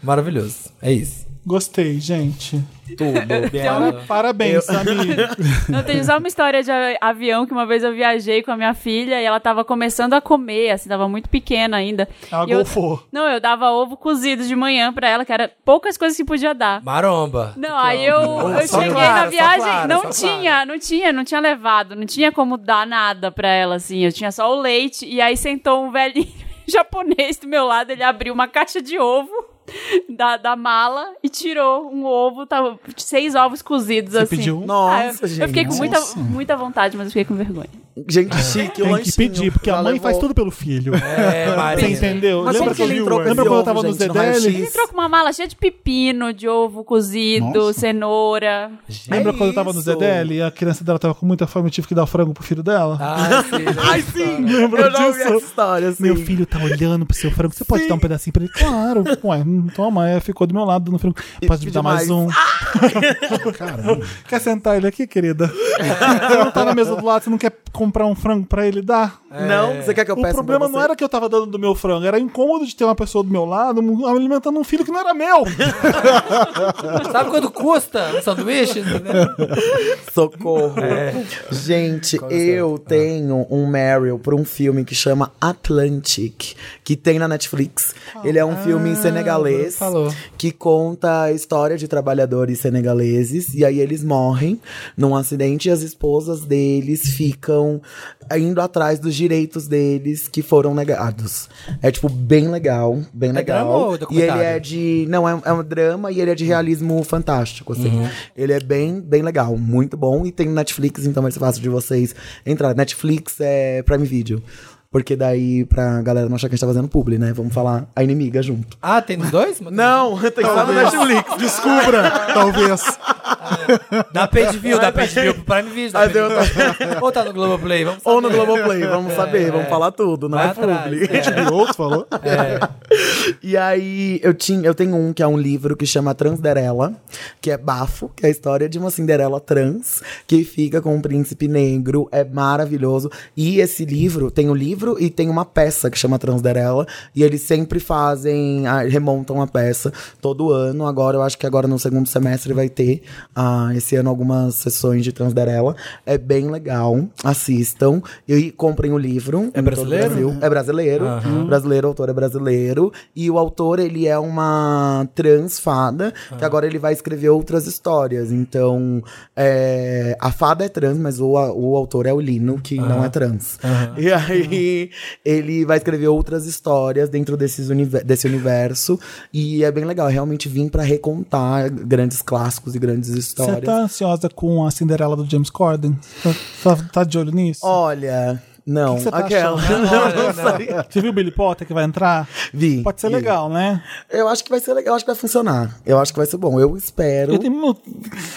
Speaker 4: Maravilhoso. É isso.
Speaker 1: Gostei, gente.
Speaker 4: um
Speaker 3: Tudo, Biela.
Speaker 1: Parabéns, Samir.
Speaker 2: Eu tenho só uma história de a- avião que uma vez eu viajei com a minha filha e ela tava começando a comer, assim, tava muito pequena ainda.
Speaker 1: Ela
Speaker 2: E eu-
Speaker 1: golfou.
Speaker 2: Não, eu dava ovo cozido de manhã pra ela, que era poucas coisas que podia dar.
Speaker 4: Maromba.
Speaker 2: Não, aí eu, eu
Speaker 4: Só
Speaker 2: cheguei
Speaker 4: Clara,
Speaker 2: na
Speaker 4: só
Speaker 2: viagem,
Speaker 4: Clara,
Speaker 2: não
Speaker 4: só Clara.
Speaker 2: tinha, não tinha, não tinha levado, não tinha como dar nada pra ela, assim, eu tinha só o leite, e aí sentou um velhinho japonês do meu lado, ele abriu uma caixa de ovo da, da mala e tirou um ovo, tava seis ovos cozidos,
Speaker 1: Você
Speaker 2: assim.
Speaker 1: pediu um?
Speaker 2: Ah, eu,
Speaker 3: Nossa,
Speaker 2: eu
Speaker 3: gente.
Speaker 2: fiquei com muita,
Speaker 1: Nossa.
Speaker 2: muita vontade, mas eu fiquei com vergonha.
Speaker 3: Gente chique, o
Speaker 1: É. Tem que
Speaker 3: lanchinho.
Speaker 1: pedir, porque a
Speaker 3: Ela
Speaker 1: mãe
Speaker 3: levou-
Speaker 1: faz tudo pelo filho.
Speaker 4: É, Marina.
Speaker 1: Você entendeu?
Speaker 3: Mas
Speaker 1: lembra
Speaker 3: como que ele
Speaker 1: eu-
Speaker 3: entrou com
Speaker 1: lembra
Speaker 3: esse
Speaker 1: quando eu
Speaker 3: ovo,
Speaker 1: tava nos
Speaker 3: gente, no raio-x?
Speaker 2: Ele
Speaker 1: Zedele?
Speaker 2: entrou com uma mala cheia de pepino, de ovo cozido,
Speaker 5: Nossa.
Speaker 2: cenoura.
Speaker 1: Lembra quando eu tava no
Speaker 3: isso.
Speaker 1: ZDL e a criança dela tava com muita fome e eu tive que dar frango pro filho dela?
Speaker 4: Ah, sim, né?
Speaker 3: Ai, sim.
Speaker 1: Lembra
Speaker 3: eu já ouvi
Speaker 1: disso?
Speaker 3: essa história, assim.
Speaker 1: Meu filho tá olhando pro seu frango. Você pode dar um pedacinho pra ele? Claro. Ué, hum, toma. É, ficou do meu lado no frango. Pode me
Speaker 3: pediu
Speaker 1: dar mais
Speaker 3: é mais. Ah!
Speaker 1: um.
Speaker 5: Caramba.
Speaker 1: Quer sentar ele aqui, querida? Você não tá na mesa do lado, você não quer comprar um frango pra ele dar?
Speaker 3: Não, você quer que eu
Speaker 1: É. O
Speaker 3: peça pra
Speaker 1: problema não é
Speaker 3: você?
Speaker 1: era que eu tava dando do meu frango, era incômodo de ter uma pessoa do meu lado alimentando um filho que não era meu.
Speaker 4: Sabe quanto custa um sanduíche? É.
Speaker 3: Socorro. Gente, eu tenho um Meryl pra um filme que chama Atlantic, que tem na Netflix. Ele é um filme em senegalês
Speaker 4: falou.
Speaker 3: que conta a história de trabalhadores senegaleses. E aí eles morrem num acidente e as esposas deles ficam indo atrás dos direitos deles que foram negados. É, tipo, bem legal, bem legal.
Speaker 4: drama ou
Speaker 3: e ele
Speaker 4: documentário?
Speaker 3: é de. Não, é, é um drama e ele é de realismo fantástico, assim. Ele é bem, bem legal, muito bom. E tem no Netflix, então vai ser fácil de vocês entrar. Netflix é Prime Video. Porque daí, pra galera não achar que a gente tá fazendo publi, né? Vamos falar a inimiga junto.
Speaker 4: Ah, tem nos dois? Matheus?
Speaker 3: Não, tem que falar no Netflix.
Speaker 5: Descubra, talvez.
Speaker 4: Dá page view, dá page view pro Prime Video. dá
Speaker 3: Aí
Speaker 4: page
Speaker 3: deu-
Speaker 4: view. Ou tá no Globoplay, vamos
Speaker 3: Ou no Globoplay, vamos saber, vamos falar tudo, não
Speaker 4: Vai
Speaker 3: é
Speaker 4: atrás,
Speaker 3: publi.
Speaker 1: E outro falou.
Speaker 3: E aí, eu, tinha, eu tenho um que é um livro que chama Transderela, que é bafo, que é a história de uma Cinderela trans que fica com um príncipe negro. É maravilhoso. E esse livro, tem o livro e tem uma peça que chama Transderela. E eles sempre fazem, ah, remontam a peça todo ano. Agora, eu acho que agora no segundo semestre vai ter ah, esse ano algumas sessões de Transderela. É bem legal. Assistam e comprem o livro. É
Speaker 4: brasileiro?
Speaker 3: é brasileiro. Brasileiro, o autor é brasileiro. E o autor, ele é uma trans fada,
Speaker 1: Ah.
Speaker 3: que agora ele vai escrever outras histórias. Então, é, a fada é trans, mas o, a- o autor é o Lino, que não
Speaker 1: Ah.
Speaker 3: é trans. E aí, ele vai escrever outras histórias dentro desses univer- desse universo. E é bem legal. Eu realmente vim pra recontar grandes clássicos e grandes
Speaker 1: Você
Speaker 3: histórias.
Speaker 1: tá ansiosa com a Cinderela do James Corden? Tá, tá- tá de olho nisso?
Speaker 3: Olha... Não,
Speaker 1: que você tá
Speaker 3: Oh, aquela.
Speaker 1: achando? né?
Speaker 3: Não, não sei.
Speaker 1: Você viu o Billy Potter que vai entrar?
Speaker 3: Vi,
Speaker 1: Pode ser
Speaker 3: vi.
Speaker 1: legal, né?
Speaker 3: Eu acho que vai ser legal, eu acho que vai funcionar. Eu acho que vai ser bom. Eu espero.
Speaker 1: Eu tenho... meu-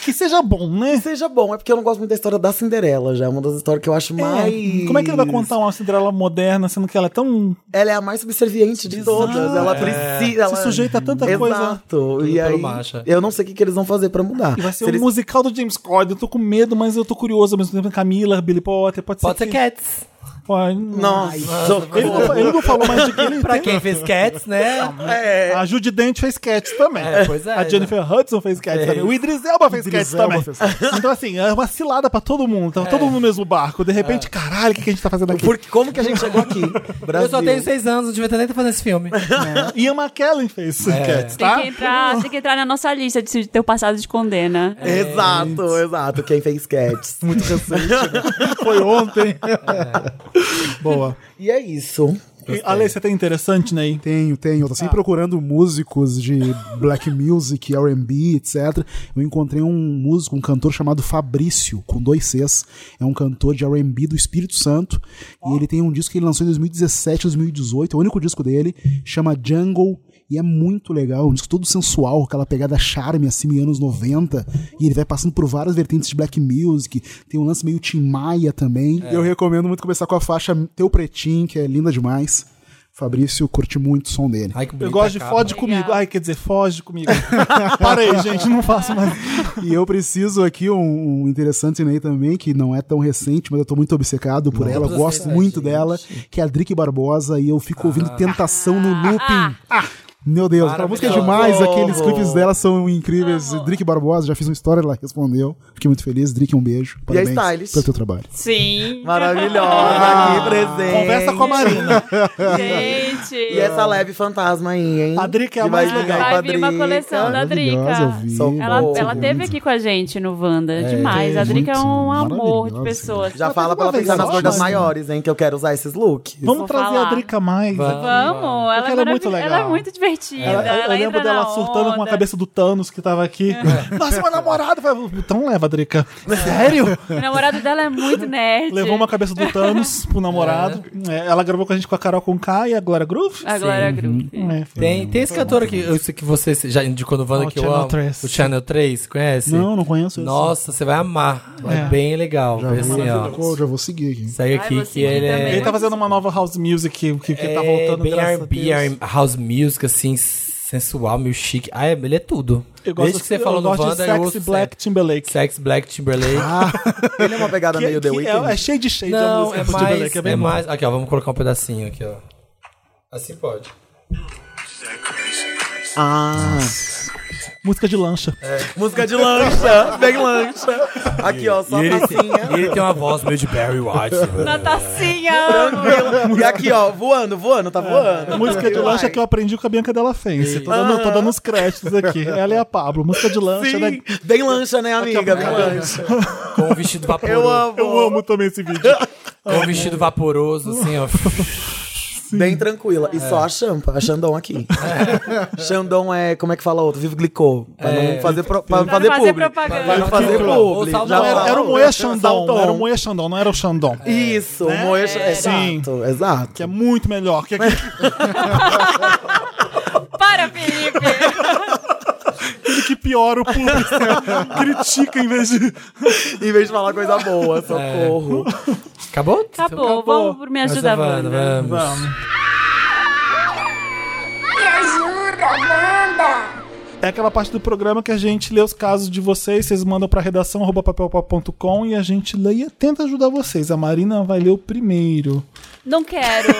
Speaker 1: Que seja bom, né?
Speaker 3: Que seja bom, é porque eu não gosto muito da história da Cinderela, já. É uma das histórias que eu acho mais.
Speaker 1: É, Como é que ele vai contar uma Cinderela moderna, sendo que ela é tão.
Speaker 3: Ela é a mais subserviente de todas. Ela precisa. Ela...
Speaker 1: Se sujeita a tanta
Speaker 3: Exato.
Speaker 1: coisa.
Speaker 3: E
Speaker 4: É. pelo
Speaker 3: aí,
Speaker 4: macho.
Speaker 3: eu não sei o que, que eles vão fazer pra mudar.
Speaker 1: E vai ser
Speaker 3: Se
Speaker 1: um
Speaker 3: eles-
Speaker 1: musical do James Corden. Eu tô com medo, mas eu tô curioso ao mesmo tempo. Camila, Billy Potter, pode,
Speaker 4: Pode ser
Speaker 1: que-
Speaker 4: Cats.
Speaker 1: Pode-
Speaker 3: Nossa,
Speaker 1: Ele não, ele não falou mais de que ele
Speaker 4: Pra
Speaker 1: tem-
Speaker 4: quem fez Cats, né?
Speaker 3: é.
Speaker 1: A Judy Dent fez cats também.
Speaker 4: É, pois é,
Speaker 1: a Jennifer Hudson fez cats também. O Idris Elba fez cats
Speaker 5: Elba
Speaker 1: também. Então, assim, é uma cilada pra todo mundo. Tava todo mundo no mesmo barco. De repente, caralho, o que que a gente tá fazendo aqui?
Speaker 3: Porque como que a gente chegou aqui?
Speaker 4: Eu
Speaker 3: Brasil.
Speaker 4: só tenho seis anos, não devia nem estar fazendo esse filme.
Speaker 1: E a Né? McKellen fez cats,
Speaker 2: Tem,
Speaker 1: tá?
Speaker 2: que entrar, tem que entrar na nossa lista de se teu passado de né? condena.
Speaker 4: É.
Speaker 3: Exato, exato. Quem fez Cats. Muito recente.
Speaker 1: Foi ontem. Boa.
Speaker 3: e é isso.
Speaker 1: E, Ale, você tem interessante, Ney?
Speaker 5: Tenho, tenho. Eu tô sempre procurando músicos de black music, RB, etc. Eu encontrei um músico, um cantor chamado Fabrício, com dois Cs. É um cantor de RB do Espírito Santo. E ele tem um disco que ele lançou em 2017, 2018. É o único disco dele. Chama Jungle. E é muito legal, um disco todo sensual, aquela pegada charme, assim, meio anos 90. E ele vai passando por várias vertentes de black music. Tem um lance meio Tim Maia também. Eu recomendo muito começar com a faixa Teu Pretinho, que é linda demais. Fabrício curte muito o som dele.
Speaker 4: Ai, que bonita
Speaker 1: Eu gosto de
Speaker 4: capa.
Speaker 1: fode comigo. Ai, quer dizer, foge comigo. Parei, gente, não faço mais.
Speaker 5: E eu preciso aqui um, um interessante Ney também, que não é tão recente, mas eu tô muito obcecado por ela, eu
Speaker 4: tá Ah.
Speaker 5: gosto muito dela, que é a Drick Barbosa, e eu fico ouvindo Tentação no Looping. Meu Deus, aquela música é demais, aqueles clipes dela são incríveis. Drake Barbosa, já fiz uma história, ela respondeu. Fiquei muito feliz. Drake, um beijo.
Speaker 3: E a
Speaker 5: Parabéns
Speaker 3: Stylist?
Speaker 5: pelo teu trabalho.
Speaker 2: Sim.
Speaker 1: Ah.
Speaker 3: Maravilhosa, Ah, que presente.
Speaker 1: Conversa com a Marina.
Speaker 2: Gente.
Speaker 3: E é essa leve fantasma aí, hein?
Speaker 1: A Drica é a
Speaker 3: Que
Speaker 1: mais
Speaker 3: vai ligar
Speaker 1: legal.
Speaker 2: Vai
Speaker 3: pra
Speaker 2: vir uma
Speaker 3: Drica.
Speaker 2: coleção da
Speaker 5: Maravilhosa, eu
Speaker 2: Drica.
Speaker 5: vi.
Speaker 3: São-
Speaker 2: Ela,
Speaker 3: Boa.
Speaker 2: ela teve aqui com a gente no Wanda. Demais. A Drica é
Speaker 5: muito
Speaker 2: um amor de
Speaker 5: maravilhosa.
Speaker 2: pessoa.
Speaker 3: Já
Speaker 1: Mas teve
Speaker 3: fala pra
Speaker 1: uma
Speaker 3: ela
Speaker 1: vez
Speaker 3: pensar nas
Speaker 1: só,
Speaker 3: gordas
Speaker 1: mas-
Speaker 3: maiores, hein? Que eu quero usar esses looks.
Speaker 1: Vamos
Speaker 2: Vou
Speaker 1: trazer
Speaker 2: falar.
Speaker 1: a Drica mais.
Speaker 2: Vamos, ela é,
Speaker 1: ela é muito
Speaker 2: maravilhosa,
Speaker 1: legal.
Speaker 2: Ela é muito divertida.
Speaker 1: Ela- eu- eu
Speaker 2: ela
Speaker 1: lembro
Speaker 2: entra
Speaker 1: dela
Speaker 2: na
Speaker 1: surtando com a
Speaker 2: onda.
Speaker 1: cabeça do Thanos que tava aqui.
Speaker 4: É.
Speaker 1: Nossa, meu namorado! Eu falei, Então leva, Drica. Sério?
Speaker 2: O namorado dela é muito nerd.
Speaker 1: Levou uma cabeça do Thanos pro namorado. É, ela gravou com a gente com a Carol Conká e a Glória Groove.
Speaker 2: A Glória Groove.
Speaker 1: É, foi-
Speaker 4: Tem, tem esse cantor que, eu sei que você já indicou no Wanda
Speaker 1: Ah, o
Speaker 4: que eu
Speaker 1: Channel
Speaker 4: amo.
Speaker 1: 3.
Speaker 4: O Channel 3, conhece?
Speaker 5: Não, não conheço esse.
Speaker 4: Nossa, você vai amar. É,
Speaker 1: É.
Speaker 4: bem legal.
Speaker 5: Já
Speaker 4: Vê
Speaker 5: vou,
Speaker 4: assim, ó.
Speaker 5: Pô, já vou seguir aqui.
Speaker 4: Segue
Speaker 2: Ai,
Speaker 4: aqui
Speaker 2: vou
Speaker 4: que
Speaker 2: seguir
Speaker 4: ele
Speaker 2: também.
Speaker 4: é.
Speaker 1: Ele tá fazendo uma nova house music que, que, que tá voltando,
Speaker 4: bem
Speaker 1: graças a
Speaker 4: R&B,
Speaker 1: Deus.
Speaker 4: R&B, house music, assim, sensual, meio chique. Ah, é, ele é tudo.
Speaker 1: Eu gosto,
Speaker 4: Desde que você
Speaker 1: eu
Speaker 4: falou no
Speaker 1: gosto de
Speaker 4: Wanda, eu
Speaker 1: Sexy
Speaker 4: ouço
Speaker 1: Black Ah, Timberlake.
Speaker 4: Sex, Black, Timberlake.
Speaker 3: Ele é uma pegada
Speaker 1: Que-
Speaker 3: meio The
Speaker 1: que
Speaker 3: Weeknd.
Speaker 1: é, é cheio de shade a
Speaker 4: Não,
Speaker 1: música
Speaker 4: é
Speaker 1: do
Speaker 4: mais,
Speaker 1: Timberlake.
Speaker 4: é,
Speaker 1: bem boa.
Speaker 4: mais... Aqui, ó, vamos colocar um pedacinho aqui, ó. Assim pode.
Speaker 3: Ah,
Speaker 1: Música de lancha.
Speaker 4: É.
Speaker 3: música de lancha, bem lancha. Aqui, ó, só
Speaker 4: E
Speaker 3: a
Speaker 4: ele, tem,
Speaker 3: tacinha.
Speaker 4: e ele tem uma voz meio de Barry White. assim,
Speaker 2: Na tacinha, amo.
Speaker 3: E aqui, ó, voando, voando, tá voando.
Speaker 1: Ah. Música de lancha que eu aprendi com a Bianca Della Fence. Tô dando, tô dando
Speaker 4: Ah.
Speaker 1: os créditos aqui. Ela é a Pablo. Música de lancha, né?
Speaker 3: Sim, bem lancha, né, amiga? Bem lancha.
Speaker 4: com um vestido vaporoso.
Speaker 3: Eu amo.
Speaker 1: Eu amo também esse vídeo.
Speaker 4: Com um vestido vaporoso, assim, ó.
Speaker 3: Bem tranquila. E só a champa, a Xandão aqui. Xandão é, como é que fala outro? Vive Glicô. Pra não fazer, pro, pra não
Speaker 2: Pra
Speaker 3: fazer,
Speaker 2: não fazer
Speaker 3: publi.
Speaker 2: propaganda.
Speaker 3: Pra não fazer
Speaker 4: Ou
Speaker 3: publi.
Speaker 4: salmão.
Speaker 3: Já
Speaker 1: Era, era o
Speaker 3: falou.
Speaker 1: Moe Xandão. né?
Speaker 3: Salmão.
Speaker 1: Era o Moe Xandão, não era o Xandão.
Speaker 3: Isso, o Moe Xandão.
Speaker 1: Sim.
Speaker 3: Exato,
Speaker 1: Que
Speaker 3: exato.
Speaker 1: é muito melhor. Que aquele
Speaker 2: Para, Felipe.
Speaker 1: que piora o público. Critica em vez de.
Speaker 3: Em vez de falar coisa boa, socorro.
Speaker 4: Acabou?
Speaker 2: Acabou. Tá Vamos pro Me Ajuda,
Speaker 4: Essa Wanda,
Speaker 2: Wanda.
Speaker 4: vamos.
Speaker 1: Vamos.
Speaker 10: Me ajuda, Amanda!
Speaker 1: É aquela parte do programa que a gente lê os casos de vocês, vocês mandam pra redação arroba papelpop.com e a gente lê e tenta ajudar vocês. A Marina vai ler o primeiro.
Speaker 2: Não quero.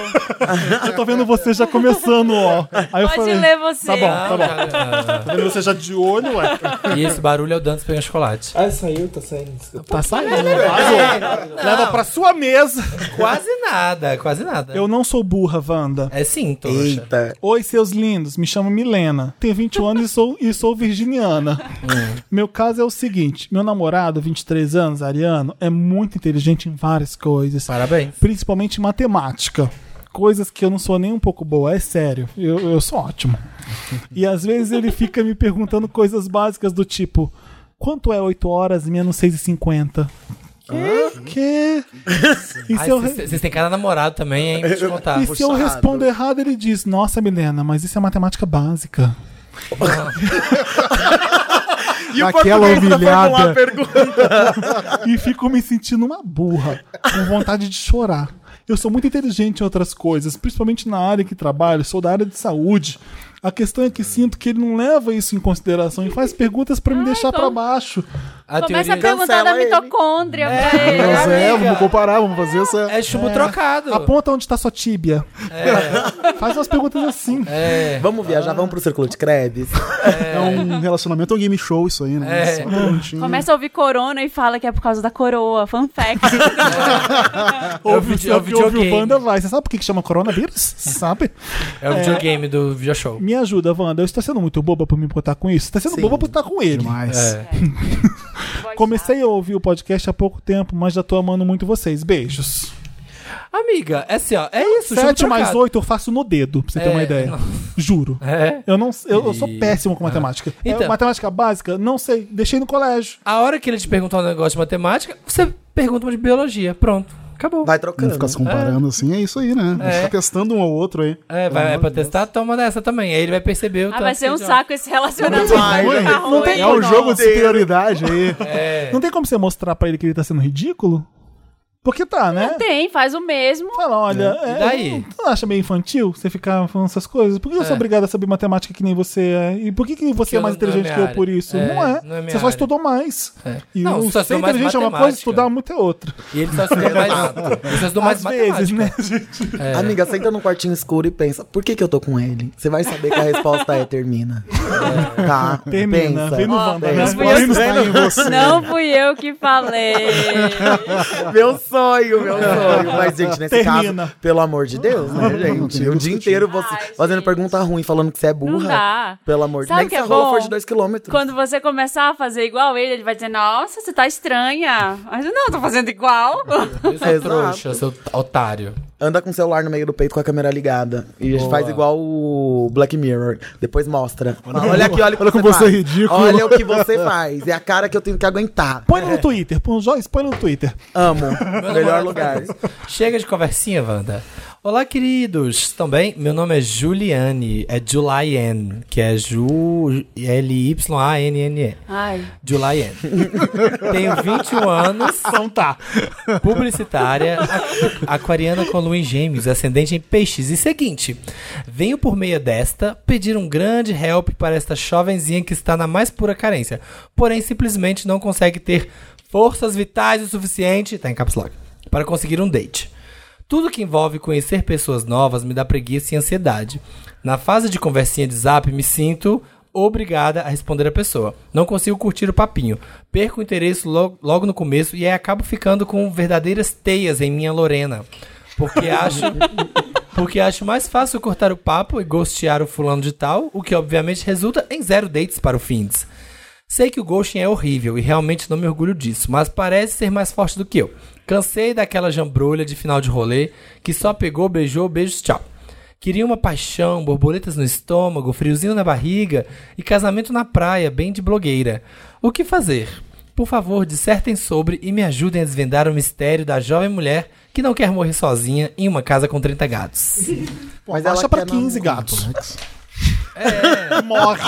Speaker 1: Eu tô vendo você já começando, ó. Aí eu
Speaker 2: Pode
Speaker 1: falei,
Speaker 2: ler você.
Speaker 1: Tá bom, tá bom. Tô vendo você já de olho, ué.
Speaker 4: Ah, é. E esse barulho é o Dantes pegando chocolate.
Speaker 8: Ah, saiu, tá saindo. desculpa.
Speaker 1: Tá saindo. Arrasou. Leva pra sua mesa.
Speaker 4: Quase nada, é quase nada.
Speaker 1: Eu não sou burra, Wanda.
Speaker 4: É sim, trouxa.
Speaker 3: Eita.
Speaker 1: Oi, seus lindos. Me chamo Milena. Tenho 21 anos e sou, e sou virginiana. Meu caso é o seguinte: meu namorado, 23 anos, ariano, é muito inteligente em várias coisas.
Speaker 4: Parabéns.
Speaker 1: Principalmente em matemática. Coisas que eu não sou nem um pouco boa, é sério. Eu, eu sou ótimo. E às vezes ele fica me perguntando coisas básicas do tipo: quanto é 8 horas menos 6 e 50? Que? Que? E
Speaker 4: Ai,
Speaker 1: se eu
Speaker 4: Vocês
Speaker 1: re-
Speaker 4: vocês têm cada namorado também, hein? Deixa eu te contar.
Speaker 1: e se eu
Speaker 3: puxado.
Speaker 1: respondo errado, ele diz: Nossa, Milena, mas isso é matemática básica.
Speaker 3: E
Speaker 5: Aquela
Speaker 3: português pra formular
Speaker 5: humilhada.
Speaker 3: a pergunta.
Speaker 1: E fico me sentindo uma burra, com vontade de chorar. Eu sou muito inteligente em outras coisas, principalmente na área que trabalho, sou da área de saúde. A questão é que sinto que ele não leva isso em consideração e faz perguntas pra
Speaker 4: Ah,
Speaker 1: me deixar pra
Speaker 2: então.
Speaker 1: baixo.
Speaker 4: A
Speaker 2: Começa a
Speaker 4: teoria
Speaker 2: perguntar da
Speaker 3: Cancela ele.
Speaker 2: mitocôndria pra ele.
Speaker 5: Mas é,
Speaker 4: amiga.
Speaker 5: vamos comparar, vamos fazer essa...
Speaker 4: é chumbo trocado.
Speaker 1: Aponta onde tá sua tíbia. Faz umas perguntas assim.
Speaker 4: É.
Speaker 3: Vamos viajar, vamos pro Círculo de Krebs.
Speaker 5: É um relacionamento, é um game show isso aí, né?
Speaker 4: É.
Speaker 5: Só uma perguntinha.
Speaker 2: Começa a ouvir corona e fala que é por causa da coroa. Fun fact.
Speaker 4: o
Speaker 1: Ouve,
Speaker 4: vide- é o
Speaker 1: ouve- ouve o
Speaker 4: videogame.
Speaker 1: Wanda vai. Você sabe por que que chama coronavírus? Sabe?
Speaker 4: É o videogame do video show.
Speaker 1: Me ajuda, Wanda. Eu estou sendo muito boba por me importar com isso. Você está sendo boba por estar com ele.
Speaker 5: Demais.
Speaker 4: É.
Speaker 1: Comecei a ouvir o podcast há pouco tempo, mas já tô amando muito vocês. Beijos.
Speaker 4: Amiga, é assim, ó. É isso, chumbo
Speaker 1: 7 mais
Speaker 4: trocado.
Speaker 1: 8 eu faço no dedo, pra você ter
Speaker 4: É,
Speaker 1: uma ideia.
Speaker 4: não.
Speaker 1: Juro.
Speaker 4: É.
Speaker 1: Eu, não, eu, eu sou
Speaker 4: E-
Speaker 1: péssimo com matemática. É,
Speaker 4: Então.
Speaker 1: matemática básica, não sei. Deixei no colégio.
Speaker 4: A hora que ele te perguntar um negócio de matemática, você pergunta uma de biologia. Pronto. Acabou.
Speaker 3: Vai
Speaker 5: Não
Speaker 3: trocando.
Speaker 5: ficar se comparando assim, é isso aí, né? A gente tá testando um ao outro aí.
Speaker 4: É, vai, é pra testar, toma dessa também. Aí ele vai perceber o
Speaker 2: Ah,
Speaker 4: tanto
Speaker 2: vai ser
Speaker 4: que
Speaker 2: um
Speaker 4: já-
Speaker 2: saco esse relacionamento.
Speaker 3: Ai,
Speaker 2: Tá
Speaker 1: não
Speaker 2: ruim.
Speaker 1: tem
Speaker 5: É um jogo de superioridade aí.
Speaker 4: É.
Speaker 1: Não tem como você mostrar pra ele que ele tá sendo ridículo? Porque tá, né?
Speaker 2: Tem, faz o mesmo.
Speaker 1: Fala, olha, é,
Speaker 4: Né? daí?
Speaker 1: não- tu não acha meio infantil você ficar falando essas coisas? Por que eu sou
Speaker 4: É.
Speaker 1: obrigado a saber matemática que nem você é? E por que, que você
Speaker 4: Que
Speaker 1: é mais
Speaker 4: eu- não é
Speaker 1: inteligente
Speaker 4: minha
Speaker 1: que eu
Speaker 4: área.
Speaker 1: por isso?
Speaker 4: É,
Speaker 1: não é.
Speaker 4: não é minha
Speaker 1: você só
Speaker 4: área.
Speaker 1: estudou mais.
Speaker 4: É.
Speaker 1: E
Speaker 4: Não,
Speaker 1: o
Speaker 4: só
Speaker 1: ser
Speaker 4: estudou mais
Speaker 1: inteligente é uma coisa,
Speaker 4: matemática.
Speaker 1: estudar muito é outra.
Speaker 4: E ele tá estudando mais rápido. Ele tá estudando mais
Speaker 1: Às vezes,
Speaker 4: matemática.
Speaker 1: né, gente?
Speaker 3: É. Amiga, senta num quartinho escuro e pensa, por que que eu tô com ele? Você vai saber que a resposta é termina. Tá?
Speaker 1: Termina,
Speaker 3: Pensa.
Speaker 1: vem no Wanda, né?
Speaker 3: pensa.
Speaker 2: Fui eu-
Speaker 5: Posso estar em você.
Speaker 2: Não fui eu que falei.
Speaker 3: Meu sonho, meu sonho. Mas, gente, nesse
Speaker 1: Termina.
Speaker 3: caso, pelo amor de Deus, né, gente? O dia inteiro você
Speaker 2: Ai,
Speaker 3: fazendo
Speaker 2: gente.
Speaker 3: pergunta ruim, falando que você é burra.
Speaker 2: Não dá.
Speaker 3: Pelo amor de Deus.
Speaker 2: Sabe
Speaker 3: Nem
Speaker 2: o
Speaker 3: que
Speaker 2: que
Speaker 3: você
Speaker 2: é
Speaker 3: rola
Speaker 2: bom?
Speaker 3: fora de dois quilômetros.
Speaker 2: Quando você começar a fazer igual ele, ele vai dizer, nossa, você tá estranha. Mas eu não, tô fazendo igual.
Speaker 4: Eu sou
Speaker 3: Exato.
Speaker 4: é trouxa, seu otário.
Speaker 3: Anda com o celular no meio do peito com a câmera ligada. E faz igual o Black Mirror. Depois mostra. Fala, olha aqui, olha o que
Speaker 5: Olha
Speaker 3: você,
Speaker 5: como você é
Speaker 3: faz.
Speaker 5: ridículo."
Speaker 3: Olha o que você faz. É a cara que eu tenho que aguentar.
Speaker 1: Põe
Speaker 4: É.
Speaker 1: no Twitter, põe o Joyce, põe no Twitter.
Speaker 3: Amo. Melhor
Speaker 4: namorado
Speaker 3: lugar.
Speaker 4: Chega de conversinha, Wanda. Olá, queridos. Estão bem? Meu nome é Juliane. É Julianne, que é J-L-Y-A-N-N-E.
Speaker 2: Ai,
Speaker 4: Julianne. Tenho 21 anos.
Speaker 1: Então tá.
Speaker 4: publicitária, aqu- aquariana com lua em gêmeos, ascendente em peixes. E seguinte, venho por meio desta pedir um grande help para esta jovenzinha que está na mais pura carência, porém simplesmente não consegue ter forças vitais o suficiente, tá em caps lock, para conseguir um date. Tudo que envolve conhecer pessoas novas me dá preguiça e ansiedade. Na fase de conversinha de zap, me sinto obrigada a responder a pessoa. Não consigo curtir o papinho. Perco o interesse logo, logo no começo e aí acabo ficando com verdadeiras teias em minha Lorena. Porque acho. Porque acho mais fácil cortar o papo e gostear o fulano de tal, o que obviamente resulta em zero dates para o Fins. Sei que o ghosting é horrível e realmente não me orgulho disso, mas parece ser mais forte do que eu. Cansei daquela jambrolha de final de rolê que só pegou, beijou, beijos, tchau. Queria uma paixão, borboletas no estômago, friozinho na barriga e casamento na praia, bem de blogueira. O que fazer? Por favor, dissertem sobre e me ajudem a desvendar o mistério da jovem mulher que não quer morrer sozinha em uma casa com 30 gatos.
Speaker 3: Mas
Speaker 1: Baixa
Speaker 3: ela
Speaker 1: pra
Speaker 3: quer
Speaker 1: 15
Speaker 3: namorar.
Speaker 1: gatos.
Speaker 4: É,
Speaker 1: Morre.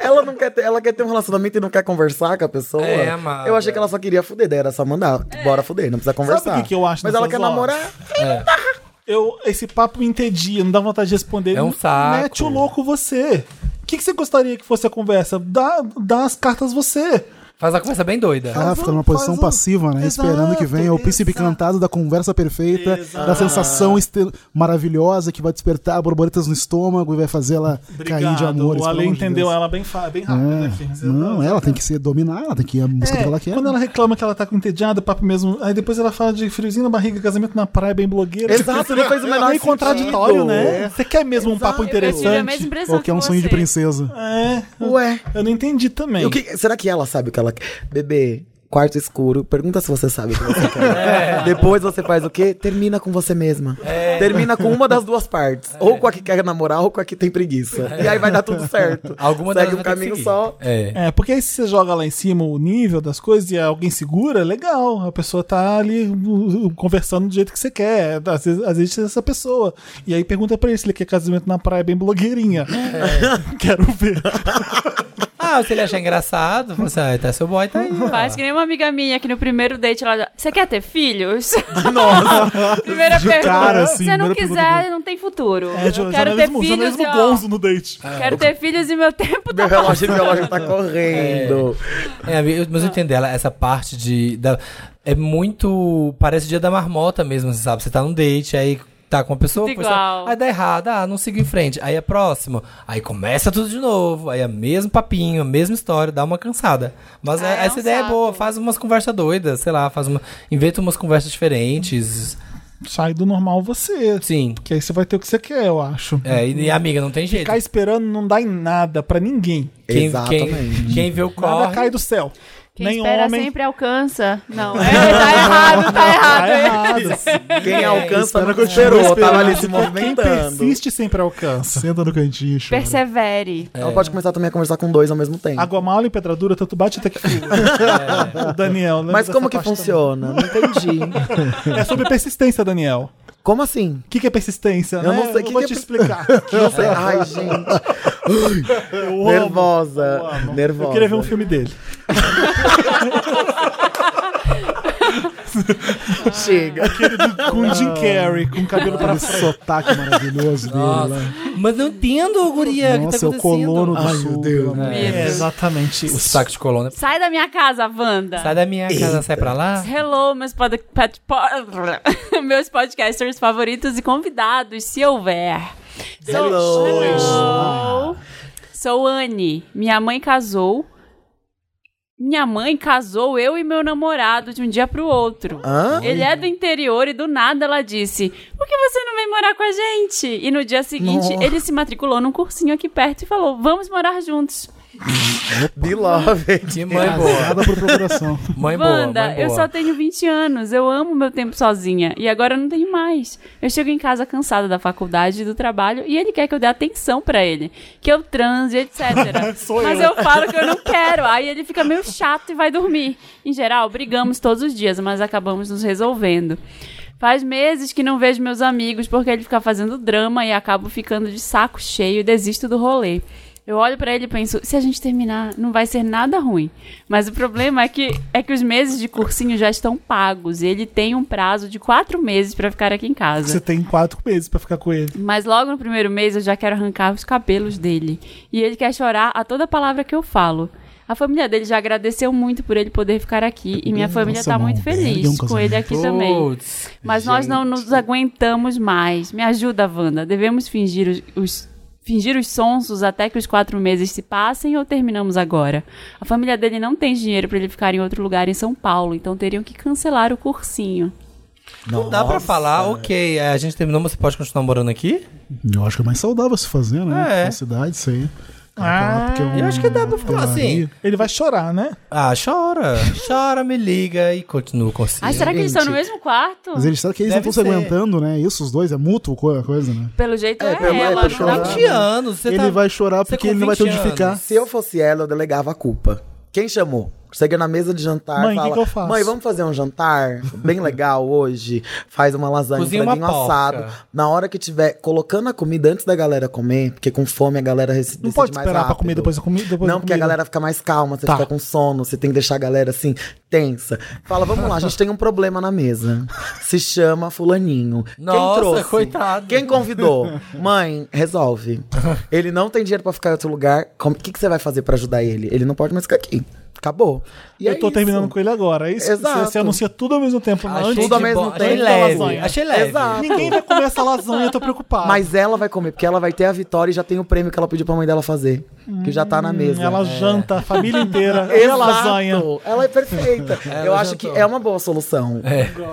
Speaker 3: Ela não quer ter, ela quer ter um relacionamento e não quer conversar com a pessoa.
Speaker 4: É, amada.
Speaker 3: Eu achei que ela só queria fuder, daí era só mandar. Bora fuder, não precisa conversar.
Speaker 1: o que que eu acho
Speaker 3: Mas ela
Speaker 1: nessas
Speaker 3: quer
Speaker 1: horas?
Speaker 3: namorar.
Speaker 1: Eu, esse papo me entedia, não dá vontade de responder.
Speaker 4: É um saco.
Speaker 1: Mete o louco você. O que, que você gostaria que fosse a conversa? Dá, dá as cartas você.
Speaker 4: Faz a conversa bem doida.
Speaker 5: Ah, fica numa
Speaker 1: Faz
Speaker 5: posição
Speaker 1: um-
Speaker 5: passiva, né?
Speaker 1: Exato,
Speaker 5: Esperando que venha o príncipe
Speaker 1: exato.
Speaker 5: cantado da conversa perfeita, da sensação estel- maravilhosa que vai despertar borboletas no estômago e vai fazer ela cair de amor.
Speaker 1: o
Speaker 5: pelo
Speaker 1: Ale
Speaker 5: amor de
Speaker 1: entendeu
Speaker 5: Deus.
Speaker 1: ela bem, fa- bem rápido aqui.
Speaker 5: É. Não, ela tem que se dominar, ela tem que ir a
Speaker 1: É.
Speaker 5: música do que é ela né? quer.
Speaker 1: Quando ela reclama que ela tá com entediado, papo mesmo. Aí depois ela fala de friozinho na barriga, casamento na praia, bem blogueira.
Speaker 3: Exato, não fez o menor
Speaker 5: é
Speaker 1: Meio
Speaker 3: sentido.
Speaker 1: contraditório, né? Você quer mesmo um papo
Speaker 2: eu tive a
Speaker 1: interessante?
Speaker 2: mesma impressão
Speaker 5: Ou que é um sonho de
Speaker 2: você.
Speaker 5: princesa.
Speaker 1: É,
Speaker 3: Ué.
Speaker 1: eu não entendi também.
Speaker 3: E o que- será que ela sabe o que ela quer? Bebê, quarto escuro, pergunta se você sabe o que você quer.
Speaker 4: É.
Speaker 3: Depois você faz o quê? Termina com você mesma. Termina com uma das duas
Speaker 4: É.
Speaker 3: partes. Ou com a que quer namorar, ou com a que tem preguiça. E aí vai dar tudo certo.
Speaker 4: Alguma
Speaker 3: Segue
Speaker 4: delas
Speaker 3: um
Speaker 4: vai ter que
Speaker 3: caminho
Speaker 4: seguir.
Speaker 3: só.
Speaker 4: É.
Speaker 1: É, porque aí se você joga lá em cima o nível das coisas e é alguém segura, legal. A pessoa tá ali uh, uh, conversando do jeito que você quer. Às vezes, às vezes tem essa pessoa. E aí pergunta pra ele se ele quer casamento na praia bem blogueirinha.
Speaker 5: É.
Speaker 1: Quero ver.
Speaker 4: Ah, se ele achar engraçado, você ah, tá seu boy, tá aí. ó.
Speaker 2: Faz que nem uma amiga minha que no primeiro date ela. Você quer ter filhos? Nossa! primeira
Speaker 5: De
Speaker 2: pergunta.
Speaker 5: cara, assim,
Speaker 2: Se você não
Speaker 5: primeira
Speaker 2: quiser, não tem futuro.
Speaker 1: É,
Speaker 2: eu
Speaker 1: jo-
Speaker 2: quero ter
Speaker 1: jornalismo,
Speaker 2: filhos.
Speaker 1: jornalismo
Speaker 2: e, ó,
Speaker 1: gonzo no date.
Speaker 2: Quero ter filhos e meu tempo
Speaker 3: Meu
Speaker 2: tá.
Speaker 3: relógio, meu relógio tá correndo.
Speaker 4: É, eu- mas eu entendo ela, essa parte de. da- é muito. Parece o dia da marmota mesmo, você sabe? Você tá num date, aí tá com uma pessoa.
Speaker 2: Tudo
Speaker 4: conversa-
Speaker 2: igual.
Speaker 4: Aí dá errado, ah, não sigo em frente. Aí é próximo. Aí começa tudo de novo. Aí é mesmo papinho, a mesma história, dá uma cansada. Mas
Speaker 2: Ah, é
Speaker 4: é-
Speaker 2: um
Speaker 4: essa ideia
Speaker 2: saco.
Speaker 4: é boa, faz umas conversas doidas, sei lá, faz uma. Inventa umas conversas diferentes.
Speaker 1: Sai do normal você.
Speaker 4: Sim.
Speaker 1: Que aí você vai ter o que você quer, eu acho.
Speaker 4: É, e, e, amiga, não tem jeito.
Speaker 1: Ficar esperando não dá em nada pra ninguém.
Speaker 4: Quem, quem,
Speaker 3: Exatamente.
Speaker 4: quem vê o
Speaker 1: Nada
Speaker 4: corre.
Speaker 1: cai do céu.
Speaker 2: Quem
Speaker 1: Nem
Speaker 2: espera
Speaker 1: homem.
Speaker 2: sempre alcança. Não, é, tá errado, tá errado.
Speaker 1: Tá errado.
Speaker 3: Quem alcança
Speaker 5: espero
Speaker 3: não
Speaker 5: que eu continue
Speaker 3: esperou, tava ali
Speaker 1: Porque
Speaker 3: se
Speaker 1: Quem
Speaker 3: movimentando.
Speaker 1: persiste sempre alcança.
Speaker 5: Senta no cantinho, e chora.
Speaker 2: Persevere.
Speaker 3: Ela pode começar também a conversar com dois ao mesmo tempo.
Speaker 1: Água mala e pedra dura, tanto bate até que frio. O Daniel, né? lembra
Speaker 3: É. Mas como
Speaker 1: dessa
Speaker 3: que
Speaker 1: parte
Speaker 3: funciona? Não entendi.
Speaker 1: também? É sobre persistência, Daniel.
Speaker 3: Como assim?
Speaker 1: O que, que é persistência?
Speaker 3: Eu
Speaker 1: né?
Speaker 3: não sei,
Speaker 1: Eu
Speaker 3: que
Speaker 1: vou
Speaker 3: que
Speaker 1: te
Speaker 3: é-
Speaker 1: explicar.
Speaker 3: Não sei. Ai, gente.
Speaker 1: Eu amo,
Speaker 3: Nervosa.
Speaker 1: eu um amo.
Speaker 3: né? Nervosa.
Speaker 1: Eu queria ver um filme dele.
Speaker 3: Chega.
Speaker 1: com o Jim Carrey, com o cabelo pra
Speaker 5: Aquele
Speaker 1: frente.
Speaker 5: sotaque maravilhoso dele né?
Speaker 4: Nossa.
Speaker 5: lá.
Speaker 4: Mas não entendo, guria, o que
Speaker 5: Nossa,
Speaker 4: tá
Speaker 5: é o colono
Speaker 4: acontecendo.
Speaker 5: do
Speaker 4: Ai,
Speaker 5: sul. né?
Speaker 3: Deus.
Speaker 5: pelo amor de
Speaker 1: É exatamente
Speaker 4: O
Speaker 1: isso.
Speaker 4: saco de é colônia.
Speaker 2: Sai da minha casa, Wanda.
Speaker 4: Sai da minha casa, sai pra lá.
Speaker 2: Hello, meus, pod... pet- po- meus podcasters favoritos e convidados, se houver. Sou-
Speaker 3: Hello.
Speaker 2: Hello. Sou Anne. Minha mãe casou. Minha mãe casou eu e meu namorado de um dia pro outro.
Speaker 3: Hã?
Speaker 2: Ele é do interior e do nada ela disse: Por que você não vem morar com a gente? E no dia seguinte ele se matriculou num cursinho aqui perto e falou: Vamos morar juntos.
Speaker 3: Be loved.
Speaker 4: Que mãe boa.
Speaker 5: Nada por procuração.
Speaker 4: Mãe boa.
Speaker 2: Wanda,
Speaker 4: mãe
Speaker 2: eu
Speaker 4: boa.
Speaker 2: só tenho 20 anos, eu amo meu tempo sozinha. E agora eu não tenho mais. Eu chego em casa cansada da faculdade e do trabalho e ele quer que eu dê atenção pra ele. Que eu transe, etc. Mas eu. falo que eu não quero. Aí ele fica meio chato e vai dormir. Em geral, brigamos todos os dias, mas acabamos nos resolvendo. Faz meses que não vejo meus amigos porque ele fica fazendo drama e acabo ficando de saco cheio e desisto do rolê. Eu olho pra ele e penso, se a gente terminar, não vai ser nada ruim. Mas o problema é que, é que os meses de cursinho já estão pagos e ele tem um prazo de quatro meses pra ficar aqui em casa.
Speaker 1: Você tem quatro meses pra ficar com ele.
Speaker 2: Mas logo no primeiro mês eu já quero arrancar os cabelos dele. E ele quer chorar a toda palavra que eu falo. A família dele já agradeceu muito por ele poder ficar aqui. E minha
Speaker 5: Nossa,
Speaker 2: família tá
Speaker 5: mão,
Speaker 2: muito
Speaker 5: perde um
Speaker 2: feliz com ele aqui também.
Speaker 4: Putz.
Speaker 2: Mas nós não nos aguentamos mais. Me ajuda, Wanda. Devemos fingir os. os- Fingir os sonsos até que os quatro meses se passem ou terminamos agora? A família dele não tem dinheiro pra ele ficar em outro lugar em São Paulo, então teriam que cancelar o cursinho.
Speaker 4: Não dá pra falar, ok, é, a gente terminou, mas você pode continuar morando aqui?
Speaker 5: Eu acho que é mais saudável se fazer, né?
Speaker 4: É.
Speaker 5: Na cidade, isso aí. Ah, porque
Speaker 4: Eu acho que dá pra falar assim.
Speaker 1: Ele vai chorar, né?
Speaker 4: Ah, chora. Chora, me liga e continua com você.
Speaker 2: Ai, será que eles estão no
Speaker 5: gente.
Speaker 2: mesmo quarto?
Speaker 5: Mas eles sabem que eles
Speaker 4: Deve
Speaker 5: não estão se
Speaker 4: ser.
Speaker 5: aguentando, né? Isso, os dois, é mútuo co- a coisa, né?
Speaker 2: Pelo jeito é,
Speaker 3: É, pelo- é,
Speaker 2: ela,
Speaker 3: pra
Speaker 2: não dá
Speaker 3: chorar.
Speaker 2: pra
Speaker 4: 20 anos, você
Speaker 5: ele
Speaker 4: tá...
Speaker 5: vai chorar
Speaker 4: você
Speaker 5: porque
Speaker 4: com
Speaker 5: ele não vai ter
Speaker 4: 20
Speaker 5: onde ficar.
Speaker 4: anos.
Speaker 3: Se eu fosse ela, eu delegava a culpa. Quem chamou? Chega na mesa de jantar,
Speaker 1: Mãe, que
Speaker 3: fala,
Speaker 1: que eu faço?
Speaker 3: mãe, vamos fazer um jantar bem legal hoje. Faz uma lasanha,
Speaker 4: Cozinha
Speaker 3: um franguinho
Speaker 4: uma porca.
Speaker 3: assado. Na hora que tiver colocando a comida antes da galera comer, porque com fome a galera rece-
Speaker 1: Não
Speaker 3: decide
Speaker 1: pode
Speaker 3: mais
Speaker 1: esperar pra
Speaker 3: rápido.
Speaker 1: comer depois da comi- depois
Speaker 3: Não,
Speaker 1: da
Speaker 3: porque a
Speaker 1: comida.
Speaker 3: galera fica mais calma, você
Speaker 1: Tá.
Speaker 3: fica com sono, você tem que deixar a galera assim tensa. Fala, vamos lá, a gente tem um problema na mesa. Se chama fulaninho.
Speaker 4: Nossa,
Speaker 3: Quem trouxe?
Speaker 4: coitado.
Speaker 3: Quem convidou? Mãe, resolve. Ele não tem dinheiro pra ficar em outro lugar. Como- O que, que você vai fazer pra ajudar ele? Ele não pode mais ficar aqui. Acabou. E
Speaker 1: eu
Speaker 3: é
Speaker 1: tô
Speaker 3: isso.
Speaker 1: terminando com ele agora. É isso.
Speaker 3: Exato.
Speaker 1: Você, você anuncia tudo ao mesmo tempo. né?
Speaker 4: Achei
Speaker 1: Antes,
Speaker 4: de
Speaker 3: tudo ao mesmo
Speaker 4: bo-
Speaker 3: tempo.
Speaker 4: Achei
Speaker 3: Antes da
Speaker 4: leve,
Speaker 1: lasanha.
Speaker 4: achei leve.
Speaker 3: Exato.
Speaker 1: Ninguém vai comer essa lasanha, eu tô preocupado.
Speaker 3: Mas ela vai comer, porque ela vai ter a vitória e já tem o prêmio que ela pediu pra mãe dela fazer. Que já tá na mesa.
Speaker 1: Hum, ela janta a família inteira.
Speaker 3: Exato.
Speaker 1: e a é lasanha.
Speaker 3: Ela é perfeita. Eu acho que é uma boa solução.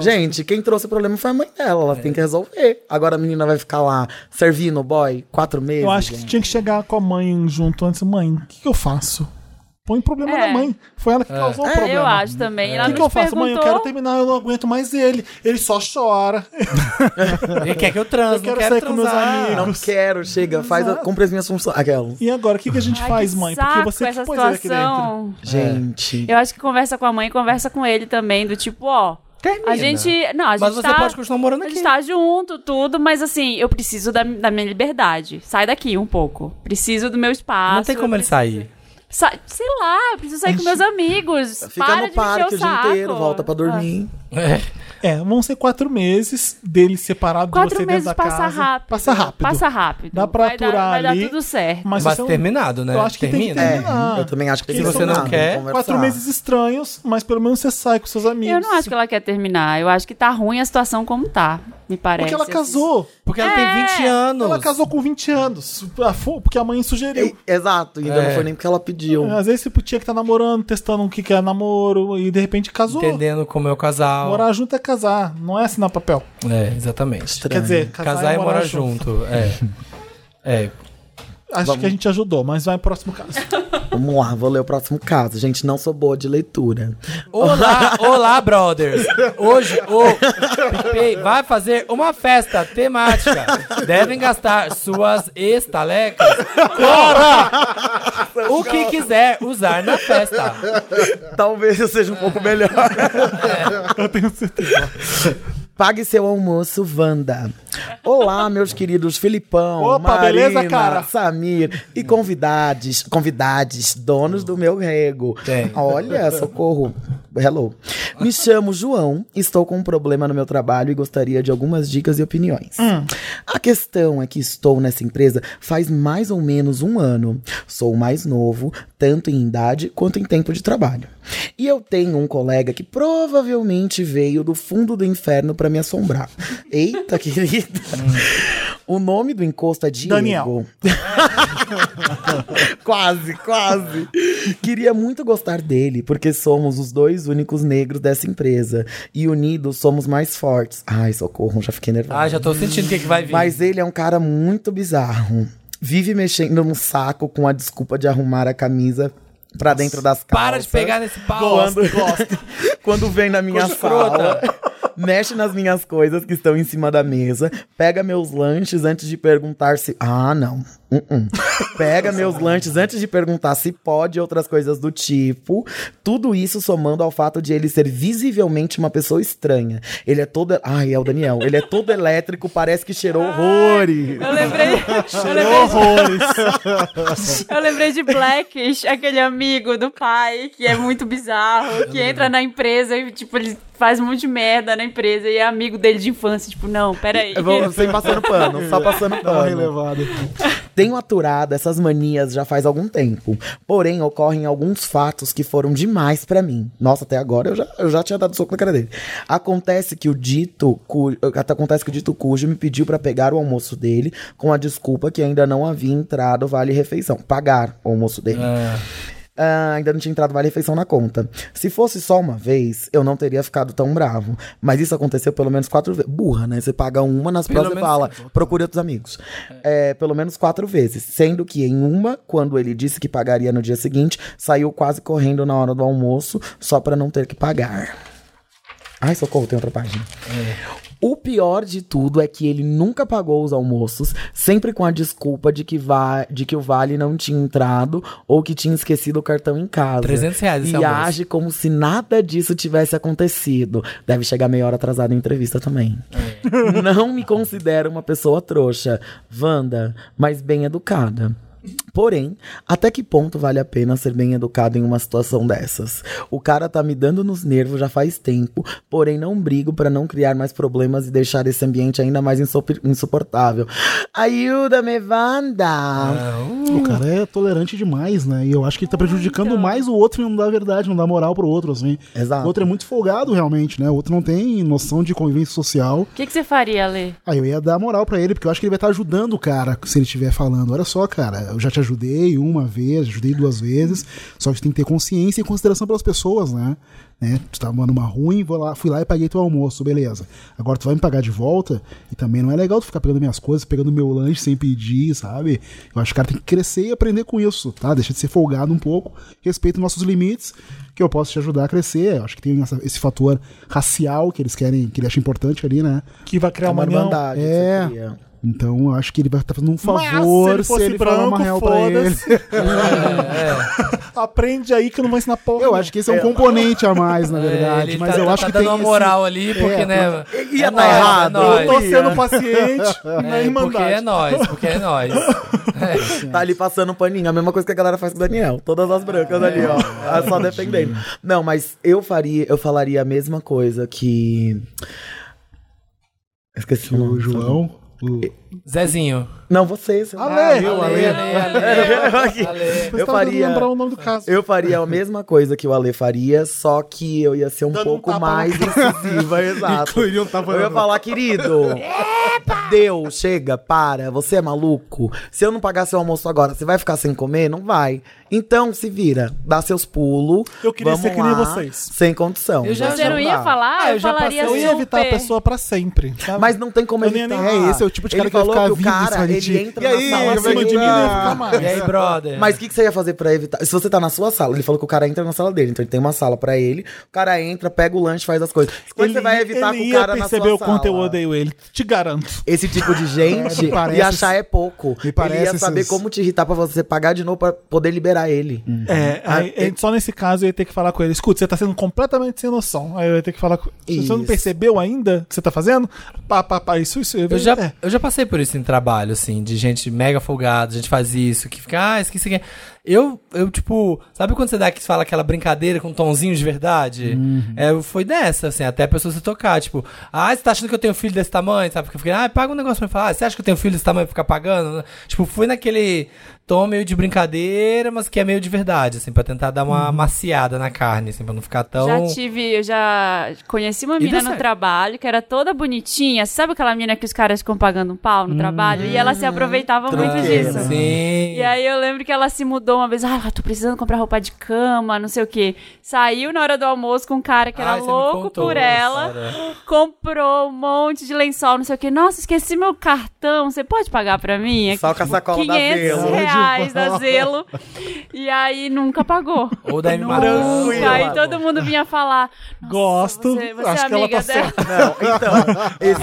Speaker 3: Gente, quem trouxe o problema foi a mãe dela. Ela tem que resolver. Agora a menina vai ficar lá servindo o boy quatro meses.
Speaker 1: Eu acho que
Speaker 3: gente.
Speaker 1: tinha que chegar com a mãe junto antes. Mãe, o que, que eu faço? Põe o problema
Speaker 2: É.
Speaker 1: na mãe. Foi ela que causou o
Speaker 2: um Eu
Speaker 1: problema.
Speaker 2: acho também.
Speaker 1: É. O
Speaker 2: Ela
Speaker 1: que,
Speaker 2: nos
Speaker 1: que eu faço, mãe? Eu
Speaker 2: perguntou.
Speaker 1: quero terminar, eu não aguento mais ele. Ele só chora.
Speaker 4: Ele quer que eu transe,
Speaker 1: Eu quero
Speaker 4: não quero
Speaker 1: sair com meus
Speaker 4: transar.
Speaker 1: amigos.
Speaker 3: Não quero, chega, faz, a- cumpre as minhas funções. Aquela.
Speaker 1: E agora, o que, que a gente
Speaker 2: Ai,
Speaker 1: faz,
Speaker 2: que
Speaker 1: mãe? Porque
Speaker 2: saco
Speaker 1: você que
Speaker 2: essa
Speaker 1: pôs ele aqui dentro.
Speaker 2: situação.
Speaker 3: Gente.
Speaker 2: Eu acho que conversa com a mãe e conversa com ele também, do tipo, ó.
Speaker 4: Termina.
Speaker 2: A gente. Não, a gente
Speaker 4: Mas você
Speaker 2: tá,
Speaker 4: pode continuar morando
Speaker 2: a
Speaker 4: aqui.
Speaker 2: gente tá junto, tudo, mas assim, eu preciso da, da minha liberdade. Sai daqui um pouco. Preciso do meu espaço.
Speaker 4: Não tem como
Speaker 2: eu
Speaker 4: ele sair.
Speaker 2: preciso- Sa- sei lá, eu preciso sair com meus amigos.
Speaker 3: Fica
Speaker 2: para
Speaker 3: no
Speaker 2: de mexer
Speaker 3: parque
Speaker 2: o,
Speaker 3: o, dia
Speaker 2: saco.
Speaker 3: inteiro, volta pra dormir.
Speaker 1: Ah. É, vão ser quatro meses dele separado de
Speaker 2: Quatro
Speaker 1: você
Speaker 2: meses
Speaker 1: dentro da
Speaker 2: passa
Speaker 1: casa.
Speaker 2: rápido.
Speaker 1: Passa rápido.
Speaker 2: Passa rápido.
Speaker 1: Dá pra
Speaker 2: vai dar-
Speaker 1: aturar
Speaker 2: vai
Speaker 1: ali.
Speaker 2: dar tudo certo.
Speaker 1: Mas,
Speaker 4: Mas
Speaker 1: isso é um-
Speaker 4: terminado, né?
Speaker 1: Eu acho que tem que
Speaker 4: Termina.
Speaker 3: É,
Speaker 1: terminar.
Speaker 3: eu também acho que
Speaker 1: Se
Speaker 3: tem que
Speaker 1: você não
Speaker 3: terminar,
Speaker 4: quer,
Speaker 3: conversar.
Speaker 1: Quatro meses estranhos, mas pelo menos você sai com seus amigos.
Speaker 2: Eu não acho que ela quer terminar. Eu acho que tá ruim a situação como tá, me parece.
Speaker 1: Porque ela casou.
Speaker 4: Porque ela tem 20 anos.
Speaker 1: Ela casou com 20 anos. Ah, fo- Porque a mãe sugeriu.
Speaker 3: E- Exato, e ainda
Speaker 4: É.
Speaker 3: não foi nem porque ela pediu.
Speaker 5: Tipo,
Speaker 1: Às vezes você tinha que estar namorando, testando o que que é namoro, e de repente casou.
Speaker 4: Entendendo como é o casal.
Speaker 1: Morar junto é casar, não é assinar papel.
Speaker 4: É, exatamente.
Speaker 1: Quer dizer, casar,
Speaker 4: Casar, e morar junto. É. É.
Speaker 1: Acho que a gente ajudou, mas vai pro próximo caso.
Speaker 3: Vamos lá, vou ler o próximo caso. Gente, não sou boa de leitura.
Speaker 4: Olá, olá, brothers! Hoje o PicPay vai fazer uma festa temática. Devem gastar suas estalecas com o que quiser usar na festa.
Speaker 3: Talvez eu seja um pouco melhor.
Speaker 1: Eu tenho certeza.
Speaker 3: Pague seu almoço, Wanda. Olá, meus queridos Filipão,
Speaker 1: Opa,
Speaker 3: Marina,
Speaker 1: beleza, cara?
Speaker 3: Samir e convidades, convidades, donos do meu rego.
Speaker 4: Tem.
Speaker 3: Olha, socorro. hello. Me chamo João, estou com um problema no meu trabalho e gostaria de algumas dicas e opiniões. A questão é que estou nessa empresa faz mais ou menos um ano. Sou o mais novo, tanto em idade quanto em tempo de trabalho. E eu tenho um colega que provavelmente veio do fundo do inferno para me assombrar. Eita, querida. O nome do encosto é Diego.
Speaker 1: Daniel.
Speaker 3: quase, quase. Queria muito gostar dele, porque somos os dois únicos negros dessa empresa. E unidos somos mais fortes. Ai, socorro, já fiquei nervosa.
Speaker 4: Ah, já tô sentindo o que, que vai vir.
Speaker 3: Mas ele é um cara muito bizarro. Vive mexendo no saco com a desculpa de arrumar a camisa pra dentro das calças.
Speaker 4: Para de pegar nesse pau.
Speaker 3: Quando, quando vem na minha
Speaker 4: Coisa
Speaker 3: sala, mexe nas minhas coisas que estão em cima da mesa, pega meus lanches antes de perguntar se. Ah, não. Uh -uh. Pega meus lanches antes de perguntar se pode, outras coisas do tipo. Tudo isso somando ao fato de ele ser visivelmente uma pessoa estranha. Ele é todo. Ai, é o Daniel. Ele é todo elétrico, parece que cheirou horrores.
Speaker 2: Eu lembrei, eu lembrei,
Speaker 1: Horrores.
Speaker 2: eu lembrei de Blackish, aquele amigo do pai que é muito bizarro, que entra na empresa e, tipo, ele faz um monte de merda na empresa e é amigo dele de infância. Tipo, não, peraí.
Speaker 3: Eu vou- Sem passando pano, só passando
Speaker 5: Tá
Speaker 3: pano.
Speaker 5: relevado.
Speaker 3: Tenho aturado essas manias já faz algum tempo. Porém, ocorrem alguns fatos que foram demais pra mim. Nossa, até agora eu já, eu já tinha dado soco na cara dele. Acontece que o dito cu- até acontece que o dito cujo me pediu pra pegar o almoço dele com a desculpa que ainda não havia entrado o vale refeição, pagar o almoço dele. Ah, ainda não tinha entrado vale refeição na conta. Se fosse só uma vez, eu não teria ficado tão bravo. Mas isso aconteceu pelo menos quatro vezes. Burra, né? Você paga uma, nas
Speaker 4: Pelo
Speaker 3: próximas você
Speaker 4: menos-
Speaker 3: fala, procure outros amigos. É, pelo menos quatro vezes. Sendo que em uma, quando ele disse que pagaria no dia seguinte, saiu quase correndo na hora do almoço, só pra não ter que pagar. Ai, socorro, tem outra página. É. O pior de tudo é que ele nunca pagou os almoços, sempre com a desculpa de que, va de que o vale não tinha entrado ou que tinha esquecido o cartão em casa.
Speaker 4: 300 reais esse
Speaker 3: E
Speaker 4: almoço.
Speaker 3: age como se nada disso tivesse acontecido. Deve chegar meia hora atrasada em entrevista também. Não me considero uma pessoa trouxa, Wanda, mas bem educada. Porém, até que ponto vale a pena ser bem educado em uma situação dessas? O cara tá me dando nos nervos já faz tempo, porém não brigo pra não criar mais problemas e deixar esse ambiente ainda mais insop- insuportável. Ajuda-me, Wanda!
Speaker 5: O cara é tolerante demais, né? E eu acho que
Speaker 4: Ah,
Speaker 5: ele tá prejudicando
Speaker 4: então.
Speaker 5: mais o outro e não dá verdade, não dá moral pro outro, assim.
Speaker 3: Exato.
Speaker 5: O outro é muito folgado, realmente, né? O outro não tem noção de convivência social.
Speaker 2: O que, que você faria, Ale?
Speaker 5: Aí eu ia dar moral pra ele, porque eu acho que ele vai estar ajudando o cara se ele estiver falando. Olha só, cara, eu já te ajudei uma vez, ajudei duas vezes, só que você tem que ter consciência e consideração pelas pessoas, né? né? Tu tá mandando uma ruim, vou lá, fui lá e paguei teu almoço, beleza. Agora tu vai me pagar de volta e também não é legal tu ficar pegando minhas coisas, pegando meu lanche sem pedir, sabe? Eu acho que o cara tem que crescer e aprender com isso, tá? Deixa de ser folgado um pouco, respeita os nossos limites, que eu posso te ajudar a crescer. Eu acho que tem essa- esse fator racial que eles querem, que ele acha importante ali, né?
Speaker 1: Que vai criar
Speaker 3: Uma
Speaker 1: uma união.
Speaker 3: irmandade. que
Speaker 5: É.
Speaker 3: você cria.
Speaker 5: Então eu acho que ele vai estar fazendo um
Speaker 1: Mas
Speaker 5: favor
Speaker 1: se ele fosse
Speaker 5: falar
Speaker 1: branco,
Speaker 5: uma real pra ele.
Speaker 1: foda-se. Aprende aí que eu não vou ensinar porra.
Speaker 5: Eu acho que esse é um componente a mais,
Speaker 1: É,
Speaker 5: na É, verdade.
Speaker 4: ele
Speaker 5: mas
Speaker 4: tá,
Speaker 5: eu
Speaker 4: tá
Speaker 5: acho que
Speaker 4: dando
Speaker 5: tem
Speaker 4: uma
Speaker 5: esse-
Speaker 4: moral ali, porque,
Speaker 5: É,
Speaker 4: né?
Speaker 3: ia tá
Speaker 4: nóis,
Speaker 3: errado.
Speaker 5: um
Speaker 1: eu
Speaker 4: É
Speaker 1: tô
Speaker 4: nóis.
Speaker 1: sendo paciente na
Speaker 4: É, porque
Speaker 1: Irmandade.
Speaker 4: é nóis, porque é nóis.
Speaker 3: Tá ali passando paninho, a mesma coisa que a galera faz com o Daniel. Todas as brancas ali, ó. Ah, Só defendendo. Não, mas eu faria, eu falaria a mesma coisa que. Esqueci o
Speaker 5: O
Speaker 3: nome.
Speaker 5: João. o-
Speaker 4: Zezinho.
Speaker 3: Não, você, Ah, seu
Speaker 4: Ale,
Speaker 5: Ale, Ale.
Speaker 4: Ale, Ale, Ale.
Speaker 1: Eu tava tá tentando
Speaker 3: Eu faria-
Speaker 1: lembrar um o nome do caso.
Speaker 3: Eu faria a mesma coisa que o Ale faria, só que eu ia ser um
Speaker 1: Dando um
Speaker 3: pouco
Speaker 1: tapa no
Speaker 3: mais incisiva, exato.
Speaker 5: Incluiria um tapa
Speaker 3: eu ia
Speaker 5: na-
Speaker 3: falar, querido, deu, chega, para, você é maluco? Se eu não pagar seu almoço agora, você vai ficar sem comer? Não vai. Então, se vira, dá seus pulos.
Speaker 1: Eu queria
Speaker 3: vamos
Speaker 1: ser que nem
Speaker 3: lá,
Speaker 1: vocês.
Speaker 3: Sem condição.
Speaker 4: Eu já-
Speaker 3: Mas
Speaker 2: Você não
Speaker 3: dá.
Speaker 2: ia falar?
Speaker 4: Ah, eu
Speaker 2: eu,
Speaker 4: já
Speaker 2: falaria
Speaker 1: Eu
Speaker 4: passei-
Speaker 1: ia evitar a
Speaker 2: super.
Speaker 1: pessoa pra sempre. sabe?
Speaker 3: Mas não tem como
Speaker 1: Eu nem ia
Speaker 3: evitar.
Speaker 5: nem- É, esse é o tipo de cara
Speaker 3: Ele
Speaker 5: que vai
Speaker 3: falou
Speaker 5: ficar
Speaker 3: que o
Speaker 5: vivo em
Speaker 3: cara,
Speaker 5: cima de ti.
Speaker 3: ele entra
Speaker 5: E
Speaker 3: na
Speaker 5: aí,
Speaker 3: sala
Speaker 5: vai
Speaker 1: Em cima de mim,
Speaker 3: segura-
Speaker 1: não ia ficar mais.
Speaker 4: E aí, brother?
Speaker 3: Mas o que, que você ia fazer pra evitar? Se você tá na sua sala, ele falou que o cara entra na sala dele, então ele tem uma sala pra ele, o cara entra, pega o lanche, faz as coisas. Como é que você vai evitar
Speaker 1: ele
Speaker 3: com o cara
Speaker 1: ia
Speaker 3: na sua
Speaker 1: perceber o
Speaker 3: sala?
Speaker 1: quanto eu odeio ele. Te garanto.
Speaker 3: Esse tipo de gente
Speaker 5: É, me parece-
Speaker 3: e achar é pouco.
Speaker 5: me parece
Speaker 3: ele ia saber
Speaker 5: esses- Hum.
Speaker 3: como te irritar pra você pagar de novo pra poder liberar ele.
Speaker 1: É,
Speaker 3: Ah,
Speaker 1: aí,
Speaker 3: é-
Speaker 1: só nesse caso eu ia ter que falar com ele. Escuta, você tá sendo completamente sem noção. Aí eu ia ter que falar com Se você não
Speaker 3: Isso.
Speaker 1: percebeu ainda o que você tá fazendo? Pá, pá, pá, isso, isso.
Speaker 4: Eu já,
Speaker 1: É.
Speaker 4: eu já passei por isso em trabalho, assim, de gente mega folgada, gente faz isso, que fica, ah, esqueci quem. é." Eu, eu, tipo, sabe quando você dá que fala aquela brincadeira com um tonzinho de verdade? É, foi dessa, assim, até a pessoa se tocar, tipo, ah, você tá achando que eu tenho filho desse tamanho, sabe? Porque eu fiquei, ah, paga um negócio pra mim falar, ah, você acha que eu tenho filho desse tamanho pra ficar pagando? Tipo, foi naquele tom meio de brincadeira, mas que é meio de verdade, assim, pra tentar dar uma maciada na carne, assim, pra não ficar tão.
Speaker 2: Já tive, eu já conheci uma
Speaker 4: deu
Speaker 2: mina no
Speaker 4: certo.
Speaker 2: trabalho que era toda bonitinha. Sabe aquela mina que os caras ficam pagando um pau no trabalho? E ela se aproveitava muito disso.
Speaker 4: Hum. Sim.
Speaker 2: E aí eu lembro que ela se mudou uma vez. Ah, tô precisando comprar roupa de cama, não sei o quê. Saiu na hora do almoço com um cara que era
Speaker 4: Ai, você me
Speaker 2: louco
Speaker 4: contou,
Speaker 2: por ela.
Speaker 4: Sara.
Speaker 2: Comprou um monte de lençol, não sei o quê. Nossa, esqueci meu cartão. Você pode pagar pra mim? É
Speaker 3: Só com a sacola da
Speaker 2: 500
Speaker 3: Velo.
Speaker 2: reais da Zelo. E aí nunca pagou.
Speaker 4: Ou da M.
Speaker 3: Branco,
Speaker 2: Nunca. Aí todo mundo vinha falar. "Nossa,
Speaker 1: Gosto.
Speaker 2: Você, você
Speaker 1: Acho
Speaker 2: é
Speaker 1: que ela
Speaker 2: amiga
Speaker 1: tá
Speaker 2: dela.
Speaker 1: certa.
Speaker 3: Não, então,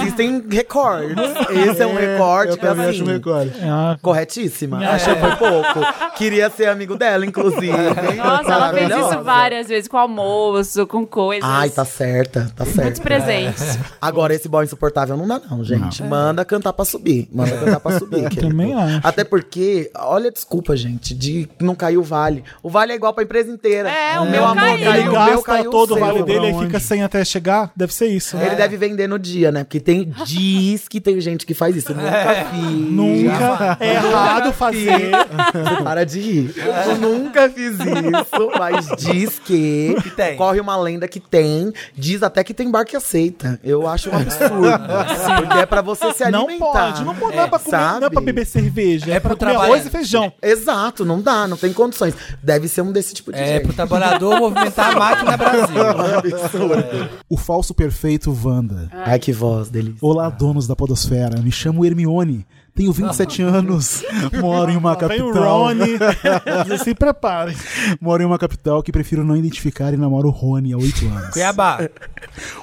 Speaker 3: existem recordes. Esse é um recorde,
Speaker 5: Eu também
Speaker 3: assim,
Speaker 5: acho um É. recorde.
Speaker 1: Tá É uma-
Speaker 3: corretíssima. Achei foi pouco. Queria ser amigo dela, inclusive.
Speaker 2: Nossa, ela fez isso
Speaker 3: Maravilhosa.
Speaker 2: várias vezes com almoço, com coisas.
Speaker 3: Ai, tá certa, tá
Speaker 2: Muitos
Speaker 3: certa.
Speaker 2: presentes.
Speaker 3: Agora, esse boy insuportável não dá, não, gente. Manda cantar pra subir. Manda cantar pra subir. querido.
Speaker 1: Também acho.
Speaker 3: Até porque, olha a desculpa, gente, de não cair o vale. O vale é igual pra empresa inteira.
Speaker 2: É, o meu caiu.
Speaker 1: Ele
Speaker 2: Caiu,
Speaker 3: o meu
Speaker 1: gasta
Speaker 3: caiu
Speaker 1: todo o
Speaker 3: seu.
Speaker 1: vale dele e
Speaker 5: Pra
Speaker 1: fica
Speaker 5: onde?
Speaker 1: sem até chegar. Deve ser isso, né?
Speaker 3: É. Ele deve vender no dia, né? Porque tem, diz que tem gente que faz isso. Eu Nunca
Speaker 2: É.
Speaker 3: fiz.
Speaker 1: Nunca é errado fazer.
Speaker 3: Você para de rir. Eu nunca fiz isso, mas diz que,
Speaker 4: Que tem.
Speaker 3: corre uma lenda que tem. Diz até que tem bar que aceita. Eu acho um absurdo. porque é pra você se
Speaker 1: Não
Speaker 3: alimentar.
Speaker 1: pode, não pode, não é pra comer, não é pra
Speaker 3: sabe?
Speaker 1: beber cerveja, é,
Speaker 4: É
Speaker 1: pra
Speaker 4: pro
Speaker 1: comer
Speaker 4: trabalho.
Speaker 1: arroz e feijão.
Speaker 3: Exato, não dá, não tem condições. Deve ser um desse tipo de
Speaker 4: É,
Speaker 3: gente.
Speaker 4: pro trabalhador movimentar a máquina Brasil.
Speaker 5: O falso perfeito Wanda.
Speaker 3: Ai, que voz dele.
Speaker 5: Olá, donos da podosfera. Me chamo Hermione. Tenho 27 anos. Moro em
Speaker 3: É
Speaker 5: uma
Speaker 1: Vem o
Speaker 5: capital.
Speaker 1: Rony, Vocês se preparem.
Speaker 5: Moro em uma capital que prefiro não identificar e namoro o Rony há 8 anos.
Speaker 4: Cuiabá.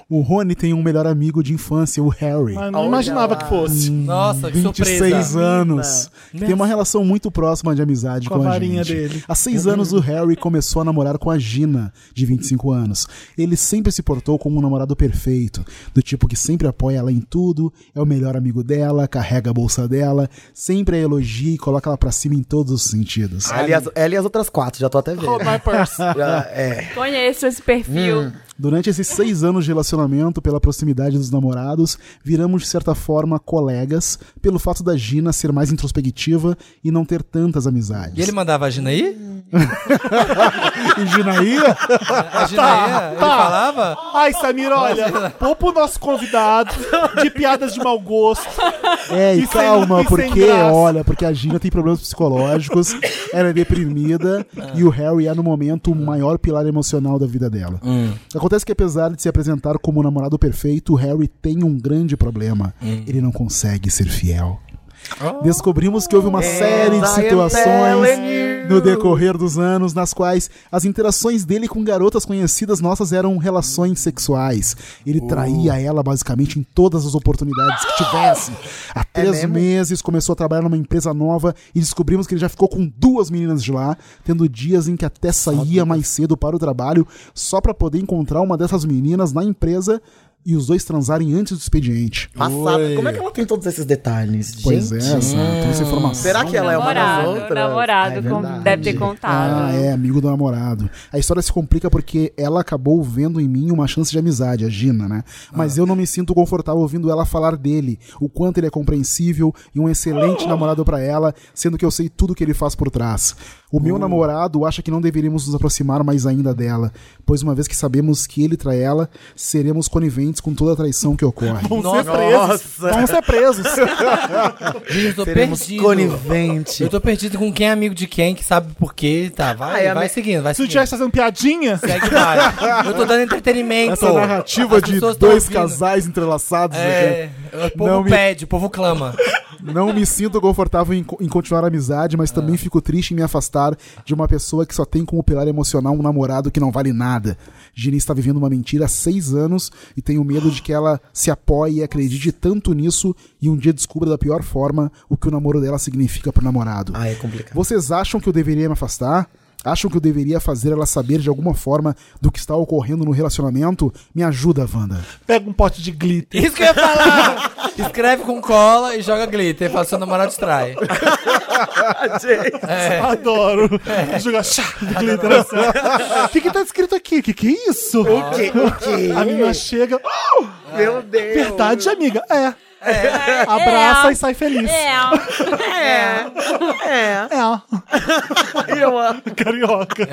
Speaker 5: O Rony tem um melhor amigo de infância, o Harry.
Speaker 1: Mas não imaginava que fosse.
Speaker 4: Nossa, que
Speaker 5: 26
Speaker 4: surpresa.
Speaker 5: anos. que tem uma relação muito próxima de amizade
Speaker 1: Com
Speaker 5: com,
Speaker 1: a
Speaker 5: a,
Speaker 1: varinha
Speaker 5: gente.
Speaker 1: dele.
Speaker 5: Há seis anos o Harry começou a namorar com a Gina, de 25 anos. Ele sempre se portou como um namorado perfeito, do tipo que sempre apoia ela em tudo, é o melhor amigo dela, carrega a bolsa dela, sempre a elogia e coloca ela pra cima em todos os sentidos.
Speaker 3: Aliás, ela e as outras quatro, já tô até vendo.
Speaker 1: Oh, My purse.
Speaker 3: Já- é.
Speaker 2: Conheço esse perfil.
Speaker 5: Durante esses seis anos de relacionamento, pela proximidade dos namorados, viramos de certa forma colegas, pelo fato da Gina ser mais introspectiva e não ter tantas amizades.
Speaker 4: E ele mandava a Gina aí?
Speaker 5: E Gina ia? Ah,
Speaker 4: A Gina
Speaker 5: tá.
Speaker 4: ia? Ele falava?
Speaker 1: Ai, Samir, olha, poupa o nosso convidado de piadas de mau gosto.
Speaker 5: É, e,
Speaker 1: E sem- e
Speaker 5: calma,
Speaker 1: sem
Speaker 5: porque,
Speaker 1: graça.
Speaker 5: olha, porque a Gina tem problemas psicológicos, ela é deprimida e o Harry é, no momento, o maior pilar emocional da vida dela. Acontece que, apesar de se apresentar como o namorado perfeito, o Harry tem um grande problema. Ele não consegue ser fiel.
Speaker 1: Oh.
Speaker 5: Descobrimos que houve
Speaker 1: É,
Speaker 5: uma série de
Speaker 3: I am
Speaker 5: situações
Speaker 3: telling you.
Speaker 5: no decorrer dos anos nas quais as interações dele com garotas conhecidas nossas eram relações sexuais. Ele
Speaker 3: Oh.
Speaker 5: traía ela basicamente em todas as oportunidades que tivesse. Há três
Speaker 3: É mesmo?
Speaker 5: meses começou a trabalhar numa empresa nova e descobrimos que ele já ficou com duas meninas de lá, tendo dias em que até saía mais cedo para o trabalho só para poder encontrar uma dessas meninas na empresa e os dois transarem antes do expediente.
Speaker 3: Passada. Como é que ela tem todos esses detalhes?
Speaker 5: Pois
Speaker 3: gente?
Speaker 5: é, sabe? Toda essa informação.
Speaker 3: Será que ela é uma das
Speaker 2: namorado,
Speaker 3: outras?
Speaker 2: namorado,
Speaker 3: É
Speaker 2: com-
Speaker 3: verdade.
Speaker 2: deve ter contado.
Speaker 4: Tá.
Speaker 5: Ah, é, amigo do namorado. A história se complica porque ela acabou vendo em mim uma chance de amizade, a Gina, né?
Speaker 4: Ah.
Speaker 5: Mas eu não me sinto confortável ouvindo ela falar dele, o quanto ele é compreensível e um excelente namorado pra ela, sendo que eu sei tudo que ele faz por trás. O
Speaker 4: Uh.
Speaker 5: meu namorado acha que não deveríamos nos aproximar mais ainda dela, pois uma vez que sabemos que ele trai ela, seremos coniventes com toda a traição que ocorre.
Speaker 1: Vão ser presos. Vão ser presos.
Speaker 4: Gente, eu tô
Speaker 3: Seremos
Speaker 4: perdido.
Speaker 3: conivente.
Speaker 4: Eu tô perdido com quem é amigo de quem, que sabe por quê, tá? Vai,
Speaker 3: Ai,
Speaker 4: vai
Speaker 3: ame-
Speaker 4: seguindo, vai
Speaker 1: Se o
Speaker 4: seguindo.
Speaker 1: Jess fazendo piadinha,
Speaker 4: Segue, vai. Eu tô dando entretenimento.
Speaker 5: Essa narrativa
Speaker 4: As
Speaker 5: de
Speaker 4: pessoas tão
Speaker 5: dois
Speaker 4: ouvindo.
Speaker 5: casais entrelaçados
Speaker 4: É,
Speaker 5: aqui.
Speaker 4: o povo
Speaker 5: Não me-
Speaker 4: pede, o povo clama.
Speaker 5: Não me sinto confortável em, co- em continuar a amizade, mas também fico triste em me afastar de uma pessoa que só tem como pilar emocional um namorado que não vale nada. Gina está vivendo uma mentira há seis anos e tenho medo de que ela se apoie e acredite tanto nisso e um dia descubra da pior forma o que o namoro dela significa pro namorado.
Speaker 3: Ah, é complicado.
Speaker 5: Vocês acham que eu deveria me afastar? Acham que eu deveria fazer ela saber de alguma forma do que está ocorrendo no relacionamento? Me ajuda, Wanda.
Speaker 1: pega um pote de glitter.
Speaker 4: Isso que eu ia falar! Escreve com cola e joga glitter. Fala, seu namorado distrai. É.
Speaker 1: Adoro.
Speaker 3: É.
Speaker 1: Jogar chá de glitter. O que, que tá escrito aqui? O que, que é isso?
Speaker 3: O quê? O quê? Uh!
Speaker 1: A menina chega. "Ah,
Speaker 3: Meu Deus.
Speaker 1: verdade, amiga. É.
Speaker 2: É,
Speaker 1: Abraça
Speaker 2: é,
Speaker 1: e sai feliz.
Speaker 2: É,
Speaker 3: É.
Speaker 1: É.
Speaker 3: Eu amo.
Speaker 1: Carioca.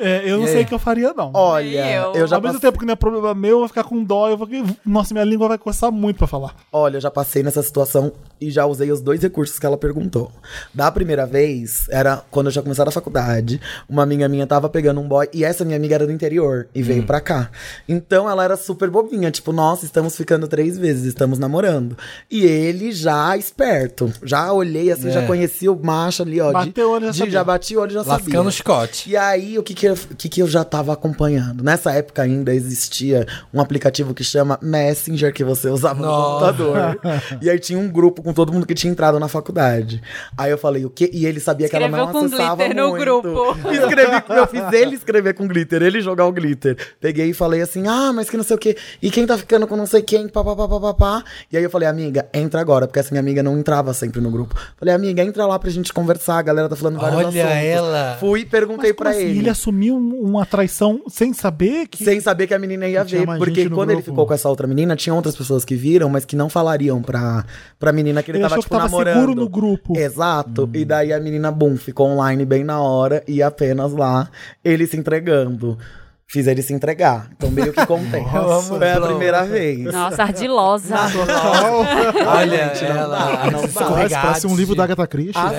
Speaker 1: É, eu não sei o que eu faria, não.
Speaker 3: Olha, eu,
Speaker 2: Eu.
Speaker 3: já
Speaker 1: Ao mesmo
Speaker 3: passe-
Speaker 1: tempo que não é problema meu, eu vou ficar com dó. Eu vou... Nossa, minha língua vai coçar muito pra falar.
Speaker 3: Olha, eu já passei nessa situação e já usei os dois recursos que ela perguntou. Da primeira vez, era quando eu já começava a faculdade, uma amiga minha tava pegando um boy, e essa minha amiga era do interior e
Speaker 1: Hum.
Speaker 3: veio pra cá. Então ela era super bobinha, tipo, nossa, estamos ficando três vezes, estamos namorando. E ele já esperto, já olhei assim, já conheci o macho ali, ó.
Speaker 1: É. Bateu o olho, já
Speaker 3: de,
Speaker 1: sabia.
Speaker 3: já bati o olho, já sabia.
Speaker 4: Lascando o chicote.
Speaker 3: E aí, o que que, eu, o que que eu já tava acompanhando? Nessa época ainda existia um aplicativo que chama Messenger, que você usava
Speaker 4: Nossa.
Speaker 3: no computador. e aí tinha um grupo com todo mundo que tinha entrado na faculdade. Aí eu falei, o quê? E ele sabia que ela
Speaker 2: Escreveu
Speaker 3: não
Speaker 2: com
Speaker 3: acessava
Speaker 2: glitter no
Speaker 3: muito.
Speaker 2: grupo.
Speaker 3: Escrevi, com- eu fiz ele escrever com glitter, ele jogar o glitter. Peguei e falei assim, ah, mas que não sei o quê. E quem tá ficando com não sei quem, papapá. E aí eu falei, amiga, entra agora, porque essa minha amiga não entrava sempre no grupo. Falei, amiga, entra lá pra gente conversar, a galera tá falando vários
Speaker 4: Olha
Speaker 3: assuntos.
Speaker 4: ela.
Speaker 3: Fui e perguntei
Speaker 1: Mas como
Speaker 3: pra
Speaker 1: assim?
Speaker 3: ele.
Speaker 1: Ele assumiu um- uma traição sem saber que.
Speaker 3: Sem saber que a menina ia
Speaker 1: Que tinha
Speaker 3: ver.
Speaker 1: mais
Speaker 3: Porque
Speaker 1: gente no
Speaker 3: quando ele
Speaker 1: grupo.
Speaker 3: ficou com essa outra menina, tinha outras pessoas que viram, mas que não falariam pra, pra menina que ele,
Speaker 1: Ele
Speaker 3: tava,
Speaker 1: achou
Speaker 3: tipo,
Speaker 1: que tava
Speaker 3: namorando. É.
Speaker 1: seguro no grupo. Hum.
Speaker 3: Exato. E daí a menina, bum, ficou online bem na hora e apenas lá, ele se entregando. Fiz ele se entregar. Então meio que contei.
Speaker 4: Nossa,
Speaker 3: Foi a
Speaker 4: Blanca.
Speaker 3: primeira vez.
Speaker 11: Nossa, ardilosa.
Speaker 4: Ah, Olha
Speaker 3: Gente, não
Speaker 4: ela.
Speaker 3: dá, não dá.
Speaker 5: Parece, parece um livro da Agatha Christie.
Speaker 3: A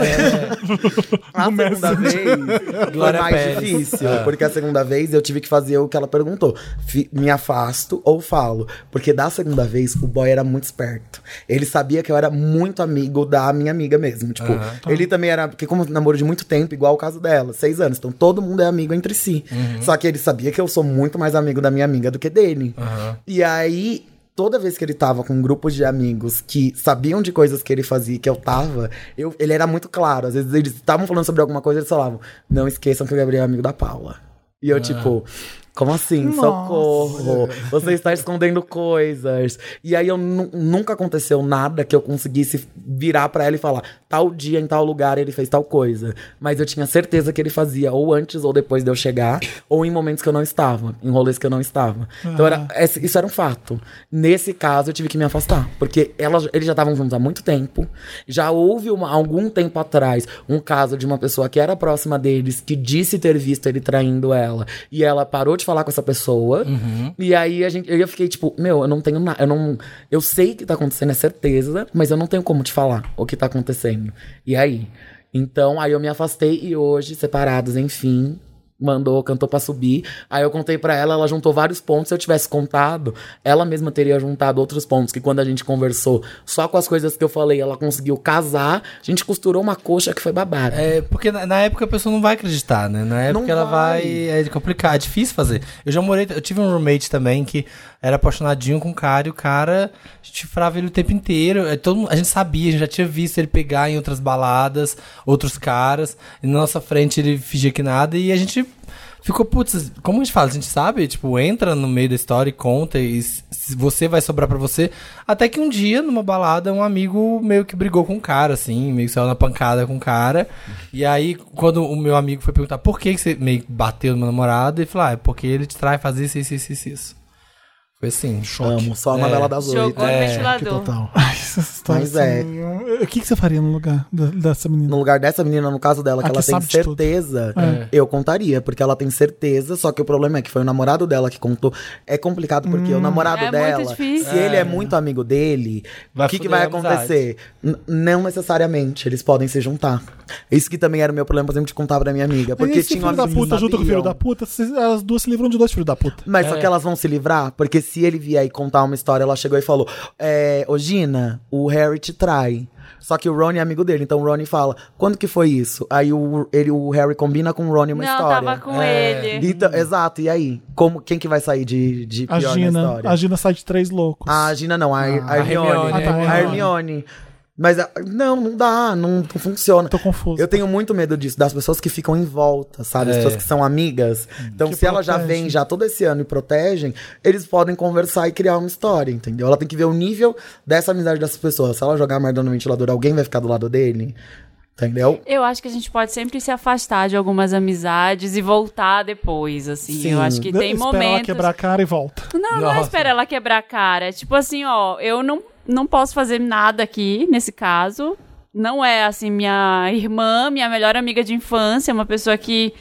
Speaker 3: segunda vez foi
Speaker 4: Glória
Speaker 3: mais
Speaker 4: Pérez. É.
Speaker 3: difícil, porque a segunda vez eu tive que fazer o que ela perguntou. Fi- me afasto ou falo? Porque da segunda vez o boy era muito esperto. Ele sabia que eu era muito amigo da minha amiga mesmo. Tipo,
Speaker 4: tá.
Speaker 3: ele também era, porque como namoro de muito tempo, igual o caso dela, seis anos. Então todo mundo é amigo entre si.
Speaker 4: Uhum.
Speaker 3: Só que ele sabia que eu sou muito mais amigo da minha amiga do que dele. E aí, toda vez que ele tava com um grupo de amigos que sabiam de coisas que ele fazia e que eu tava, eu- ele era muito claro. Às vezes eles estavam falando sobre alguma coisa eles falavam: Não esqueçam que o Gabriel é amigo da Paula. E eu, tipo. Como assim?
Speaker 1: Nossa.
Speaker 3: Socorro! Você está escondendo coisas. E aí eu nu- nunca aconteceu nada que eu conseguisse virar pra ela e falar: tal dia em tal lugar ele fez tal coisa. Mas eu tinha certeza que ele fazia, ou antes ou depois de eu chegar, ou em momentos que eu não estava, em rolês que eu não estava. Então era, esse- isso era um fato. Nesse caso eu tive que me afastar, porque ela, eles já estavam juntos há muito tempo. Já houve uma- algum tempo atrás um caso de uma pessoa que era próxima deles, que disse ter visto ele traindo ela, e ela parou de falar com essa pessoa. E aí a gente, eu fiquei tipo, meu, eu não tenho nada, eu não, eu sei o que tá acontecendo, é certeza, mas eu não tenho como te falar o que tá acontecendo. E aí? Então, aí eu me afastei e hoje, separados, enfim, mandou, cantou pra subir. Aí eu contei pra ela, ela juntou vários pontos. Se eu tivesse contado, ela mesma teria juntado outros pontos. Que quando a gente conversou, só com as coisas que eu falei, ela conseguiu casar. A gente costurou uma coxa que foi babada.
Speaker 4: É, porque na, na época a pessoa não vai acreditar, né? Na época ela vai. É complicado, é difícil fazer. Eu já morei. Eu tive um roommate também que era apaixonadinho com o cara e o cara chifrava ele o tempo inteiro. É, todo mundo- a gente sabia, a gente já tinha visto ele pegar em outras baladas, outros caras. E na nossa frente ele fingia que nada e a gente. Ficou, putz, como a gente fala, a gente sabe, tipo, entra no meio da história e conta, e s- se você vai sobrar pra você. Até que um dia, numa balada, um amigo meio que brigou com o cara, assim, meio que saiu na pancada com o cara. E aí, quando o meu amigo foi perguntar por que que você meio que bateu no meu namorado, ele falou, ah, é porque ele te trai fazer isso, isso, isso, isso, isso. Foi assim, choque.
Speaker 3: Amo, só a novela das oito. É,
Speaker 2: Jogou no
Speaker 5: Que
Speaker 2: ventilador.
Speaker 5: total.
Speaker 1: Ai, essas histórias
Speaker 3: Mas é.
Speaker 1: são- O que, que você faria no lugar da- dessa menina?
Speaker 3: No lugar dessa menina, no caso dela, que
Speaker 1: Ah, que
Speaker 3: ela tem
Speaker 1: sabe de tudo. É.
Speaker 3: certeza, eu contaria, porque ela tem certeza, só que o problema é que foi o namorado dela que contou. É complicado,
Speaker 1: Hum.
Speaker 3: porque o namorado
Speaker 2: É muito
Speaker 3: dela,
Speaker 2: difícil.
Speaker 3: se ele é muito amigo dele,
Speaker 4: Vai
Speaker 3: o que, que
Speaker 4: fuder
Speaker 3: vai
Speaker 4: a amizade.
Speaker 3: acontecer? N- não necessariamente, eles podem se juntar. Isso que também era o meu problema, por exemplo, de contar pra minha amiga.
Speaker 1: Aí
Speaker 3: é Porque
Speaker 1: esse
Speaker 3: tinha um
Speaker 1: filho da
Speaker 3: amigos que
Speaker 1: puta junto com o filho
Speaker 3: sabiam.
Speaker 1: da puta, se- elas duas se livram de dois filhos da puta.
Speaker 3: Mas só que elas vão se livrar, porque se ele vier e contar uma história, ela chegou e falou: é, Ô Gina, o Harry te trai. Só que o Ronnie é amigo dele, então o Ronnie fala: Quando que foi isso? Aí o, ele, o Harry combina com o Ronnie uma
Speaker 2: Não,
Speaker 3: história.
Speaker 2: tava com ele.
Speaker 3: Então, exato, e aí? Como, quem que vai sair de, de
Speaker 1: A
Speaker 3: pior na
Speaker 1: Gina, Ah,
Speaker 3: história? Ah,
Speaker 1: a Gina sai de três loucos.
Speaker 3: A Gina não, a, a
Speaker 4: Hermione.
Speaker 3: Hermione.
Speaker 4: Ah,
Speaker 1: tá,
Speaker 3: A Hermione. Mas ah, não, não dá, não, não funciona.
Speaker 1: Tô confuso.
Speaker 3: Eu tenho muito medo disso, das pessoas que ficam em volta, sabe? As
Speaker 4: É.
Speaker 3: pessoas que são amigas. Então,
Speaker 1: Que
Speaker 3: se ela já
Speaker 1: protegem.
Speaker 3: vem já todo esse ano e protegem, eles podem conversar e criar uma história, entendeu? Ela tem que ver o nível dessa amizade dessas pessoas. Se ela jogar merda no ventilador, alguém vai ficar do lado dele, entendeu?
Speaker 2: Eu acho que a gente pode sempre se afastar de algumas amizades e voltar depois, assim.
Speaker 3: Sim.
Speaker 2: Eu acho que tem
Speaker 1: Espera ela
Speaker 2: momentos.
Speaker 1: quebrar a cara e volta.
Speaker 2: Não, não é
Speaker 4: Nossa.
Speaker 2: espera ela quebrar a cara. É tipo assim, ó, eu não, não posso fazer nada aqui nesse caso. Não é assim, minha irmã, minha melhor amiga de infância, uma pessoa que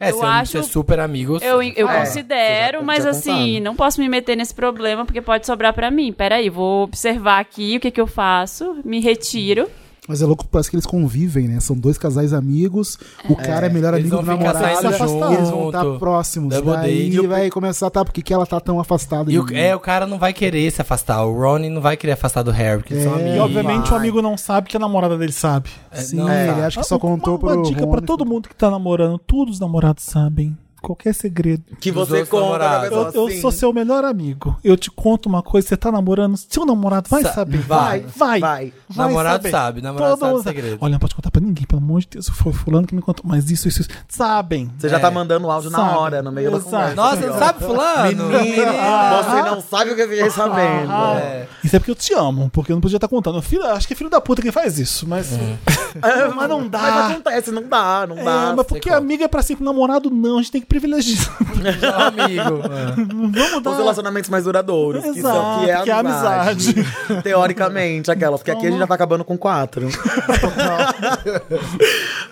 Speaker 4: É,
Speaker 2: eu
Speaker 4: você
Speaker 2: acho.
Speaker 4: é super amigo.
Speaker 2: Eu, eu
Speaker 1: Ah,
Speaker 3: É,
Speaker 2: considero,
Speaker 3: você já-
Speaker 2: mas
Speaker 3: já
Speaker 2: assim,
Speaker 3: contaram.
Speaker 2: não posso me meter nesse problema porque pode sobrar pra mim. Peraí, vou observar aqui o que, que eu faço, me retiro.
Speaker 5: Mas é louco, parece que eles convivem, né? São dois casais amigos, o cara é melhor
Speaker 4: Eles
Speaker 5: amigo do
Speaker 4: vão ficar
Speaker 5: namorado,
Speaker 4: saindo
Speaker 5: e eles vão
Speaker 4: junto.
Speaker 5: estar próximos.
Speaker 4: Double
Speaker 5: Daí
Speaker 4: date. E o-
Speaker 5: vai começar, tá? Porque que ela tá tão afastada?
Speaker 4: E
Speaker 5: de
Speaker 4: o,
Speaker 5: mim?
Speaker 4: é, o cara não vai querer se afastar. O Ronnie não vai querer afastar do Harry, porque eles são amigos.
Speaker 1: E obviamente o amigo não sabe que a namorada dele sabe.
Speaker 4: É,
Speaker 5: Sim,
Speaker 4: não,
Speaker 5: ele
Speaker 4: tá.
Speaker 5: acha que só
Speaker 1: Ah,
Speaker 5: contou
Speaker 1: uma,
Speaker 5: pro
Speaker 1: uma dica
Speaker 5: Rony.
Speaker 1: pra todo mundo que tá namorando. Todos os namorados sabem. Qualquer segredo.
Speaker 3: Que
Speaker 4: Dos
Speaker 3: você
Speaker 4: outros
Speaker 3: conta pra
Speaker 4: namorados.
Speaker 1: Eu,
Speaker 3: pessoa
Speaker 1: eu
Speaker 3: assim.
Speaker 1: sou seu melhor amigo. Eu te conto uma coisa, você tá namorando, seu namorado vai
Speaker 4: Sa-
Speaker 1: saber.
Speaker 4: vai.
Speaker 1: vai.
Speaker 3: Vai.
Speaker 1: Vai
Speaker 4: Namorado
Speaker 1: saber.
Speaker 4: sabe, namorado sabe
Speaker 1: mundo-
Speaker 4: segredo.
Speaker 1: Olha, não pode contar pra ninguém, pelo amor de Deus. Foi fulano que me contou. Mas isso, isso, isso. Sabem.
Speaker 3: Você já tá mandando áudio
Speaker 1: É. Sabe.
Speaker 3: na hora, no meio
Speaker 1: Exato.
Speaker 3: da conversa.
Speaker 4: Nossa, você não sabe fulano? Menina.
Speaker 3: Você não sabe o que eu fiquei sabendo.
Speaker 4: É.
Speaker 1: Isso Ah, é porque eu te amo, porque eu não podia estar contando. Filho, acho que é filho da puta que faz isso, mas.
Speaker 4: É.
Speaker 1: mas não dá.
Speaker 3: Mas acontece, não dá, não
Speaker 1: É,
Speaker 3: dá.
Speaker 1: mas porque
Speaker 4: qual.
Speaker 1: amiga é pra sempre namorado, não. A gente tem que privilegiar.
Speaker 4: Não, amigo.
Speaker 1: Vamos
Speaker 3: Os
Speaker 1: dar.
Speaker 3: relacionamentos mais duradouros, que, são, que é
Speaker 1: Tá. Exato, que é
Speaker 3: a amizade. Teoricamente, aquelas. Porque aqui a gente já tá acabando com quatro.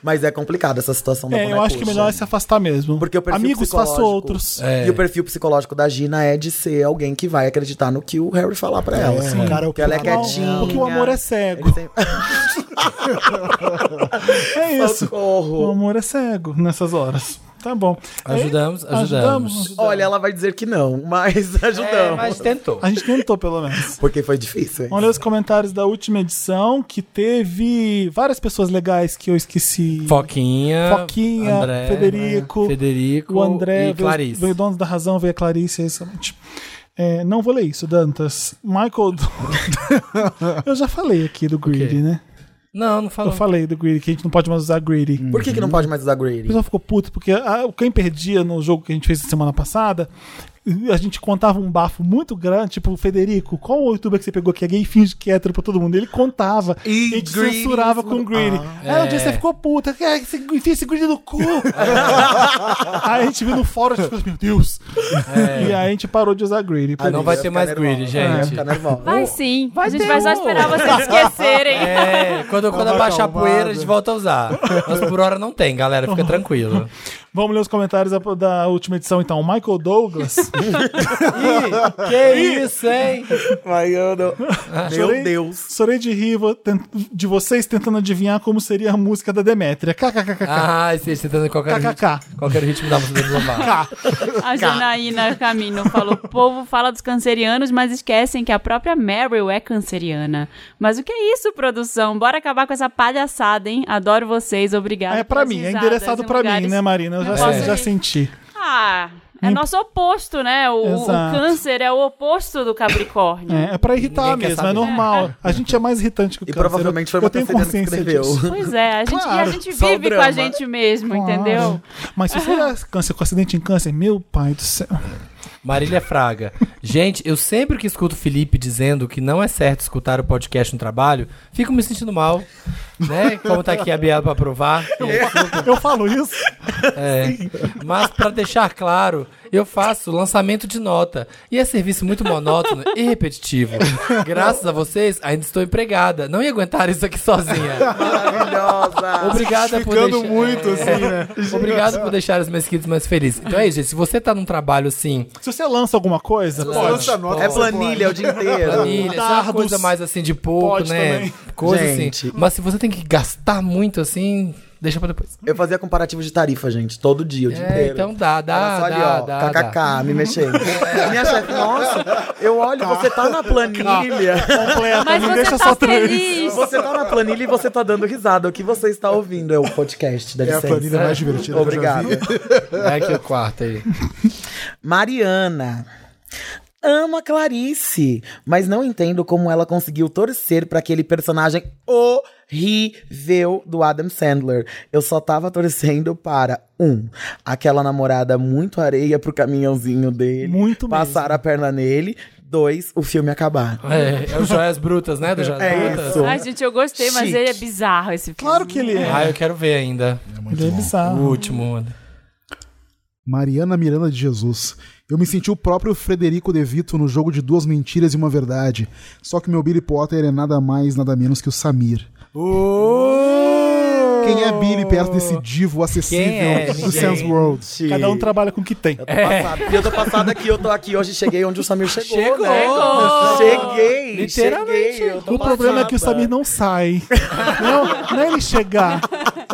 Speaker 3: Mas é complicado essa situação da
Speaker 4: né,
Speaker 1: É, eu
Speaker 3: boneca
Speaker 1: acho que
Speaker 3: roxa.
Speaker 1: melhor é se afastar mesmo.
Speaker 3: Porque o perfil
Speaker 1: Amigos, faça
Speaker 3: psicológico-
Speaker 1: outros.
Speaker 4: É.
Speaker 3: E o perfil psicológico da Gina é de ser alguém que vai acreditar no que o Harry falar pra ela.
Speaker 5: sim. Cara, é o
Speaker 3: que ela é
Speaker 5: cara-
Speaker 3: quietinha.
Speaker 1: Porque o amor é
Speaker 3: Ele
Speaker 1: cego.
Speaker 3: sempre-
Speaker 1: É isso. O
Speaker 3: Socorro.
Speaker 1: amor é cego nessas horas. Tá bom.
Speaker 4: Ajudamos,
Speaker 1: É,
Speaker 4: ajudamos.
Speaker 3: Olha, ela vai dizer que não, mas ajudamos.
Speaker 4: É, mas tentou.
Speaker 1: A gente tentou, pelo menos.
Speaker 3: Porque foi difícil. hein?
Speaker 1: Vamos ler os comentários da última edição, que teve várias pessoas legais que eu esqueci.
Speaker 4: Foquinha,
Speaker 1: Foquinha,
Speaker 4: André, é,
Speaker 1: Federico,
Speaker 4: Federico
Speaker 1: o André
Speaker 4: e
Speaker 1: veio,
Speaker 4: Clarice.
Speaker 1: veio Donos da Razão, veio a Clarice, exatamente. É, não vou ler isso, Dantas. Michael. eu já falei aqui do Greedy,
Speaker 4: quê?
Speaker 1: né?
Speaker 4: Não, não
Speaker 1: Eu
Speaker 4: falou.
Speaker 1: falei do Greedy, que a gente não pode mais usar Greedy.
Speaker 3: Por que, que não pode mais usar
Speaker 1: O
Speaker 3: grading?
Speaker 1: pessoal ficou puto, porque a, quem perdia no jogo que a gente fez semana passada, a gente contava um bafo muito grande, tipo, Federico, qual o youtuber que você pegou que é gay e finge que é hétero pra todo mundo? Ele contava
Speaker 3: E
Speaker 1: e, te
Speaker 3: greedy.
Speaker 1: censurava com greedy. Aí um dia você ficou puta, que é, você enfia esse greedy no cu. aí a gente viu no fórum, a gente ficou, assim, meu Deus. E aí a gente parou de usar greedy.
Speaker 4: É. Ah, não vai ter mais greedy,
Speaker 3: Vai
Speaker 4: gente.
Speaker 3: ficar nervosa.
Speaker 2: Vai sim. a gente
Speaker 4: ter
Speaker 2: vai só
Speaker 4: um.
Speaker 2: esperar vocês esquecerem.
Speaker 4: É, quando, quando abaixar a poeira, a gente volta a usar. Mas por hora não tem, galera. Fica tranquilo.
Speaker 1: Vamos ler os comentários da, da última edição, então. O Michael Douglas.
Speaker 4: Ih, que isso, hein?
Speaker 3: Ai, eu não-
Speaker 1: Chorei-
Speaker 3: Meu Deus.
Speaker 1: Chorei de rir vo- tent- de vocês tentando adivinhar como seria a música da Demétria. KKKK.
Speaker 4: Ah, esse esse tentando qualquer
Speaker 1: KKK.
Speaker 4: ritmo, qualquer ritmo da música do Lovato.
Speaker 2: A Janaína Camino falou: o povo fala dos cancerianos, mas esquecem que a própria Meryl é canceriana. Mas o que é isso, produção? Bora acabar com essa palhaçada, hein? Adoro vocês, obrigada.
Speaker 1: É pra
Speaker 2: pelas
Speaker 1: mim, é
Speaker 2: risadas
Speaker 1: endereçado
Speaker 2: em
Speaker 1: pra mim,
Speaker 2: lugares-
Speaker 1: né, Marina? Eu
Speaker 2: Não
Speaker 1: já,
Speaker 2: posso
Speaker 1: já
Speaker 2: rir.
Speaker 1: senti.
Speaker 2: Ah, é nosso oposto, né? O, o
Speaker 1: Exato.
Speaker 2: câncer é o oposto do Capricórnio.
Speaker 1: É, é pra irritar
Speaker 4: Ninguém quer
Speaker 1: mesmo, é
Speaker 4: saber.
Speaker 1: normal. A gente é mais irritante que o
Speaker 3: E
Speaker 1: câncer.
Speaker 3: provavelmente foi
Speaker 1: eu
Speaker 3: uma
Speaker 1: tenho
Speaker 3: canceriana que
Speaker 1: consciência
Speaker 3: escreveu.
Speaker 1: disso.
Speaker 2: Pois é, a gente, e a
Speaker 1: Claro,
Speaker 2: gente
Speaker 3: só o
Speaker 2: vive com a
Speaker 3: drama.
Speaker 2: gente mesmo,
Speaker 1: Claro.
Speaker 2: entendeu? Ah.
Speaker 1: Mas se você é câncer com acidente em câncer, meu pai do céu.
Speaker 4: Marília Fraga. Gente, eu sempre que escuto o Felipe dizendo que não é certo escutar o podcast no trabalho, fico me sentindo mal. Né? Como tá aqui a Biela pra provar.
Speaker 1: Eu falo isso?
Speaker 4: É. Mas pra deixar claro, eu faço lançamento de nota. E é serviço muito monótono e repetitivo. Graças a vocês, ainda estou empregada. Não ia aguentar isso aqui sozinha.
Speaker 3: Maravilhosa.
Speaker 2: Tá
Speaker 4: Obrigada por
Speaker 5: Ficando
Speaker 4: deixar... É.
Speaker 5: muito,
Speaker 2: É.
Speaker 5: assim, né?
Speaker 4: Obrigado por deixar os meus inscritos mais felizes. Então é isso, gente. Se você tá num trabalho assim,
Speaker 1: Se você lança alguma coisa, pode.
Speaker 5: Lança a nota,
Speaker 3: É planilha o dia inteiro.
Speaker 4: planilha, isso é uma
Speaker 1: Dardos.
Speaker 4: coisa mais assim de pouco,
Speaker 1: Pode
Speaker 4: né?
Speaker 1: também.
Speaker 4: Coisa
Speaker 3: Gente.
Speaker 4: assim. Mas se você tem que gastar muito assim, deixa pra depois.
Speaker 3: Eu fazia comparativo de tarifa, gente, todo dia, o dia
Speaker 4: É,
Speaker 3: inteiro.
Speaker 4: então dá,
Speaker 3: Era
Speaker 4: dá,
Speaker 3: só ali,
Speaker 4: dá,
Speaker 3: ó,
Speaker 4: dá,
Speaker 3: kkk,
Speaker 4: dá.
Speaker 3: me mexendo. Minha chefe, nossa, eu olho, você tá na planilha.
Speaker 1: Completa,
Speaker 2: Mas
Speaker 1: não
Speaker 2: você
Speaker 1: deixa
Speaker 2: tá
Speaker 1: só três.
Speaker 2: feliz.
Speaker 3: Você tá na planilha e você tá dando risada. O que você está ouvindo é o podcast, dá
Speaker 5: É a
Speaker 3: licença.
Speaker 5: planilha mais divertida que eu já vi.
Speaker 3: Obrigada.
Speaker 4: Vai aqui o quarto aí.
Speaker 3: Mariana. Amo a Clarice, mas não entendo como ela conseguiu torcer pra aquele personagem horrível do Adam Sandler. Eu só tava torcendo para um, aquela namorada muito areia pro caminhãozinho dele,
Speaker 1: Muito
Speaker 3: passar a perna nele. Dois, o filme acabar.
Speaker 4: É, é o Joias Brutas, né? Do Joias
Speaker 3: É
Speaker 4: Brutas.
Speaker 3: isso.
Speaker 2: Ai, gente, eu gostei, mas
Speaker 3: Chique.
Speaker 2: ele é bizarro esse filme.
Speaker 1: Claro que ele é.
Speaker 4: Ah, eu quero ver ainda.
Speaker 1: Ele é
Speaker 4: O
Speaker 1: bizarro.
Speaker 4: último.
Speaker 5: Mariana Miranda de Jesus. Eu me senti o próprio Frederico De Vito no jogo de duas mentiras e uma verdade. Só que meu Billy Potter é nada mais, nada menos que o Samir.
Speaker 3: Uh!
Speaker 5: Quem é Billy perto desse divo acessível
Speaker 4: Quem é?
Speaker 5: do
Speaker 4: Ninguém.
Speaker 5: Sans World?
Speaker 1: Cada um trabalha com o que tem.
Speaker 3: Eu tô passada. E eu tô passada aqui, eu tô aqui. Hoje cheguei onde o Samir chegou.
Speaker 4: Chegou!
Speaker 3: né? Cheguei!
Speaker 4: Literalmente.
Speaker 3: Cheguei, eu tô
Speaker 1: O problema é que o
Speaker 3: passada.
Speaker 1: Samir não sai. Não, não é ele chegar.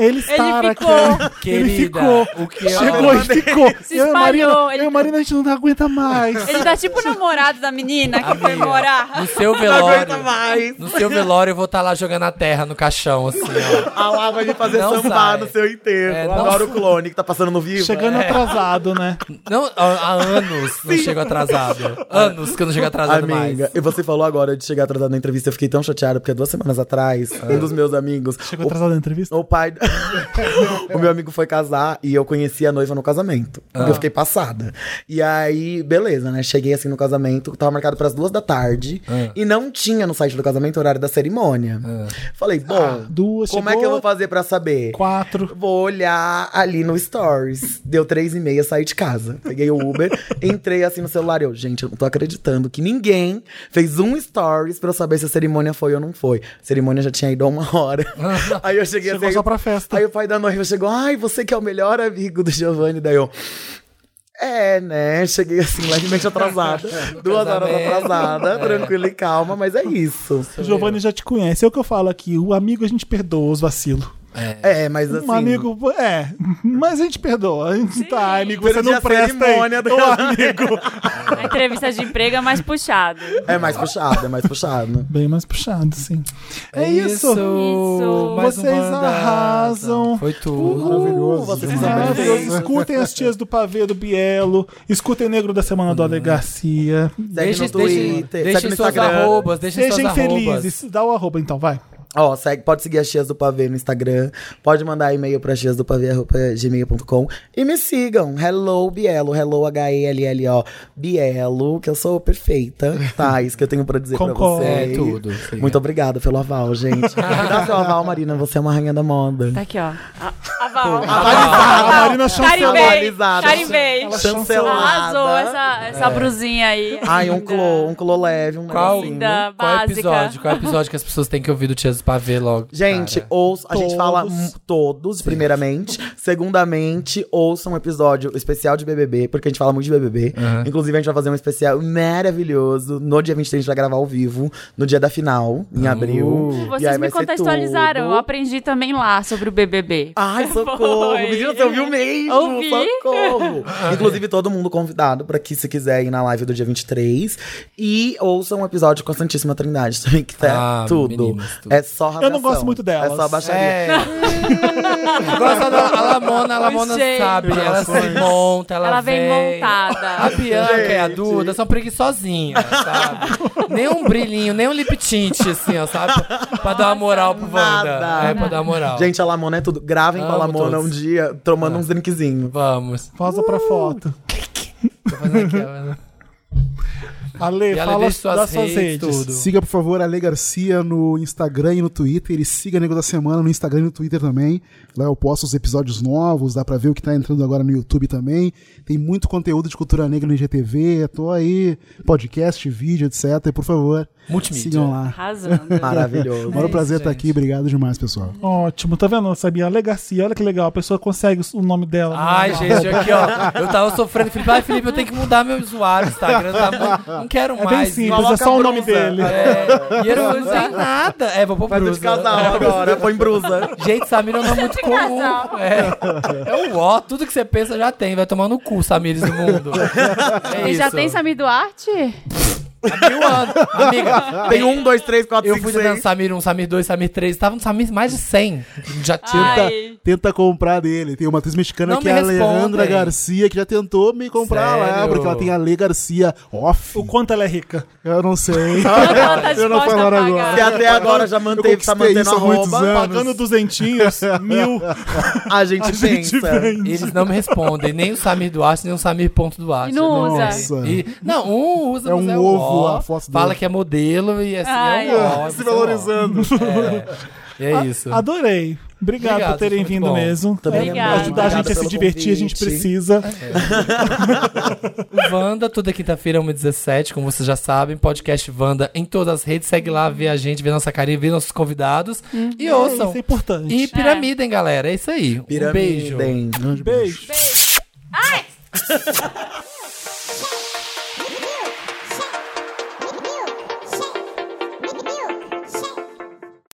Speaker 1: Ele estar
Speaker 2: Ele
Speaker 1: aqui.
Speaker 2: ficou.
Speaker 1: ele
Speaker 4: Querida,
Speaker 1: ficou.
Speaker 4: o que é eu-
Speaker 1: Chegou e ficou.
Speaker 2: Se
Speaker 1: eu e a Marina,
Speaker 2: espalhou, ele-
Speaker 1: eu e a Marina, a gente não aguenta mais.
Speaker 2: Ele tá tipo o namorado da menina que foi morar.
Speaker 4: No seu
Speaker 3: Não aguenta
Speaker 4: velório.
Speaker 3: mais.
Speaker 4: No seu velório eu vou estar lá jogando a terra no caixão, assim, ó.
Speaker 3: A lá vai me fazer
Speaker 4: Não
Speaker 3: sambar
Speaker 4: sai.
Speaker 3: no seu enterro.
Speaker 4: É, não
Speaker 3: Agora
Speaker 4: sai.
Speaker 3: o clone que tá passando no vivo.
Speaker 1: Chegando atrasado, né?
Speaker 4: Não, há há anos não chego atrasado. Anos que eu não chego atrasado mais.
Speaker 3: É. Amiga, e você falou agora de chegar atrasado na entrevista. Eu fiquei tão chateada, porque duas semanas atrás, um dos meus amigos.
Speaker 1: Chegou atrasado na entrevista.
Speaker 3: O, o pai. o meu amigo foi casar e eu conheci a noiva no casamento. Eu fiquei passada. E aí, beleza, né? Cheguei assim no casamento, tava marcado pras duas da tarde. E não tinha no site do casamento o horário da cerimônia. Falei, bom,
Speaker 1: duas,
Speaker 3: como é
Speaker 1: chegou-
Speaker 3: que eu vou fazer pra saber?
Speaker 1: Quatro.
Speaker 3: Vou olhar ali no Stories. Deu três e meia, saí de casa. Peguei o Uber, entrei assim no celular. e Eu, gente, eu não tô acreditando que ninguém fez um Stories pra eu saber se a cerimônia foi ou não foi. A cerimônia já tinha ido há uma hora. aí eu cheguei
Speaker 1: Chegou
Speaker 3: assim.
Speaker 1: só
Speaker 3: aí-
Speaker 1: pra festa.
Speaker 3: Aí o pai da noiva chegou, ai, você que é o melhor amigo do Giovanni. Daí eu. É, né? Cheguei assim, levemente atrasada. duas horas
Speaker 4: casamento.
Speaker 3: atrasada,
Speaker 1: É.
Speaker 3: tranquila e calma, mas é isso.
Speaker 1: O Giovanni já te conhece. É o que eu falo aqui. O amigo a gente perdoa os vacilos.
Speaker 3: É, mas assim.
Speaker 1: Um amigo, é. Mas a gente perdoa. A gente, tá, amigo, você
Speaker 3: Perdi
Speaker 1: não
Speaker 3: a
Speaker 1: presta aí.
Speaker 3: cerimônia do
Speaker 1: Ô,
Speaker 3: casamento.
Speaker 1: amigo.
Speaker 2: A entrevista de emprego é mais puxado.
Speaker 3: É mais puxado, é mais puxado.
Speaker 1: Bem mais puxado, sim. É isso.
Speaker 2: Isso.
Speaker 4: Mais um
Speaker 1: Vocês
Speaker 4: mandato.
Speaker 1: arrasam.
Speaker 4: Foi tudo.
Speaker 5: Maravilhoso.
Speaker 3: vocês
Speaker 5: demais.
Speaker 3: são
Speaker 1: Maravilhoso.
Speaker 3: Parabéns.
Speaker 1: Escutem as tias do Pavê do Bielo. Escutem o Negro da Semana do
Speaker 4: Hum.
Speaker 1: Ale Garcia.
Speaker 3: Segue
Speaker 4: Deixem,
Speaker 3: no Twitter,
Speaker 4: deixem,
Speaker 3: segue
Speaker 4: deixem
Speaker 3: no
Speaker 4: suas
Speaker 3: Instagram.
Speaker 4: arrobas, deixem
Speaker 1: Sejam
Speaker 4: suas arrobas.
Speaker 1: felizes. Dá o arroba então, vai.
Speaker 3: Ó, segue, pode seguir as Tias do Pavê no Instagram. Pode mandar e-mail pra tias do pavê, gmail.com. E me sigam. Hello, Bielo. Hello, H-E-L-L-O. Bielo, que eu sou perfeita. Tá, isso que eu tenho pra dizer
Speaker 1: Concordo.
Speaker 3: pra vocês.
Speaker 4: É tudo, sim.
Speaker 3: Muito obrigada pelo aval, gente. Me dá seu aval, Marina. Você é uma rainha da moda.
Speaker 2: Tá aqui, ó. A, a Val.
Speaker 4: Ah,
Speaker 1: A é
Speaker 4: tá.
Speaker 1: Marina chancelou.
Speaker 2: Carimbei.
Speaker 3: Alisada.
Speaker 2: Carimbei.
Speaker 3: Chancelada. É.
Speaker 2: Arrasou essa, essa brusinha aí.
Speaker 3: Ai, um
Speaker 2: Linda.
Speaker 3: clô, um clô leve, um
Speaker 4: Qual,
Speaker 3: negocinho.
Speaker 2: Linda,
Speaker 4: qual
Speaker 2: básica.
Speaker 4: episódio? Qual é episódio que as pessoas têm que ouvir do Tias pra ver logo?
Speaker 3: Gente,
Speaker 4: cara?
Speaker 3: ouça, a
Speaker 1: Todos.
Speaker 3: gente fala hum, todos, primeiramente. Segundamente, ouça um episódio especial de BBB, porque a gente fala muito de BBB. Inclusive, a gente vai fazer um especial maravilhoso. No dia 23, a gente vai gravar ao vivo, no dia da final,
Speaker 1: Uh.
Speaker 3: em abril. E aí
Speaker 2: Vocês me
Speaker 3: vai ser
Speaker 2: contextualizaram.
Speaker 3: tudo.
Speaker 2: Eu aprendi também lá sobre o BBB.
Speaker 3: Ai, socorro!
Speaker 2: Foi.
Speaker 3: Menina, você ouviu mesmo?
Speaker 2: Ouvi.
Speaker 3: Socorro! Inclusive, todo mundo convidado pra que, se quiser, ir na live do dia 23. E ouça um episódio com a Santíssima Trindade também, que tá
Speaker 4: Ah,
Speaker 3: tudo.
Speaker 4: meninas, tudo.
Speaker 3: É só razão.
Speaker 1: Eu não gosto muito delas.
Speaker 3: É só baixaria.
Speaker 4: É. Gosta da a Lamona, a Lamona
Speaker 2: Gente.
Speaker 4: sabe. Ela se monta, ela,
Speaker 2: Ela vem montada.
Speaker 4: A Bianca e a Duda são preguiçosinhas, sabe? nem um brilhinho, nem um lip tint, assim, ó, sabe? Pra dar uma moral pro Wanda.
Speaker 3: Nada. né?
Speaker 4: É, pra dar uma moral.
Speaker 3: Gente, a Lamona é tudo. Gravem com a
Speaker 4: Amo
Speaker 3: Lamona
Speaker 4: todos.
Speaker 3: um dia, tomando uns drinkzinhos.
Speaker 4: Vamos.
Speaker 1: Pausa pra
Speaker 4: Uh.
Speaker 1: foto.
Speaker 4: Tô fazendo aquela.
Speaker 1: Ale,
Speaker 4: E
Speaker 1: né?
Speaker 4: ela
Speaker 1: fala
Speaker 4: deixa suas
Speaker 1: das suas
Speaker 4: redes,
Speaker 1: redes.
Speaker 4: tudo.
Speaker 5: Siga, por favor, Ale Garcia no Instagram e no Twitter. E siga Nego da Semana no Instagram e no Twitter também. Lá eu posto os episódios novos, dá pra ver o que tá entrando agora no YouTube também. Tem muito conteúdo de cultura negra no IGTV. Tô aí, podcast, vídeo, etc. E, por favor,
Speaker 4: Multimídia. É
Speaker 5: sigam lá.
Speaker 2: Arrasando.
Speaker 3: Maravilhoso.
Speaker 5: Maior prazer estar aqui. Obrigado demais, pessoal.
Speaker 1: Ótimo, tá vendo? Sabia Ale Garcia, olha que legal. A pessoa consegue o nome dela. é no
Speaker 4: Ai,
Speaker 1: arroba.
Speaker 4: gente, aqui, ó. Eu tava sofrendo. Felipe, ai, Felipe, eu tenho que mudar meu usuário do Instagram. tá muito- Não quero
Speaker 1: É bem
Speaker 4: mais.
Speaker 1: simples, é
Speaker 3: coloca
Speaker 1: só o nome
Speaker 3: bronza.
Speaker 1: dele.
Speaker 4: É, e eu não tem nada. É, vou pôr
Speaker 3: Vai ter de
Speaker 4: brusa.
Speaker 3: casal agora, põe brusa.
Speaker 4: Gente, Samir é um nome muito comum. É. é o ó, tudo que você pensa já tem. Vai tomar no cu, Samires do mundo. É
Speaker 2: E já
Speaker 4: isso.
Speaker 2: tem Samir Duarte?
Speaker 4: Há mil anos. Amiga,
Speaker 3: Tem um, dois, três, quatro,
Speaker 4: Eu
Speaker 3: cinco,
Speaker 4: fui no
Speaker 3: seis.
Speaker 4: Samir 1, Samir 2, Samir 3. Tava no Samir mais de 100. Já tinha.
Speaker 2: Ai.
Speaker 5: Tenta, tenta comprar dele. Tem uma atriz mexicana
Speaker 4: Não
Speaker 5: que é
Speaker 4: me
Speaker 5: a Alejandra
Speaker 4: respondem.
Speaker 5: Garcia, que já tentou me comprar lá,
Speaker 4: Sério?
Speaker 5: porque ela tem a Lê Garcia off.
Speaker 1: O quanto ela é rica.
Speaker 5: Eu não sei.
Speaker 2: Quanto ela tá
Speaker 5: Eu não
Speaker 2: disposta
Speaker 5: falar
Speaker 2: a
Speaker 5: agora.
Speaker 2: pagar?
Speaker 3: Que até agora já
Speaker 5: eu
Speaker 3: manteve,
Speaker 5: conquistei
Speaker 3: tá mantendo
Speaker 5: isso
Speaker 3: a
Speaker 5: há muitos
Speaker 3: rouba.
Speaker 5: anos.
Speaker 1: Pagando duzentinhos, mil.
Speaker 3: A gente
Speaker 1: A gente
Speaker 3: pensa.
Speaker 1: vende.
Speaker 4: Eles não me respondem. Nem o Samir Duarte, nem o Samir ponto Duarte.
Speaker 2: E não usa.
Speaker 5: Nossa.
Speaker 4: E- não, um usa
Speaker 5: É
Speaker 4: mas
Speaker 5: um
Speaker 4: o
Speaker 5: ovo
Speaker 4: ó,
Speaker 5: a foto
Speaker 4: Fala
Speaker 5: dele.
Speaker 4: que é modelo e assim
Speaker 2: Ai.
Speaker 4: é um ó, isso
Speaker 5: Se
Speaker 4: é um ó.
Speaker 5: valorizando.
Speaker 4: É, E é isso.
Speaker 1: Adorei. Obrigado,
Speaker 4: Obrigado,
Speaker 1: por terem
Speaker 4: foi muito
Speaker 1: vindo
Speaker 4: bom.
Speaker 1: mesmo.
Speaker 3: Também
Speaker 2: Obrigada.
Speaker 1: Pra ajudar a gente a
Speaker 3: Obrigado
Speaker 1: se
Speaker 3: pelo
Speaker 1: divertir, a gente
Speaker 3: convite.
Speaker 1: precisa.
Speaker 4: O Wanda, toda quinta-feira, 1h17, como vocês já sabem. Podcast Wanda em todas as redes. Segue lá, vê a gente, vê nossa carinha, vê nossos convidados. e ouçam.
Speaker 1: Isso é importante.
Speaker 4: E piramidem, Um galera. É isso aí. Um beijo.
Speaker 3: Piramidem.
Speaker 1: Beijo.
Speaker 2: Beijo.